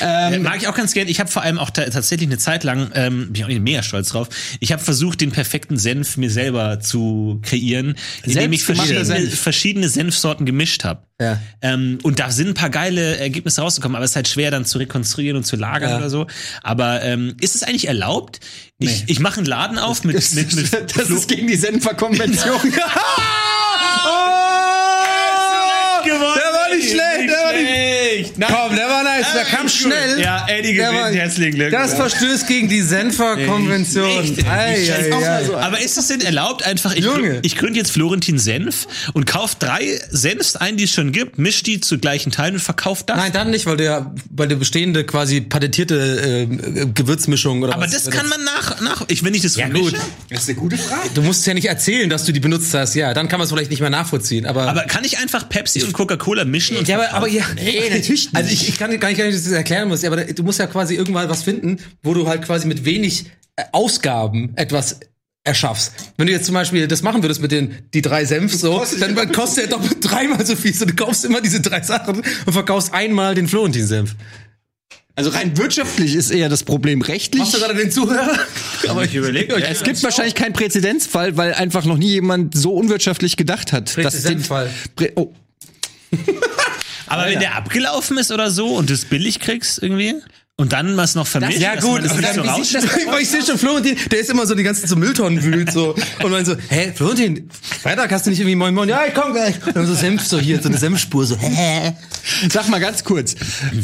S1: Ähm,
S4: Ja, Mag ich auch ganz gern. Ich habe vor allem auch ta tatsächlich eine Zeit lang, ähm, bin ich auch nicht mega stolz drauf, ich habe versucht, den perfekten Senf mir selber zu kreieren, indem ich verschiedene,
S1: Selbstgemachter Senf.
S4: verschiedene Senfsorten gemischt habe.
S3: Ja.
S4: Ähm, und da sind ein paar geile Ergebnisse rausgekommen, aber es ist halt schwer dann zu rekonstruieren und zu lagern
S3: Ja.
S4: oder so. Aber ähm, ist es eigentlich erlaubt? Ich, ich mache einen Laden auf mit, mit, mit,
S1: Das ist gegen die Senferkonvention. oh! Der war nicht schlecht, der war nicht
S4: schlecht. Nein,
S3: Komm, der war nice. Der kam
S4: gut.
S3: schnell.
S4: Ja, Eddie
S3: Der war-
S4: gewinnt. Herzlichen Glückwunsch.
S3: Das verstößt gegen die Senfer-Konvention.
S4: Echt,
S3: Ei, ei, ei.
S4: Aber ist es denn erlaubt, einfach, ich,
S3: Junge.
S4: grün- ich gründe jetzt Florentin Senf und kaufe drei Senfs ein, die es schon gibt, misch die zu gleichen Teilen und verkaufe das?
S3: Nein, dann nicht, weil der, weil der bestehende quasi patentierte äh, äh, Gewürzmischung oder
S4: Aber
S3: was.
S4: das kann man nach, nach ich wenn ich das ja, vermische,
S1: Das ist eine gute Frage.
S3: Du musst es ja nicht erzählen, dass du die benutzt hast. Ja, dann kann man es vielleicht nicht mehr nachvollziehen. Aber,
S4: aber kann ich einfach Pepsi und Coca-Cola mischen und
S3: ja, aber, aber ja. Nee, natürlich nicht. Also ich, ich kann gar nicht, gar nicht, dass ich das erklären muss. Aber du musst ja quasi irgendwann was finden, wo du halt quasi mit wenig äh, Ausgaben etwas erschaffst. Wenn du jetzt zum Beispiel das machen würdest mit den die drei Senf so, dann kostet ja doppelt dreimal so viel. So, du kaufst immer diese drei Sachen und verkaufst einmal den Florentin-Senf.
S1: Also rein wirtschaftlich ist eher das Problem rechtlich.
S3: Machst du gerade den Zuhörer?
S4: aber ich überlege euch.
S1: Es gibt wahrscheinlich keinen Präzedenzfall, weil einfach noch nie jemand so unwirtschaftlich gedacht hat. dass den-
S3: Präzedenzfall.
S1: Prä oh.
S4: Aber wenn der abgelaufen ist oder so und du es billig kriegst irgendwie und dann was noch vermischt,
S3: Ja
S4: dass
S3: gut,
S4: man das
S3: und
S4: nicht
S3: dann,
S4: so
S3: wie sieht
S4: rausschmeißt.
S3: das, ich sehe schon Florentin, der ist immer so die ganzen so Mülltonnen wühlt so und man so, hä, Florentin, Freitag hast du nicht irgendwie moin moin, ja, ich komm gleich. Und so Senf so hier, so eine Senfspur so. hä?
S1: Sag mal ganz kurz,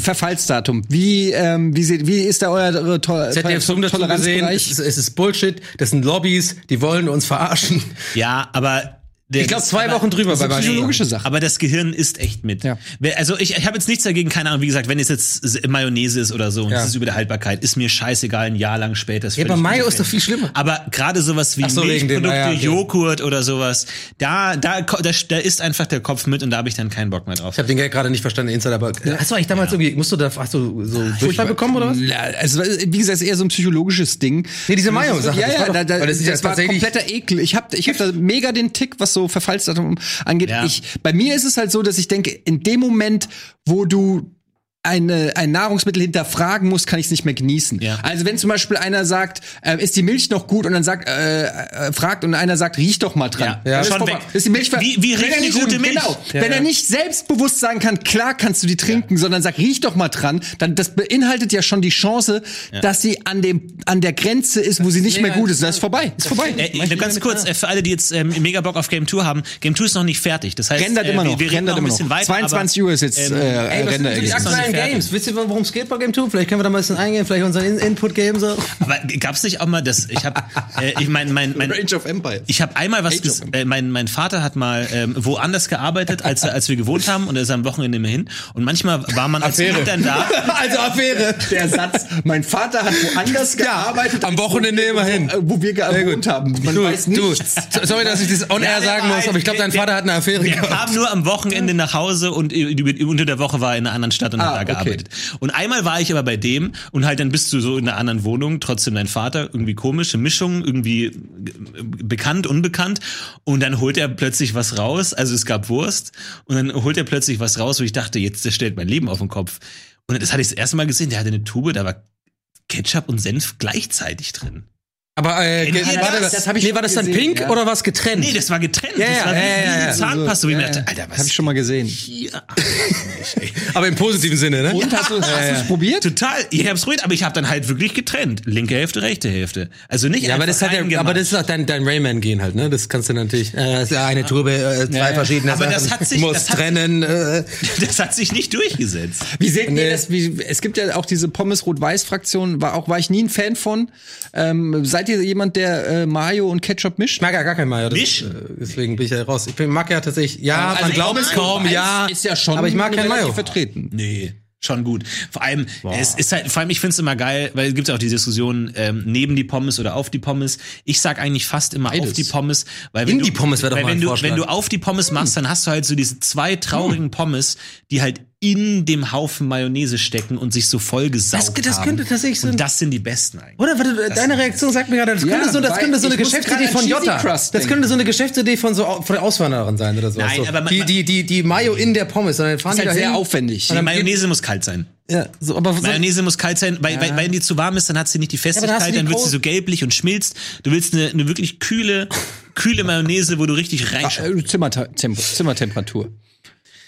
S1: Verfallsdatum. Wie, ähm, wie, seht, wie ist da euer äh, to
S3: ZDF Zoom dazu gesehen, es, es ist Bullshit, das sind Lobbys, die wollen uns verarschen.
S4: Ja, aber der,
S3: Ich glaube,
S4: das-
S3: zwei
S4: aber-
S3: Wochen drüber bei Mayonnaise.
S1: Psychologische Sache.
S4: Aber das Gehirn ist echt mit.
S1: Ja.
S4: Wer- Also ich, ich habe jetzt nichts dagegen, keine Ahnung, wie gesagt, wenn es jetzt Mayonnaise ist oder so und
S3: Ja.
S4: es ist über der Haltbarkeit, ist mir scheißegal, ein Jahr lang später.
S3: Ja, aber
S4: völlig
S3: Mayo ist
S4: unfair.
S3: doch viel schlimmer.
S4: Aber gerade sowas wie
S3: Ach so, wegen dem,
S4: Milchprodukte,
S3: ah ja, okay.
S4: Joghurt oder sowas, da, da, ko- da, da ist einfach der Kopf mit und da habe ich dann keinen Bock mehr drauf.
S3: Ich habe den Gag gerade nicht verstanden, Insider, aber äh, Ah, hast du eigentlich damals irgendwie, musst du da, hast du so Durchfall bekommen oder was?
S1: Ja, also, wie gesagt, es ist eher so ein psychologisches Ding.
S3: Nee, diese Mayo-Sache,
S1: Ja,
S3: das war
S1: ja,
S3: doch-
S1: da, da,
S3: weil
S1: das,
S3: das ist ja
S1: war
S3: tatsächlich-
S1: kompletter Ekel. Ich habe ich hab da mega den Tick, was so Verfallsdatum angeht.
S4: Ja.
S1: Ich, bei mir ist es halt so, dass ich denke, in dem Moment, wo du eine, ein Nahrungsmittel hinterfragen musst, kann ich es nicht mehr genießen.
S4: Ja.
S1: Also wenn zum Beispiel einer sagt, äh, ist die Milch noch gut und dann sagt, äh, äh, fragt und einer sagt, riech doch mal dran.
S4: Ja,
S1: Dann ist
S4: schon
S1: vorbei.
S4: weg.
S1: Ist die Milch ver-
S4: Wie- wie
S1: Wenn
S4: riecht
S1: er
S4: eine
S1: nicht-
S4: gute Milch?
S1: Genau.
S4: Ja,
S1: wenn
S4: ja.
S1: er nicht selbstbewusst sagen kann, klar kannst du die trinken, sondern sag, riech doch mal dran, dann das beinhaltet ja schon die Chance, dass sie an dem an der Grenze ist, wo sie nicht mehr gut ist. Dann ist vorbei. Ist vorbei.
S4: Äh, ganz kurz, äh, für alle, die jetzt ähm, mega Bock auf Game Tour haben, Game Tour ist noch nicht fertig. Das heißt,
S1: Rendert
S4: äh,
S1: immer noch.
S4: wir, wir reden
S1: Rendert
S4: noch ein
S1: immer
S4: bisschen
S1: noch.
S4: weiter.
S1: 22
S4: aber,
S1: Uhr ist jetzt
S4: ähm,
S1: äh,
S3: Ey, was sind
S1: Render.
S3: denn die
S1: ergebnis.
S4: noch nicht
S3: aktuellen
S4: fertig.
S3: Games? Wisst ihr, worum es geht bei Game 2? Vielleicht können wir da mal ein bisschen eingehen, vielleicht unseren In Input geben. So.
S4: Aber gab's nicht auch mal das? Ich habe, äh, ich mein, mein, mein,
S1: Range of Empires.
S4: ich habe einmal was.
S1: Age
S4: ges- Äh, mein, mein Vater hat mal ähm, woanders gearbeitet, als er- als wir gewohnt haben, und er ist am Wochenende immer hin. Und manchmal war man als
S5: Affäre.
S4: Kind dann da.
S3: also Affäre.
S1: Der Satz, mein Vater hat woanders gearbeitet,
S5: Am Wochenende immerhin.
S1: äh, wo wir gewohnt haben. Man
S3: Du,
S1: weiß
S3: du,
S1: nichts.
S3: so- sorry, dass ich das on
S4: Ja,
S3: air
S4: der
S3: sagen
S4: war
S3: muss,
S4: ein-
S3: aber ich glaube, dein
S4: der-
S3: Vater hat eine Affäre
S4: Er
S3: gehabt.
S4: kam nur am Wochenende nach Hause und äh, über- unter der Woche war er in einer anderen Stadt und
S1: Ah,
S4: hat da
S1: okay.
S4: gearbeitet. Und einmal war ich aber bei dem und halt dann bist du so in einer anderen Wohnung, trotzdem dein Vater, irgendwie komische Mischung, irgendwie äh, bekannt, unbekannt. Und dann holt er plötzlich was raus, also es gab Wurst und dann holt er plötzlich was raus, wo ich dachte, jetzt das stellt mein Leben auf den Kopf. Und das hatte ich das erste Mal gesehen, der hatte eine Tube, da war Ketchup und Senf gleichzeitig drin.
S3: Aber äh, ge-
S4: Kennt ihr
S3: warte,
S4: das?
S3: das
S1: Das hab ich
S3: nee, war das dann
S1: gesehen,
S3: pink
S1: ja.
S3: oder was getrennt?
S4: Nee, das war getrennt.
S3: Ja,
S4: das
S3: ja,
S4: war wie,
S3: ja, ja,
S4: wie eine
S3: ja.
S4: Zahnpasta, wo ich
S1: Ja,
S4: mir dachte,
S1: ja.
S4: Alter, was
S1: Hab ich schon mal gesehen.
S4: hier?
S3: aber im positiven Sinne, ne?
S1: Und hast du es probiert?
S4: Total, ich hab's ruhig, aber ich habe dann halt wirklich getrennt. Linke Hälfte, rechte Hälfte. Also nicht
S3: Ja, aber das,
S4: einfach
S3: hat ja,
S4: reingemacht.
S3: aber das ist auch dein, dein Rayman-Gen halt, ne? Das kannst du natürlich. Äh, das ist ja eine Turbe, äh, zwei verschiedene
S4: Aber das
S3: Sachen.
S4: hat sich-
S3: muss
S4: das hat-
S3: trennen. Äh,
S4: das hat sich nicht durchgesetzt.
S1: Wie seht
S3: Nee.
S1: ihr das? Wie, es gibt ja auch diese Pommes Rot-Weiß-Fraktion, war, auch, war ich nie ein Fan von. Ähm, seid ihr jemand, der äh, Mayo und Ketchup mischt?
S3: ich mag ja gar kein Mayo. das-
S4: Misch?
S3: äh, Deswegen bin ich ja raus. Ich bin, mag ja tatsächlich. Ja,
S1: Also
S3: man
S1: ich
S3: glaubt es
S1: mag
S3: kaum.
S1: Rot-Weiß,
S3: Ja,
S1: ist ja schon
S3: Aber ich mag kein
S1: relativ
S3: Mayo.
S1: vertreten.
S4: Nee, schon gut. Vor allem, es ist halt, vor allem, ich find's immer geil, weil es gibt ja auch die Diskussion ähm, neben die Pommes oder auf die Pommes. Ich sag eigentlich fast immer auf
S1: Beides.
S4: die Pommes, weil wenn
S3: In
S4: du,
S3: die Pommes wär doch
S4: weil
S3: mal
S4: wenn
S3: ein
S4: du,
S3: Vorschlag. Hm.
S4: wenn du auf die Pommes machst, dann hast du halt so diese zwei traurigen Pommes, die halt in dem Haufen Mayonnaise stecken und sich so voll
S3: Das,
S4: gesaugt
S3: das
S4: haben.
S3: könnte tatsächlich so
S4: und
S3: ein.
S4: das sind die besten eigentlich.
S3: Oder warte, deine Reaktion sagt mir gerade, das könnte
S1: Ja,
S3: so, das
S1: weil
S3: könnte so eine
S1: ich musste
S3: Geschäftsidee
S1: gerade an
S3: von
S1: Cheesy
S3: Jota.
S1: Crust
S3: Das
S1: denken.
S3: könnte so eine Geschäftsidee von so Au- von Auswanderern sein oder so.
S4: Nein,
S3: so.
S4: aber man-
S3: die,
S4: man-
S3: die, die, die Mayo in der Pommes, sondern fahren
S1: Ist
S3: die
S1: halt
S3: dahin.
S1: sehr aufwendig.
S3: Und
S4: Die
S3: dann-
S4: Mayonnaise muss kalt sein.
S3: Ja, so, aber so,
S4: Mayonnaise Äh, muss kalt sein, weil, weil wenn die zu warm ist, dann hat sie nicht die
S3: dann
S4: Festigkeit,
S3: hast du die
S4: dann wird sie
S3: groß-
S4: so gelblich und schmilzt. Du willst eine, eine wirklich kühle, kühle Mayonnaise, wo du richtig reinschaust.
S1: Äh, Zimmerta- Tem- Zimmertemperatur.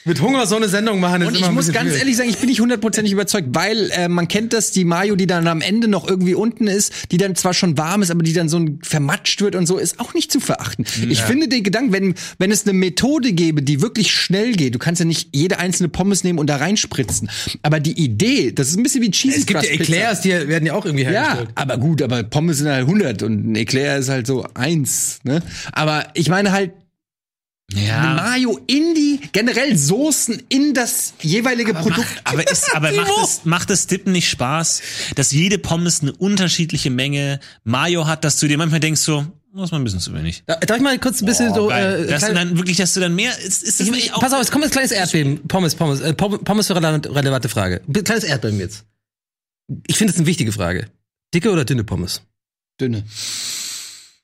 S3: mit Hunger so eine Sendung machen, ist
S1: Und
S3: immer
S1: ich
S3: ein
S1: muss
S3: bisschen
S1: ganz
S3: viel.
S1: ehrlich sagen, ich bin nicht hundertprozentig überzeugt, weil äh, man kennt das, die Mayo, die dann am Ende noch irgendwie unten ist, die dann zwar schon warm ist, aber die dann so ein, vermatscht wird und so, ist auch nicht zu verachten.
S3: Mhm.
S1: Ich finde den Gedanken, wenn, wenn es eine Methode gäbe, die wirklich schnell geht, du kannst ja nicht jede einzelne Pommes nehmen und da reinspritzen, aber die Idee, das ist ein bisschen wie Cheesy
S3: Es gibt ja
S1: Crust Pizza.
S3: Eclairs, die werden ja auch irgendwie
S1: Ja,
S3: hergestellt.
S1: aber gut, aber Pommes sind halt 100 und ein Eclair ist halt so eins, ne? Aber ich meine halt,
S3: Ah, äh,
S4: Ah.
S1: eine Mayo in die, generell Soßen in das jeweilige Produkt.
S4: Aber, ist, aber macht, es, macht es Dippen nicht Spaß, dass jede Pommes eine unterschiedliche Menge Mayo hat, dass du dir manchmal denkst so, das ist mal ein bisschen zu wenig.
S3: Ja. Darf ich mal kurz ein bisschen so. Äh,
S4: Geil. dass du
S3: kleine-
S4: dann wirklich, dass du dann mehr, ist, ist das
S3: ich,
S4: nicht auch,
S3: pass auf, es kommt jetzt ein kleines Erdbeben. Pommes, Pommes, äh, Pom- Pommes für relevant- relevante Frage. Ein Kleines Erdbeben jetzt. Ich finde es eine wichtige Frage. Dicke oder dünne Pommes?
S1: Dünne.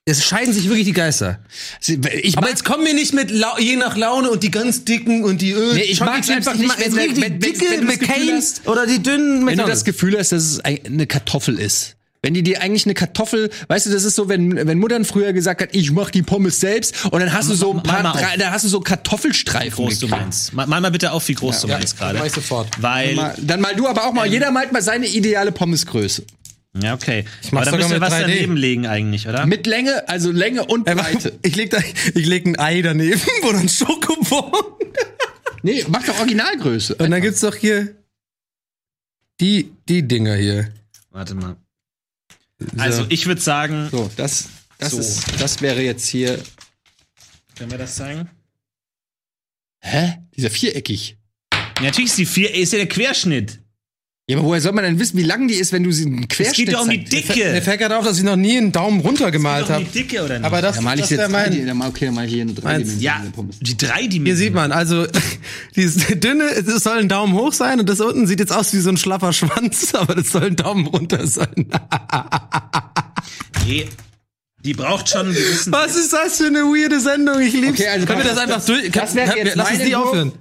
S3: Es scheiden sich wirklich die Geister.
S1: Ich
S3: Aber jetzt kommen wir nicht mit Lau je nach Laune und die ganz dicken und die äh, öl.
S1: Nee, ich mag's einfach nicht,
S3: wenn,
S1: wenn-
S3: die
S1: wenn- wenn-
S3: dicke
S1: wenn du das Gefühl
S3: McCains oder die dünnen
S1: wenn du
S4: genau
S1: das
S3: McDonald's.
S1: Gefühl hast, dass es ein- eine Kartoffel ist. Wenn die dir eigentlich eine Kartoffel, weißt du, das ist so, wenn, wenn Mutter früher gesagt hat, ich mach die Pommes selbst und dann hast du so ein
S4: Mach
S1: paar,
S4: mal auf.
S1: drei, da hast du so Kartoffelstreifen.
S4: groß du
S1: gekriegt.
S4: meinst. Mal, mal mal bitte auf, wie groß du
S3: Ja,
S4: meinst
S3: das
S4: gerade.
S3: mach ich sofort.
S4: Weil,
S1: Mal- Dann mal du, aber auch
S4: Ähm.
S1: mal, jeder malt mal seine ideale Pommesgröße.
S4: ja, okay. Ich
S3: mach's
S4: aber da
S3: sogar
S4: müssen wir
S3: mit
S4: was
S3: 3D.
S4: daneben legen eigentlich, oder?
S1: Mit Länge, also Länge und
S3: Äh,
S1: Breite.
S3: warte, Ich leg da, ich leg ein Ei daneben oder ein Schokobon.
S1: Nee, mach doch Originalgröße.
S3: Und dann gibt's doch hier die, die Dinger hier.
S4: Warte mal. Also ich würde sagen,
S1: So, das, das,
S4: So.
S1: Ist, das wäre jetzt hier
S4: Können wir das zeigen?
S1: Hä? Dieser viereckig.
S4: Ja, natürlich ist die vier, ist ja der Querschnitt.
S1: Ja, aber woher soll man denn wissen, wie lang die ist, wenn du sie einen
S4: Es geht
S1: Querschnitt
S4: doch um die
S1: zeigst?
S3: Mir
S4: Dicke.
S3: fällt gerade auf, dass ich noch nie einen Daumen runter gemalt
S4: Doch um
S3: habe.
S4: die Dicke oder nicht?
S3: Aber das,
S1: Da mal ich
S3: das wär
S1: jetzt
S3: mein,
S1: drei, da mal, okay, dann mal ich hier eine
S4: ja,
S1: dreidimensionale Pommes.
S4: die drei, die
S3: Hier sieht man, also dieses dünne, es soll ein Daumen hoch sein und das unten sieht jetzt aus wie so ein schlapper Schwanz, aber das soll ein Daumen runter sein.
S4: Nee, die braucht schon einen gewissen.
S3: Was ist das für eine weirde Sendung? Ich lieb's.
S1: Okay, also
S3: können wir
S1: das-
S3: das einfach durch?
S1: das wäre
S3: können wir-
S1: jetzt
S3: lass uns
S1: mein
S3: die
S1: Entwurf.
S3: aufhören.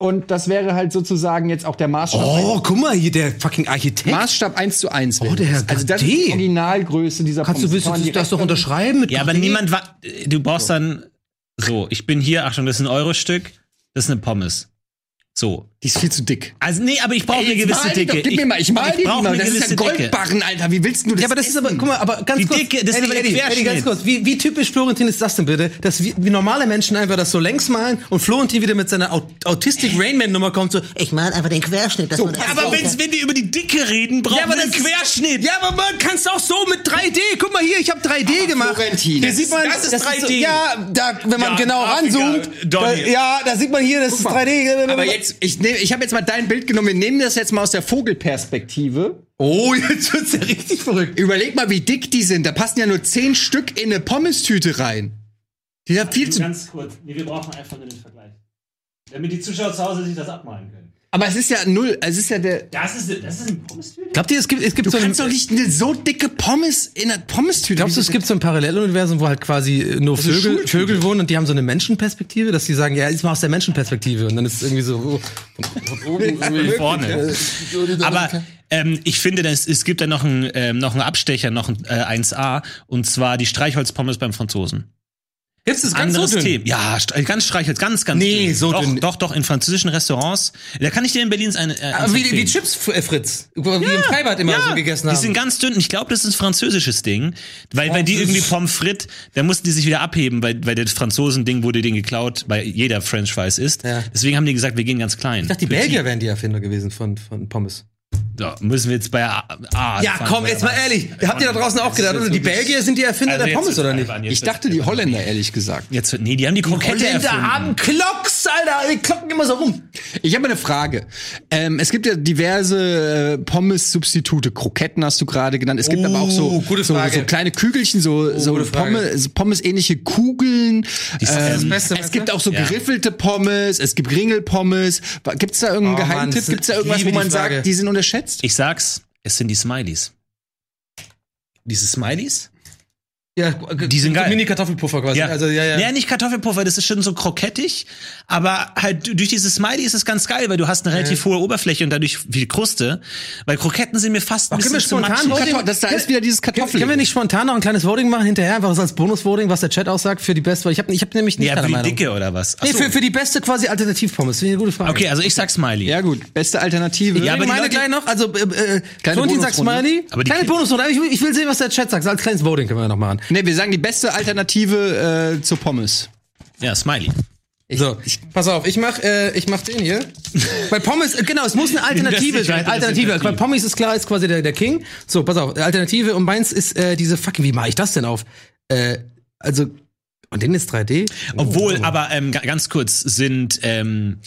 S1: Und das wäre halt sozusagen jetzt auch der Maßstab.
S3: Oh, guck mal hier, der fucking Architekt.
S1: Maßstab 1 zu 1. wäre
S3: der
S1: das.
S3: Herr
S1: Also das
S3: Gade.
S1: ist die Originalgröße dieser
S3: Kannst du,
S1: Pommes.
S3: willst
S1: Kann
S3: du
S1: man
S3: das
S1: direkt-
S3: doch unterschreiben? Mit
S4: Ja, aber
S3: Kopie?
S4: niemand war. Du brauchst dann. So, ich bin hier. Achtung, das ist ein Euro-Stück. Das ist eine Pommes. So.
S1: Die ist viel zu dick.
S4: Also, nee, aber ich brauche eine
S1: Jetzt
S4: gewisse
S1: mal die
S4: Dicke.
S1: Doch, gib mir mal, ich mal die
S4: brauch
S1: mal.
S4: eine
S1: Das ist
S4: gewisse
S1: ja Goldbarren, Alter. Wie willst du das?
S3: Ja, aber das ist aber, guck mal, aber ganz
S4: Die
S3: kurz.
S4: Dicke, das ist aber der
S3: Eddie, ganz
S4: Querschnitt.
S3: kurz. Wie, wie typisch Florentin ist das denn bitte? Dass wir, wie normale Menschen einfach das so längs malen und Florentin wieder mit seiner Aut Autistic Rainman-Nummer kommt, so, ich mal einfach den Querschnitt. Dass man das
S4: Aber wenn's, wenn wir über die Dicke reden, brauchen
S3: Ja, aber
S4: wir einen
S3: das ist-
S4: Querschnitt.
S3: Ja, aber man kannst auch so mit 3D. Guck mal hier, ich habe 3D gemacht.
S1: Florentin,
S3: Hier
S1: das
S3: sieht man,
S4: das ist
S3: so-
S4: 3D.
S3: ja, da, wenn man
S4: Ja,
S3: genau
S4: Grafiker,
S3: ranzoomt, da,
S4: Donny.
S3: ja, da sieht man hier, das ist 3D.
S1: aber jetzt, ich, nehm, ich habe jetzt mal dein Bild genommen. Wir nehmen das jetzt mal aus der Vogelperspektive.
S3: oh, jetzt wird's ja richtig verrückt.
S1: Überleg mal, wie dick die sind. Da passen ja nur 10 Stück in eine Pommes-Tüte rein. Die sind viel zu.
S4: Ganz kurz. Nee, wir brauchen einfach nur den Vergleich. Damit die Zuschauer zu Hause sich das abmalen können.
S1: Aber es ist ja null. Es ist ja der.
S4: Das ist, das ist ein pommes
S3: Glaubt ihr, es gibt, es gibt so
S1: Du
S3: ein,
S1: kannst doch nicht eine so dicke Pommes in einer Pommes-Tüte.
S3: Glaubst du, es gibt so ein Paralleluniversum, wo halt quasi äh, nur Vögel,
S1: Schultüte.
S3: Vögel wohnen und die haben so eine Menschenperspektive, dass die sagen, ja, jetzt mal aus der Menschenperspektive und dann ist es irgendwie so. Oh.
S4: vorne. Aber ähm, ich finde, das, es gibt da noch einen, ähm, noch einen Abstecher, noch ein äh, 1a, und zwar die Streichholzpommes beim Franzosen.
S3: Jetzt ist
S4: Anderes Thema. Ja, stre- ganz Streichholz, ganz, ganz
S3: Nee,
S4: dünn.
S3: so
S4: doch,
S3: dünn.
S4: Doch, doch, in französischen Restaurants. Da kann ich dir in Berlin ein. Äh,
S3: Aber wie, wie
S4: empfehlen.
S3: Chips, Fr- äh, Fritz. Wie im Freibad immer so gegessen
S4: Die sind
S3: haben.
S4: ganz dünn. Ich glaube, das ist ein französisches Ding. Weil bei die irgendwie Pommes frites, da mussten die sich wieder abheben, weil, weil das Franzosen-Ding wurde denen geklaut, weil jeder French Fries ist.
S3: Ja.
S4: Deswegen haben die gesagt, wir gehen ganz klein.
S3: Ich dachte, die Belgier wären die Erfinder gewesen von, von Pommes.
S4: So, müssen wir jetzt bei A. A
S3: Ja,
S4: anfangen,
S3: komm,
S4: oder
S3: jetzt mal
S4: was?
S3: ehrlich. Habt ihr da draußen auch gedacht, oder? Die Belgier sind die Erfinder
S4: Also
S3: der
S4: jetzt
S3: Pommes,
S4: wird's
S3: oder nicht?
S4: albern, jetzt
S1: Ich
S4: wird's-
S1: dachte, die Holländer, ehrlich gesagt.
S4: Jetzt, wird- nee, die haben die Krokette erfunden.
S3: Klocks, Alter. Die klocken immer so rum.
S1: Ich habe eine Frage. Ähm, es gibt ja diverse äh, Pommes-Substitute. Kroketten hast du gerade genannt. Es gibt
S3: Oh,
S1: aber auch so,
S3: gute
S1: so,
S3: Frage. Oh,
S1: so kleine Kügelchen, so, so
S3: gute Frage.
S1: Pommes- Pommes-ähnliche Kugeln.
S4: das
S1: Ähm,
S3: Beste,
S1: es
S3: meinst
S1: gibt
S3: du?
S1: auch so
S4: Ja.
S1: geriffelte Pommes, es gibt Ringelpommes. Wa- Gibt's da irgendeinen
S3: Oh, Mann,
S1: Geheimtipp?
S3: das-
S1: Gibt's da
S3: ich
S1: irgendwas, wo
S3: liebe die
S1: man
S3: Frage.
S1: sagt, die sind unterschätzt?
S4: Ich sag's, es sind die Smileys. Diese Smileys?
S3: Ja,
S4: Die sind geil.
S3: Mini-Kartoffelpuffer quasi. Also, ja, ja.
S4: nicht Kartoffelpuffer, das ist schon so krokettig, aber halt durch diese Smiley ist es ganz geil, weil du hast eine relativ hohe Oberfläche und dadurch viel Kruste, weil Kroketten sind mir fast ein
S3: können
S4: bisschen
S3: wir
S4: zu
S3: spontan
S4: matschig.
S3: Voting-
S1: Kartoffel- das, da ist wieder dieses Kartoffel.
S3: Können wir nicht spontan noch ein kleines Voting machen hinterher, einfach was als Bonus-Voting, was der Chat aussagt für die beste, weil ich habe ich hab nämlich nicht
S4: Ja,
S3: keine
S4: für die
S3: Meinung.
S4: Dicke oder was? Ach
S3: Nee,
S4: so.
S3: für, für die beste quasi Alternativpommes. Finde ich eine gute Frage.
S4: okay, also ich sag Smiley.
S1: Ja gut, beste Alternative.
S4: Ja,
S3: Aber
S4: aber die
S3: meine
S4: Leute-
S3: gleich noch, also äh, äh, Florentin sagt
S1: Bonusrunde.
S3: Smiley.
S4: Aber die
S3: Kleine
S4: Kinder-
S3: Bonusrunde, aber ich, will- ich will sehen, was der Chat sagt. Also, Als kleines Voting können wir noch machen.
S1: nee, wir sagen die beste Alternative äh, zur Pommes.
S4: Ja, Smiley.
S3: so, pass auf, ich mach, äh, ich mach den hier. Bei Pommes, äh, genau, es muss eine Alternative
S4: nicht
S3: sein.
S4: weiter, das
S3: Alternative.
S4: ist
S3: Bei Pommes ist klar, ist quasi der, der King. So, pass auf, Alternative und meins ist äh, diese fucking, wie mache ich das denn auf? Äh, also, und den ist 3D.
S4: Obwohl,
S3: Oh.
S4: aber ähm, ga- ganz kurz sind ähm,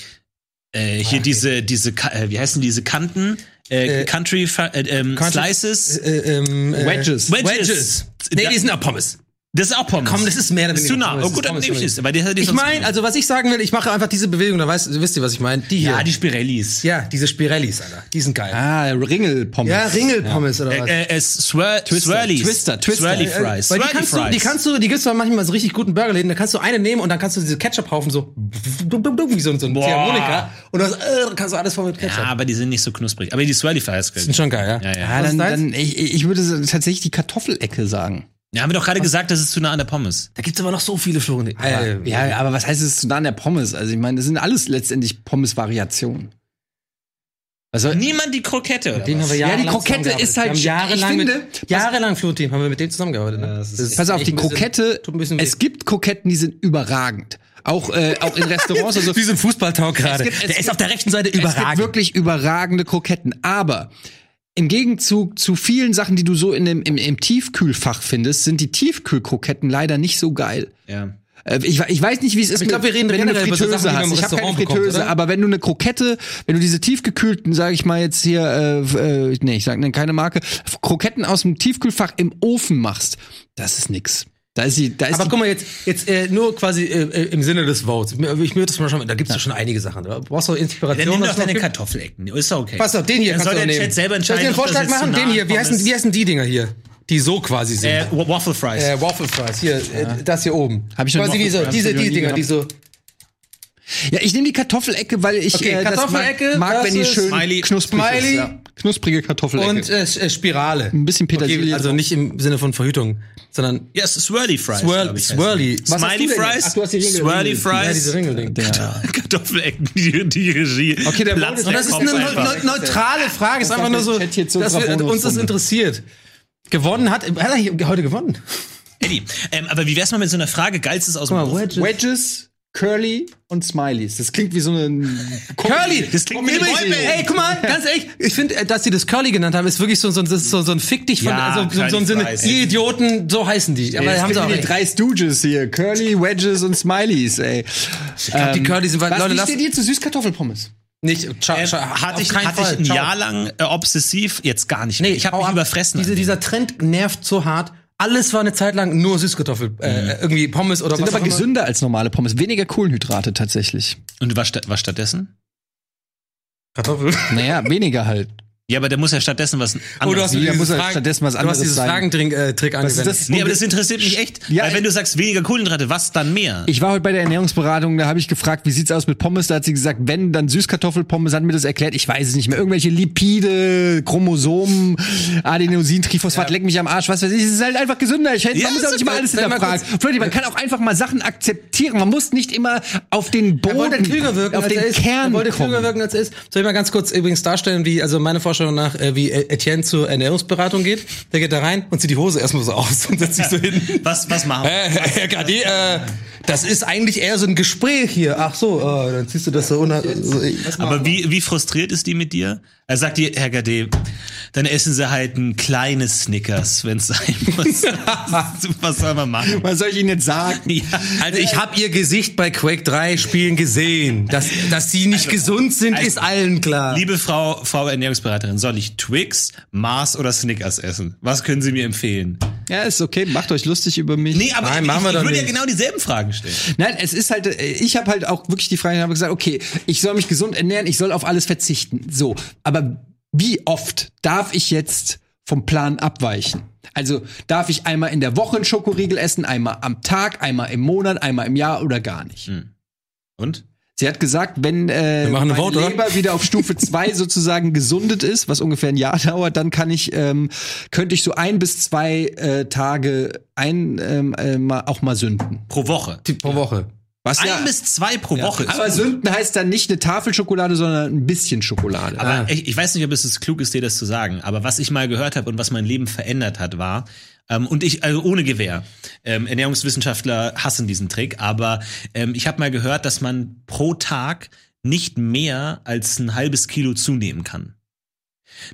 S4: äh,
S3: Ah,
S4: hier diese diese Ka- äh, wie heißen diese Kanten äh, Country, Fa- äh, ähm,
S3: Country-
S4: Slices.
S3: Äh, ähm, äh,
S1: Wedges.
S4: Wedges.
S3: Nee, die sind auch Pommes.
S4: Das ist auch Pommes.
S3: Komm, das ist mehr oder
S4: Ist zu
S3: weniger
S4: nah.
S3: Pommes.
S4: Oh
S3: Das ist
S4: gut, dann
S3: Pommes,
S4: nehme ich
S3: Pommes.
S4: das. Weil die, die
S3: Ich
S4: sonst-
S3: meine, also was ich sagen will, ich mache einfach diese Bewegung, da weißt, wisst ihr, was ich meine. Die hier.
S4: ja, die Spirellis.
S3: Ja, diese Spirellis, Alter. Die sind geil.
S1: Ah, Ringelpommes.
S3: Ja, Ringelpommes oder was?
S4: Äh, äh, es Swir Swirlies.
S1: Twister, Twister.
S4: Swirly Fries.
S3: Äh, Weil die
S4: Swirly
S3: kannst, du,
S4: Fries.
S3: die kannst du, die gibt's doch manchmal so richtig guten Burgerläden, da kannst du eine nehmen und dann kannst du diese Ketchup-Haufen so, wie so, so ein
S4: Boah.
S3: Ziehharmonika und dann äh, kannst du alles voll mit Ketchup.
S4: ja, aber die sind nicht so knusprig. Aber die Swirly Fries können.
S3: Sind schon geil, ja?
S4: Ja, ja.
S1: Ah,
S3: Was
S1: dann,
S3: ist deins?
S1: dann, ich, ich würde so tatsächlich die Kartoffelecke sagen.
S4: Ja, haben wir doch gerade gesagt, das ist zu nah an der Pommes.
S3: Da gibt's aber noch so viele Floren. Äh,
S1: Aber, ja, aber was heißt es zu nah an der Pommes? Also ich meine, das sind alles letztendlich Pommes-Variationen. Also
S4: Niemand die Krokette, oder?
S3: den haben wir
S1: Ja, die
S3: jahrelang
S1: Krokette
S3: zusammengearbeitet.
S1: ist halt
S3: Wir haben
S1: sch- ich
S3: jahrelang
S1: finde-
S3: mit, jahrelang Florentin haben wir mit dem zusammengearbeitet. Ne? Das ist
S1: pass auf,
S3: echt
S1: die
S3: ein bisschen-
S1: Krokette,
S3: tut ein bisschen weh.
S1: es gibt Kroketten, die sind überragend. Auch, äh, auch in Restaurants. Also,
S3: Wie so ein Fußballtalk gerade.
S1: gibt- es
S3: Der ist
S1: gibt-
S3: auf der rechten Seite
S1: Es gibt
S3: überragend.
S1: wirklich überragende Kroketten. Aber im Gegenzug zu vielen Sachen, die du so in dem, im, im Tiefkühlfach findest, sind die Tiefkühlkroketten leider nicht so geil.
S4: Ja.
S1: Äh, Ich, we- ich weiß nicht, wie es ist.
S3: ich glaub,
S1: mit-
S3: wir reden
S1: wenn du eine
S3: generell über so
S1: Fritteuse
S3: Sachen, die man im
S1: hast. Ich habe keine
S3: Restaurant bekommt,
S1: Fritteuse,
S3: oder?
S1: aber wenn du eine Krokette, wenn du diese tiefgekühlten, sage ich mal jetzt hier, äh, äh, nee, ich sage keine Marke, Kroketten aus dem Tiefkühlfach im Ofen machst, das ist nix. Da ist sie, da ist
S3: Aber
S1: die,
S3: guck mal, jetzt, jetzt äh, nur quasi äh, äh, im Sinne des Votes. Ich möchte das mal schauen, da gibt es ja. schon einige Sachen. Da brauchst du Inspiration.
S4: Dann nimm
S3: was
S4: doch
S3: es noch
S4: deine
S3: gibt.
S4: Kartoffelecken. Ist doch okay.
S3: Pass auf, den hier
S4: Dann
S3: kannst
S4: soll
S3: du
S4: der
S3: auch nehmen.
S4: Chat selber entscheiden.
S3: Soll ich den
S4: ob das
S3: Vorschlag
S4: jetzt zu
S3: machen?
S4: nah
S3: Den hier. Wie
S4: ankommen
S3: heißen,
S4: ist.
S3: wie heißen die Dinger hier? Die so quasi sind.
S4: Äh, Wa- Waffle Fries.
S3: Äh, Waffle Fries, hier, äh, das hier oben.
S1: Hab ich noch
S3: quasi
S1: nie-
S3: wie so,
S1: hab ich
S3: diese,
S1: noch nie
S3: diese Dinger,
S1: gehabt.
S3: die so.
S1: ja, ich nehme die Kartoffelecke, weil ich äh,
S3: Okay, Kartoffelecke
S1: das mag, mag wenn die
S3: versus
S1: schön
S4: Smiley.
S1: knusprig ist.
S3: Smiley.
S1: Ja. Knusprige Kartoffelecke.
S3: Und äh, Sch- äh, Spirale. Ein
S1: bisschen Petersilie
S3: Okay, also
S1: drauf.
S3: nicht im Sinne von Verhütung, sondern
S4: Ja, es ist Swirly Fries. glaub
S3: Swirl,
S4: ich,
S3: Swirly.
S4: heißt die. Smiley
S1: denn jetzt?
S4: Fries.
S1: Ach, du hast die Ringel-
S4: Swirly
S1: Ringel-
S3: Ja,
S4: Fries.
S3: diese Ringelding.
S4: Kartoffelecken, die, die Regie.
S1: Okay, der
S4: Platzt
S1: Boden-
S3: Und das ist
S4: Kopf
S3: eine neu-
S4: einfach.
S3: neu- neutrale Frage. Es ist einfach nur so,
S1: Chat hier
S3: dass
S1: zu unserer
S3: wir, uns das
S1: Bonusrunde.
S3: interessiert. Gewonnen hat, hat er hier heute gewonnen?
S4: Eddie, ähm, aber wie wär's mal mit so einer Frage? Geilstes aus dem Ofen?
S1: Wedges, Curly und Smileys. Das klingt wie so eine
S3: Curly!
S4: Das klingt wie eine
S3: Übrigens,
S4: Boyband.
S3: Ey, guck mal, ganz ehrlich, ich finde, äh, dass sie das Curly genannt haben, ist wirklich so, so, das ist so, so ein Fick dich von,
S4: Ja,
S3: also, so, so
S4: Curly
S3: ein Sinne,
S4: Fries.
S3: ihr Idioten, so heißen die. Aber
S1: Jetzt
S3: haben sie auch
S1: kriegen die
S3: recht.
S1: drei Stooges hier. Curly, Wedges und Smileys, ey. Ich
S3: glaub, die Curly sind- Leute,
S1: Leute,
S3: lasst-
S1: was steht ihr zu Süßkartoffelpommes?
S3: Nicht, schau,
S4: Ähm,
S3: schau, Äh,
S4: hatte
S3: auf
S4: ich,
S3: keinen
S4: hatte ich
S3: Fall.
S4: ein
S3: Schau.
S4: Jahr lang äh, obsessiv, jetzt gar nicht.
S3: Nee,
S4: Mehr. ich habe
S3: hau
S4: mich
S3: ab.
S4: überfressen.
S3: Diese,
S4: an denen.
S3: dieser Trend nervt so hart. Alles war eine Zeit lang nur Süßkartoffel,
S4: Mhm.
S3: äh, irgendwie Pommes oder
S1: Sind
S3: was
S1: aber
S3: auch immer.
S1: gesünder als normale Pommes. Weniger Kohlenhydrate tatsächlich.
S4: Und was, sta- was stattdessen?
S3: Kartoffel.
S1: Naja, weniger halt.
S4: Ja, aber der muss ja stattdessen was
S3: Oh, du
S4: anderes.
S3: hast mir
S1: Ja,
S3: dieses
S1: muss er
S3: Fragen-
S1: stattdessen was
S3: Du hast
S1: anderes
S3: dieses
S1: sagen.
S3: Fragentrick-Trick
S1: Was ist
S3: angewendet.
S1: das?
S4: nee, aber das interessiert mich echt.
S1: Ja,
S4: weil
S3: äh,
S4: wenn du sagst, weniger Kohlenhydrate, was dann mehr?
S1: Ich war heute bei der Ernährungsberatung, da habe ich gefragt, wie sieht's aus mit Pommes? Da hat sie gesagt, wenn, dann Süßkartoffelpommes, hat mir das erklärt. Ich weiß es nicht mehr. Irgendwelche Lipide, Chromosomen, Adenosin, Triphosphat, leck mich am Arsch, was weiß ich. Es ist halt einfach gesünder. Ich hätte,
S4: Ja,
S1: man muss auch
S4: so-
S1: nicht mal alles
S3: sei mal
S1: hinterfragen. Flirty, man kann auch einfach mal Sachen akzeptieren. Man muss nicht immer auf den
S3: Er wollte
S1: Boden,
S3: klüger wirken,
S1: auf
S3: als
S1: den
S3: er ist.
S1: Kern
S3: er wollte
S1: kommen.
S3: klüger wirken, als er ist. Soll ich mal ganz kurz übrigens darstellen, wie, also meine Vorstellung nach, äh, wie äh, Etienne zur Ernährungsberatung geht. Der geht da rein und zieht die Hose erstmal so aus und setzt sich so hin.
S4: Was, was machen wir?
S3: Äh, Herr Gadi, äh, das ist eigentlich eher so ein Gespräch hier. Ach so, äh, dann ziehst du das so unter. So, ich-
S4: Aber wie, wie frustriert ist die mit dir? Er sagt dir, Herr Gade, dann essen sie halt ein kleines Snickers, wenn's sein muss. was soll man machen?
S1: Was soll ich Ihnen jetzt sagen?
S4: Ja.
S3: Also ich habe ihr Gesicht bei Quake 3 Spielen gesehen. Dass, dass sie nicht gesund sind,
S4: also-
S3: ist allen klar.
S4: Liebe Frau, Frau Ernährungsberaterin, soll ich Twix, Mars oder Snickers essen? Was können Sie mir empfehlen?
S1: Ja, ist okay, macht euch lustig über mich.
S4: Nee, aber
S3: Nein,
S4: ich,
S3: machen wir
S4: ich,
S3: doch
S4: ich würde ja
S3: nicht.
S4: genau dieselben Fragen stellen.
S1: Nein, es ist halt, äh, ich habe halt auch wirklich die Frage, ich habe gesagt, okay, ich soll mich gesund ernähren, ich soll auf alles verzichten. So, aber wie oft darf ich jetzt vom Plan abweichen? Also darf ich einmal in der Woche einen Schokoriegel essen, einmal am Tag, einmal im Monat, einmal im Jahr oder gar nicht?
S4: Und?
S1: Sie hat gesagt, wenn äh,
S3: Hm. Wir machen eine
S1: meine
S3: Vote, oder?
S1: Leber wieder auf Stufe 2 sozusagen gesundet ist, was ungefähr ein Jahr dauert, dann kann ich, ähm, könnte ich so ein bis zwei äh, Tage ein, ähm, äh, mal, auch mal sünden.
S4: Pro Woche.
S3: Pro Woche.
S1: Was ja-
S4: Ein bis zwei pro Woche.
S1: aber Sünden heißt dann nicht eine Tafel Schokolade, sondern ein bisschen Schokolade.
S4: Aber ich, ich weiß nicht, ob es jetzt klug ist, dir das zu sagen, aber was ich mal gehört habe und was mein Leben verändert hat, war, ähm, und ich, also ohne Gewehr, ähm, Ernährungswissenschaftler hassen diesen Trick, aber ähm, ich habe mal gehört, dass man pro Tag nicht mehr als ein halbes Kilo zunehmen kann.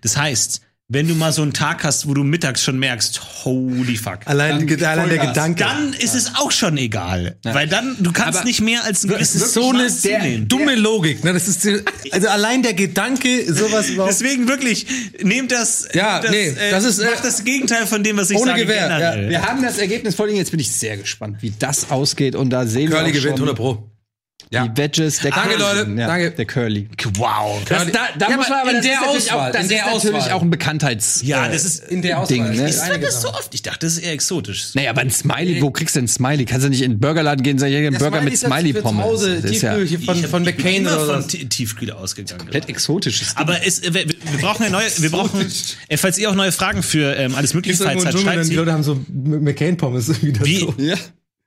S4: Das heißt, wenn du mal so einen Tag hast, wo du mittags schon merkst, holy fuck.
S3: Allein,
S1: Dann
S3: allein der
S1: Vollgas.
S3: Gedanke.
S4: Dann ist es auch schon egal. Weil dann, du kannst
S1: Aber
S4: nicht mehr als ein
S3: Das
S4: gewisses
S3: ist so eine
S4: Maß zunehmen.
S3: dumme Logik. Ne? Das ist die, also allein der Gedanke, sowas überhaupt.
S4: Deswegen wirklich, nehmt das,
S3: Ja,
S4: nehmt das,
S3: nee, das ist, äh,
S4: macht das Gegenteil von dem, was ich
S3: ohne
S4: sage.
S3: Gewehr, ja.
S4: generell.
S1: Wir haben das Ergebnis vorliegen. Jetzt bin ich sehr gespannt, wie das ausgeht. Und da sehen wir auch schon
S3: Pro.
S1: die Wedges. Der
S3: Danke,
S1: Curly.
S3: Leute. Danke.
S1: Der Curly.
S4: Wow.
S1: Das, da da
S3: Ja,
S1: muss
S3: aber
S1: man aber
S3: in
S1: das
S3: der
S1: ist natürlich
S3: Auswahl,
S1: Auch, das
S3: in der
S1: ist natürlich
S3: Auswahl.
S1: auch ein Bekanntheits.
S4: ja, das ist.
S3: In der Auswahl.
S1: Ding, ne?
S3: Es gibt
S1: Ist
S4: Ich
S3: einige
S4: sag das so
S3: Sachen.
S4: oft. Ich dachte, das ist eher exotisch.
S1: Naja, aber ein Smiley, wo kriegst du denn Smiley? Kannst du nicht in den Burgerladen gehen und sagen, ich hätte einen
S3: Der
S1: Burger mit
S3: ist jetzt
S1: Smiley
S3: für zu
S1: Pommes?
S3: Hause,
S1: Das ist ja
S3: Tiefkühl, von, von
S4: ich bin
S3: McCain
S4: immer
S3: oder
S4: von
S3: was.
S4: Ti- Tiefkühl ausgegangen.
S1: komplett exotisch.
S4: Aber es, äh, wir, wir brauchen ja neue, wir brauchen, äh, falls ihr auch neue Fragen für ähm, alles mögliche Freizeit schreibt, sie.
S3: haben so McCain-Pommes wieder
S4: Wie-
S3: so.
S1: Ja.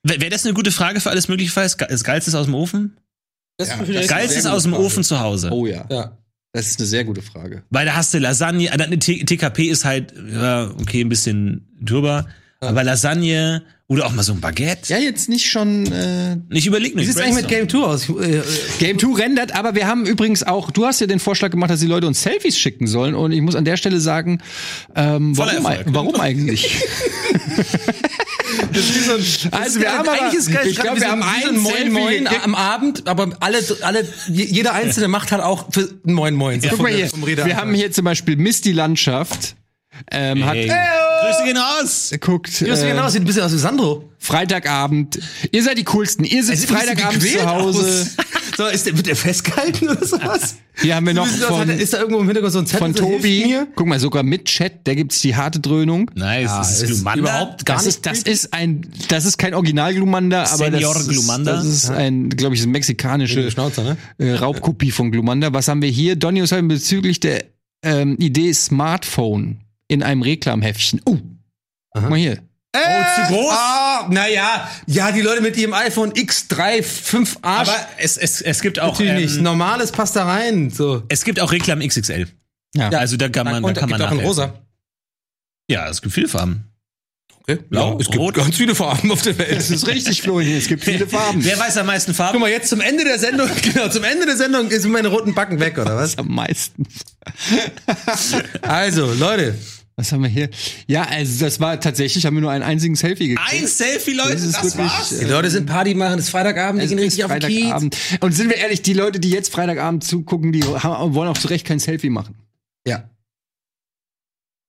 S4: wäre das eine gute Frage für alles mögliche Freizeit? Ge- Das Geilste aus dem Ofen? Das Geilste aus dem Ofen zu Hause.
S1: Oh ja.
S3: Ja.
S1: Das ist eine sehr gute Frage.
S4: ne, Weil da hast du Lasagne, äh, eine T- TKP ist halt, ja, okay, ein bisschen drüber. Aber Lasagne oder auch mal so ein Baguette.
S1: Ja, jetzt nicht schon. Äh,
S4: Ich überlege
S3: Wie
S4: nicht.
S3: sieht's eigentlich mit Game 2 aus? Ich, äh, äh,
S1: Game 2 rendert, aber wir haben übrigens auch, du hast ja den Vorschlag gemacht, dass die Leute uns Selfies schicken sollen und ich muss an der Stelle sagen, ähm,
S4: Voller
S1: warum,
S4: Erfolg.
S1: ei- warum eigentlich? also wir haben aber,
S3: eigentlich ist geil,
S1: ich glaube, wir haben einen
S3: Moin
S1: Selfie
S3: Moin
S1: gekriegt.
S3: am Abend, aber alle, alle, je- jeder einzelne macht halt auch für einen Moin Moin. So
S1: Guck
S3: vom-
S1: mal hier,
S3: vom Rede
S1: wir
S3: an.
S1: haben hier zum Beispiel Misty Landschaft, ähm, hat
S3: oh!
S4: Grüße gehen raus.
S1: guckt,
S3: Du siehst
S1: äh,
S3: genau, sieht ein bisschen aus wie Sandro.
S1: Freitagabend, ihr seid die coolsten, ihr sitzt
S3: Sieht ein bisschen
S1: Freitagabend
S3: gequält
S1: zu Hause,
S3: aus. So, ist der, wird der festgehalten oder sowas?
S1: Hier haben wir
S3: Sieht
S1: noch
S3: ein bisschen aus,
S1: von-
S3: hat er- ist da irgendwo im Hintergrund so ein Zettel
S1: von
S3: so, hilf
S1: Tobi,
S3: mir?
S1: guck mal, sogar mit Chat, da gibt's die harte Dröhnung.
S4: Nice. das
S3: ist
S4: ist Glumanda.
S3: überhaupt gar
S1: das
S3: nicht
S1: ist, das ist ein, das ist kein Original Glumanda, aber
S4: Senior
S1: das,
S4: Glumanda.
S1: Ist, das ist ein, glaube ich, eine mexikanische
S3: Schnauzer, ne?
S1: äh, Raubkopie von Glumanda. Was haben wir hier? Donny und Simon bezüglich der ähm, Idee Smartphone in einem Reklamheftchen. Oh, guck mal hier.
S3: Zu groß? Ah, naja, ja, die Leute mit ihrem iPhone X3 5 Arsch.
S4: Aber es, es, es gibt auch
S3: natürlich nicht.
S4: ähm,
S3: Normales passt da rein. So.
S4: es gibt auch Reklam XXL.
S1: Ja.
S4: Also da kann man, da
S3: und
S4: kann
S3: gibt
S4: man
S3: auch in
S4: nachhelfen.
S3: rosa.
S4: Ja, es gibt viele Farben.
S3: Okay.
S4: Blau,
S3: ja, es gibt
S4: rot.
S3: ganz viele Farben auf der Welt.
S1: Das ist richtig, Florian. Es gibt viele Farben.
S4: Wer weiß am meisten
S3: Guck
S4: Farben?
S3: mal, jetzt zum Ende der Sendung, genau, zum Ende der Sendung sind meine roten Backen weg, oder was?
S1: Am meisten.
S3: Also, Leute,
S1: Was haben wir hier? Ja, also das war tatsächlich, haben wir nur einen einzigen Selfie
S3: Ah,
S1: gekriegt.
S4: Ein Selfie, Leute,
S1: Das
S4: das,
S1: ist wirklich,
S4: war's.
S1: äh,
S3: die Leute sind Party machen, es ist Freitagabend, die
S1: Es
S3: gehen
S1: ist
S3: richtig auf den Kiez.
S1: Freitagabend. Und sind wir ehrlich, die Leute, die jetzt Freitagabend zugucken, die ha- wollen auch zu Recht kein Selfie machen.
S3: Ja.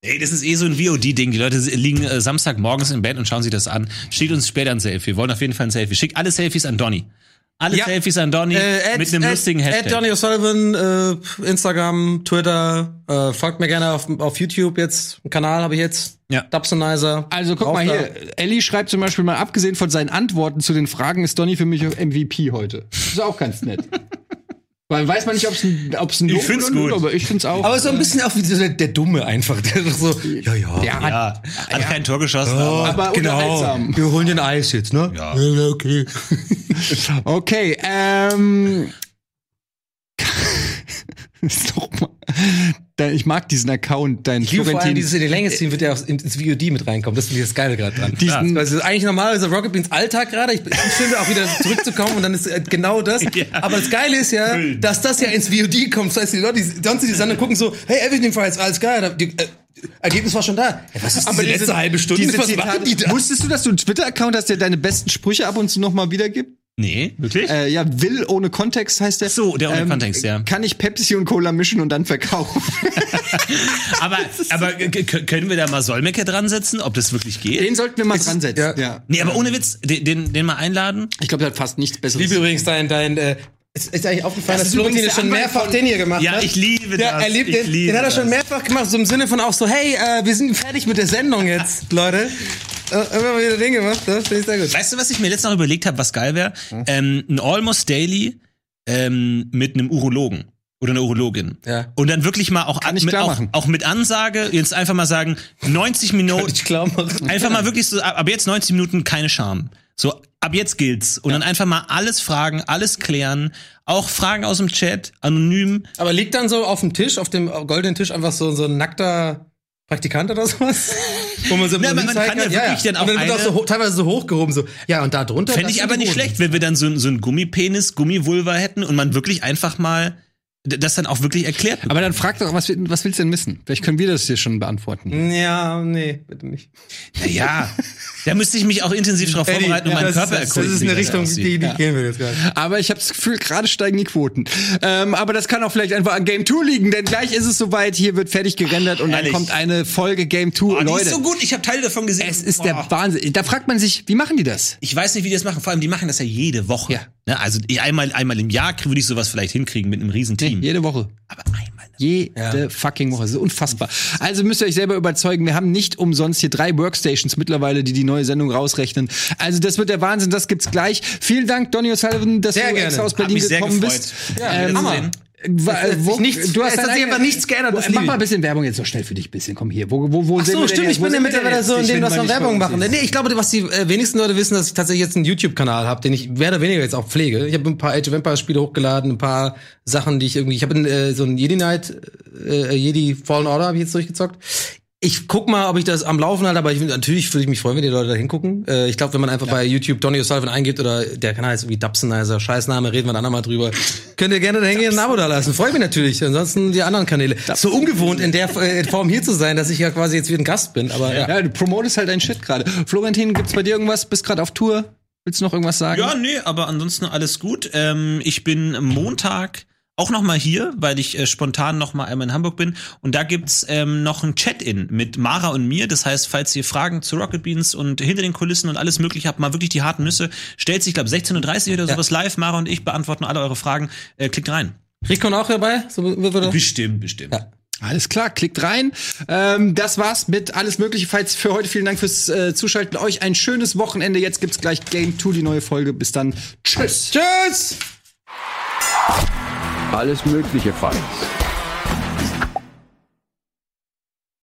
S4: Ey, das ist eh so ein VOD-Ding. Die Leute liegen äh, Samstagmorgens im Bett und schauen sich das an. Schickt uns später ein Selfie. Wir wollen auf jeden Fall ein Selfie. Schickt alle Selfies an Donny. Alle
S3: Ja.
S4: Selfies an Donny
S3: Äh, at-
S4: mit einem
S3: at-
S4: lustigen
S3: At
S4: Hashtag.
S3: Donny O'Sullivan, äh, Instagram, Twitter, äh, folgt mir gerne auf, auf YouTube jetzt. Einen Kanal habe ich jetzt.
S4: Ja.
S3: Dubsonizer.
S1: Also guck
S3: Auf
S1: mal
S3: da.
S1: hier, Ellie schreibt zum Beispiel mal, abgesehen von seinen Antworten zu den Fragen, ist Donny für mich MVP heute. Ist auch ganz nett. Weil weiß man nicht, ob es ein, ob's ein
S4: Ich
S1: Lob
S4: find's
S1: oder ein Lob,
S4: gut.
S1: aber ich find's auch.
S3: Aber so ein bisschen auch wie so der, der Dumme einfach, der doch so, ja, ja. Genau.
S1: ja, hat-
S4: Ja, hat kein Tor geschossen.
S3: Oh.
S4: aber-
S1: aber unterhaltsam.
S3: Wir holen den Eis jetzt, ne?
S4: Ja.
S3: okay.
S1: Okay, ähm. ist doch mal. Da- Ich mag diesen Account, dein
S3: Hier vor allem
S1: Florentin.
S3: dieses in die Länge ziehen wird ja auch ins VOD mit reinkommen. Das ist das Geile gerade dran.
S1: Diesen-
S3: Ja. Also eigentlich normalerweise Rocket Beans Alltag gerade. Ich finde auch wieder zurückzukommen und dann ist äh, genau das. Aber das Geile ist ja,
S1: Hm.
S4: Cool.
S3: dass das ja ins VOD kommt. Das heißt, die Leute, die sonst in die Sendung gucken so, hey, Everything Fries, alles geil. Da- Die, äh, Ergebnis war schon da. Ja, was ist diese letzte halbe Stunde?
S1: Diese
S3: was
S1: Zitate,
S3: machen die da?
S1: Wusstest du, dass du einen Twitter-Account hast, der deine besten Sprüche ab und zu nochmal wiedergibt?
S4: Nee, wirklich?
S1: Äh, ja, Will ohne Kontext heißt der. Ähm,
S4: So, der ohne Kontext, ja.
S1: Kann ich Pepsi und Cola mischen und dann verkaufen?
S4: aber aber k- k- können wir da mal Solmecke dran setzen, ob das wirklich geht?
S1: Den sollten wir mal dran setzen.
S3: ja.
S4: nee, aber ohne Witz, den, den, den mal einladen.
S1: Ich glaube, der hat fast nichts Besseres.
S3: Liebe übrigens dein, dein, äh, ist, ist eigentlich aufgefallen,
S1: Das
S3: dass
S1: ist übrigens
S3: Florentin
S1: der
S3: das schon
S1: Anwalt
S3: mehrfach
S1: von-
S3: den hier gemacht
S4: Ja,
S3: hat.
S4: ich liebe
S3: Ja,
S4: das.
S3: er liebt
S4: ich
S3: den.
S4: liebe
S3: den hat er schon
S4: das.
S3: mehrfach gemacht, so im Sinne von auch so, hey, äh, wir sind fertig mit der Sendung jetzt, Leute. Äh, immer wieder den gemacht, ne? finde ich sehr gut.
S4: Weißt du, was ich mir letztens noch überlegt habe, was geil wäre?
S3: Hm?
S4: Ähm, ein Almost Daily ähm, mit einem Urologen oder einer Urologin.
S3: Ja.
S4: Und dann wirklich mal auch,
S1: ich
S4: mit,
S1: klar
S4: auch,
S1: machen.
S4: auch mit Ansage, jetzt einfach mal sagen, 90 Minuten,
S3: klar machen.
S4: einfach mal wirklich so, ab ab jetzt 90 Minuten keine Scham. So, ab jetzt gilt's. Und dann einfach mal alles fragen, alles klären, auch Fragen aus dem Chat, anonym.
S3: Aber liegt dann so auf dem Tisch, auf dem goldenen Tisch, einfach so, so ein nackter Praktikant oder sowas? Wo man so
S4: Ja, aber man
S3: hinzeigen
S4: kann ja wirklich dann
S3: Und dann
S4: auch
S3: wird auch
S4: eine-
S3: so, ho- teilweise so hochgehoben, so, ja, und da drunter.
S4: Fände
S3: das
S4: ich
S3: sind
S4: aber
S3: die
S4: nicht
S3: Hoden.
S4: schlecht, wenn wir dann so, ein- so einen Gummipenis, Gummivulva hätten und man wirklich einfach mal d- das dann auch wirklich erklärt bekommt.
S1: Aber dann frag doch, was, was willst du denn wissen? Vielleicht können wir das dir schon
S4: Hm.
S1: beantworten.
S3: Ja, nee, bitte nicht.
S4: Ja, da müsste ich mich auch intensiv darauf vorbereiten und meinen
S3: das,
S4: Körper
S3: das, das
S4: erkunden.
S3: ist
S4: wie
S3: eine
S4: das
S3: Richtung,
S4: aussieht.
S3: die, die gehen wir jetzt gerade.
S1: Aber ich habe das Gefühl, gerade steigen die Quoten. Ähm, aber das kann auch vielleicht einfach an Game 2 liegen, denn gleich ist es soweit, hier wird fertig gerendert und
S4: Ehrlich?
S1: dann kommt eine Folge Game 2.
S4: Oh, die
S1: Leute,
S4: ist so gut, Oh. ich habe Teile davon gesehen.
S1: es ist der
S4: Boah.
S1: Wahnsinn. Da fragt man sich, wie machen die das?
S4: ich weiß nicht, wie die das machen. Vor allem, die machen das ja jede Woche.
S1: Ja.
S4: Ne? Also eh, einmal, einmal im Jahr würde ich sowas vielleicht hinkriegen mit einem riesen Team.
S1: Jede Woche.
S4: Aber einmal.
S1: Jede fucking Woche. Das ist unfassbar. Also müsst ihr euch selber überzeugen, wir haben nicht umsonst hier drei Workstations mittlerweile, die die neue Sendung rausrechnen. Also das wird der Wahnsinn, das gibt's gleich. Vielen Dank, Donny O'Sullivan, dass
S3: Sehr
S1: du
S3: gerne.
S1: extra aus
S3: Hat
S1: Berlin
S4: mich sehr
S1: gekommen
S4: gefreut.
S1: bist. Ähm,
S4: Ja, Hammer.
S1: Wa-
S3: Es hat sich
S1: wo-
S3: nichts-
S1: du hast
S3: es hat
S1: dein
S3: sich
S1: eigen-
S3: aber nichts geändert, das
S1: Mach
S3: liebe
S1: mal
S3: ich.
S1: ein bisschen Werbung jetzt noch schnell für dich, bisschen. Komm hier. Wo, wo, wo
S3: Ach so, stimmt, ich bin ja mittlerweile so in dem, was man Werbung machen. Nee, ich glaube, was die äh, wenigsten Leute wissen, dass ich tatsächlich jetzt einen YouTube-Kanal habe, den ich mehr oder weniger jetzt auch pflege. Ich habe ein paar Age of Empires-Spiele hochgeladen, ein paar äh, Sachen, die ich irgendwie, ich habe äh, so ein Jedi Knight, äh, Jedi Fallen Order habe ich jetzt durchgezockt. ich guck mal, ob ich das am Laufen halte, aber ich, natürlich würde ich mich freuen, wenn die Leute da hingucken. Äh, ich glaube, wenn man einfach bei YouTube Donny O'Sullivan eingibt oder der Kanal heißt irgendwie Dubsonizer, Scheißname, reden wir dann nochmal drüber. Könnt ihr gerne da hingehen und ein Abo da lassen. Freue mich natürlich. Ansonsten die anderen Kanäle. So ungewohnt in der äh, Form hier zu sein, dass ich ja quasi jetzt wieder ein Gast bin, aber ja.
S1: Ja, du promotest halt deinen Shit gerade. Florentin, gibt's bei dir irgendwas? Bist gerade auf Tour? Willst du noch irgendwas sagen?
S4: Ja, nee, aber ansonsten alles gut. Ähm, ich bin Montag auch noch mal hier, weil ich äh, spontan noch mal einmal in Hamburg bin. Und da gibt's ähm, noch ein Chat-In mit Mara und mir. Das heißt, falls ihr Fragen zu Rocket Beans und hinter den Kulissen und alles mögliche habt, mal wirklich die harten Nüsse, stellt sich, glaube 16.30 Uhr oder sowas live. Mara und ich beantworten alle eure Fragen. Äh, klickt rein.
S3: Rico auch dabei? So, wird- wird-
S4: Bestimmt, bestimmt.
S1: Alles klar, klickt rein. Ähm, das war's mit alles Mögliche falls für heute. Vielen Dank fürs äh, Zuschalten. Euch ein schönes Wochenende. Jetzt gibt's gleich Game 2, die neue Folge. Bis dann. Tschüss.
S3: Tschüss!
S2: Alles mögliche Files.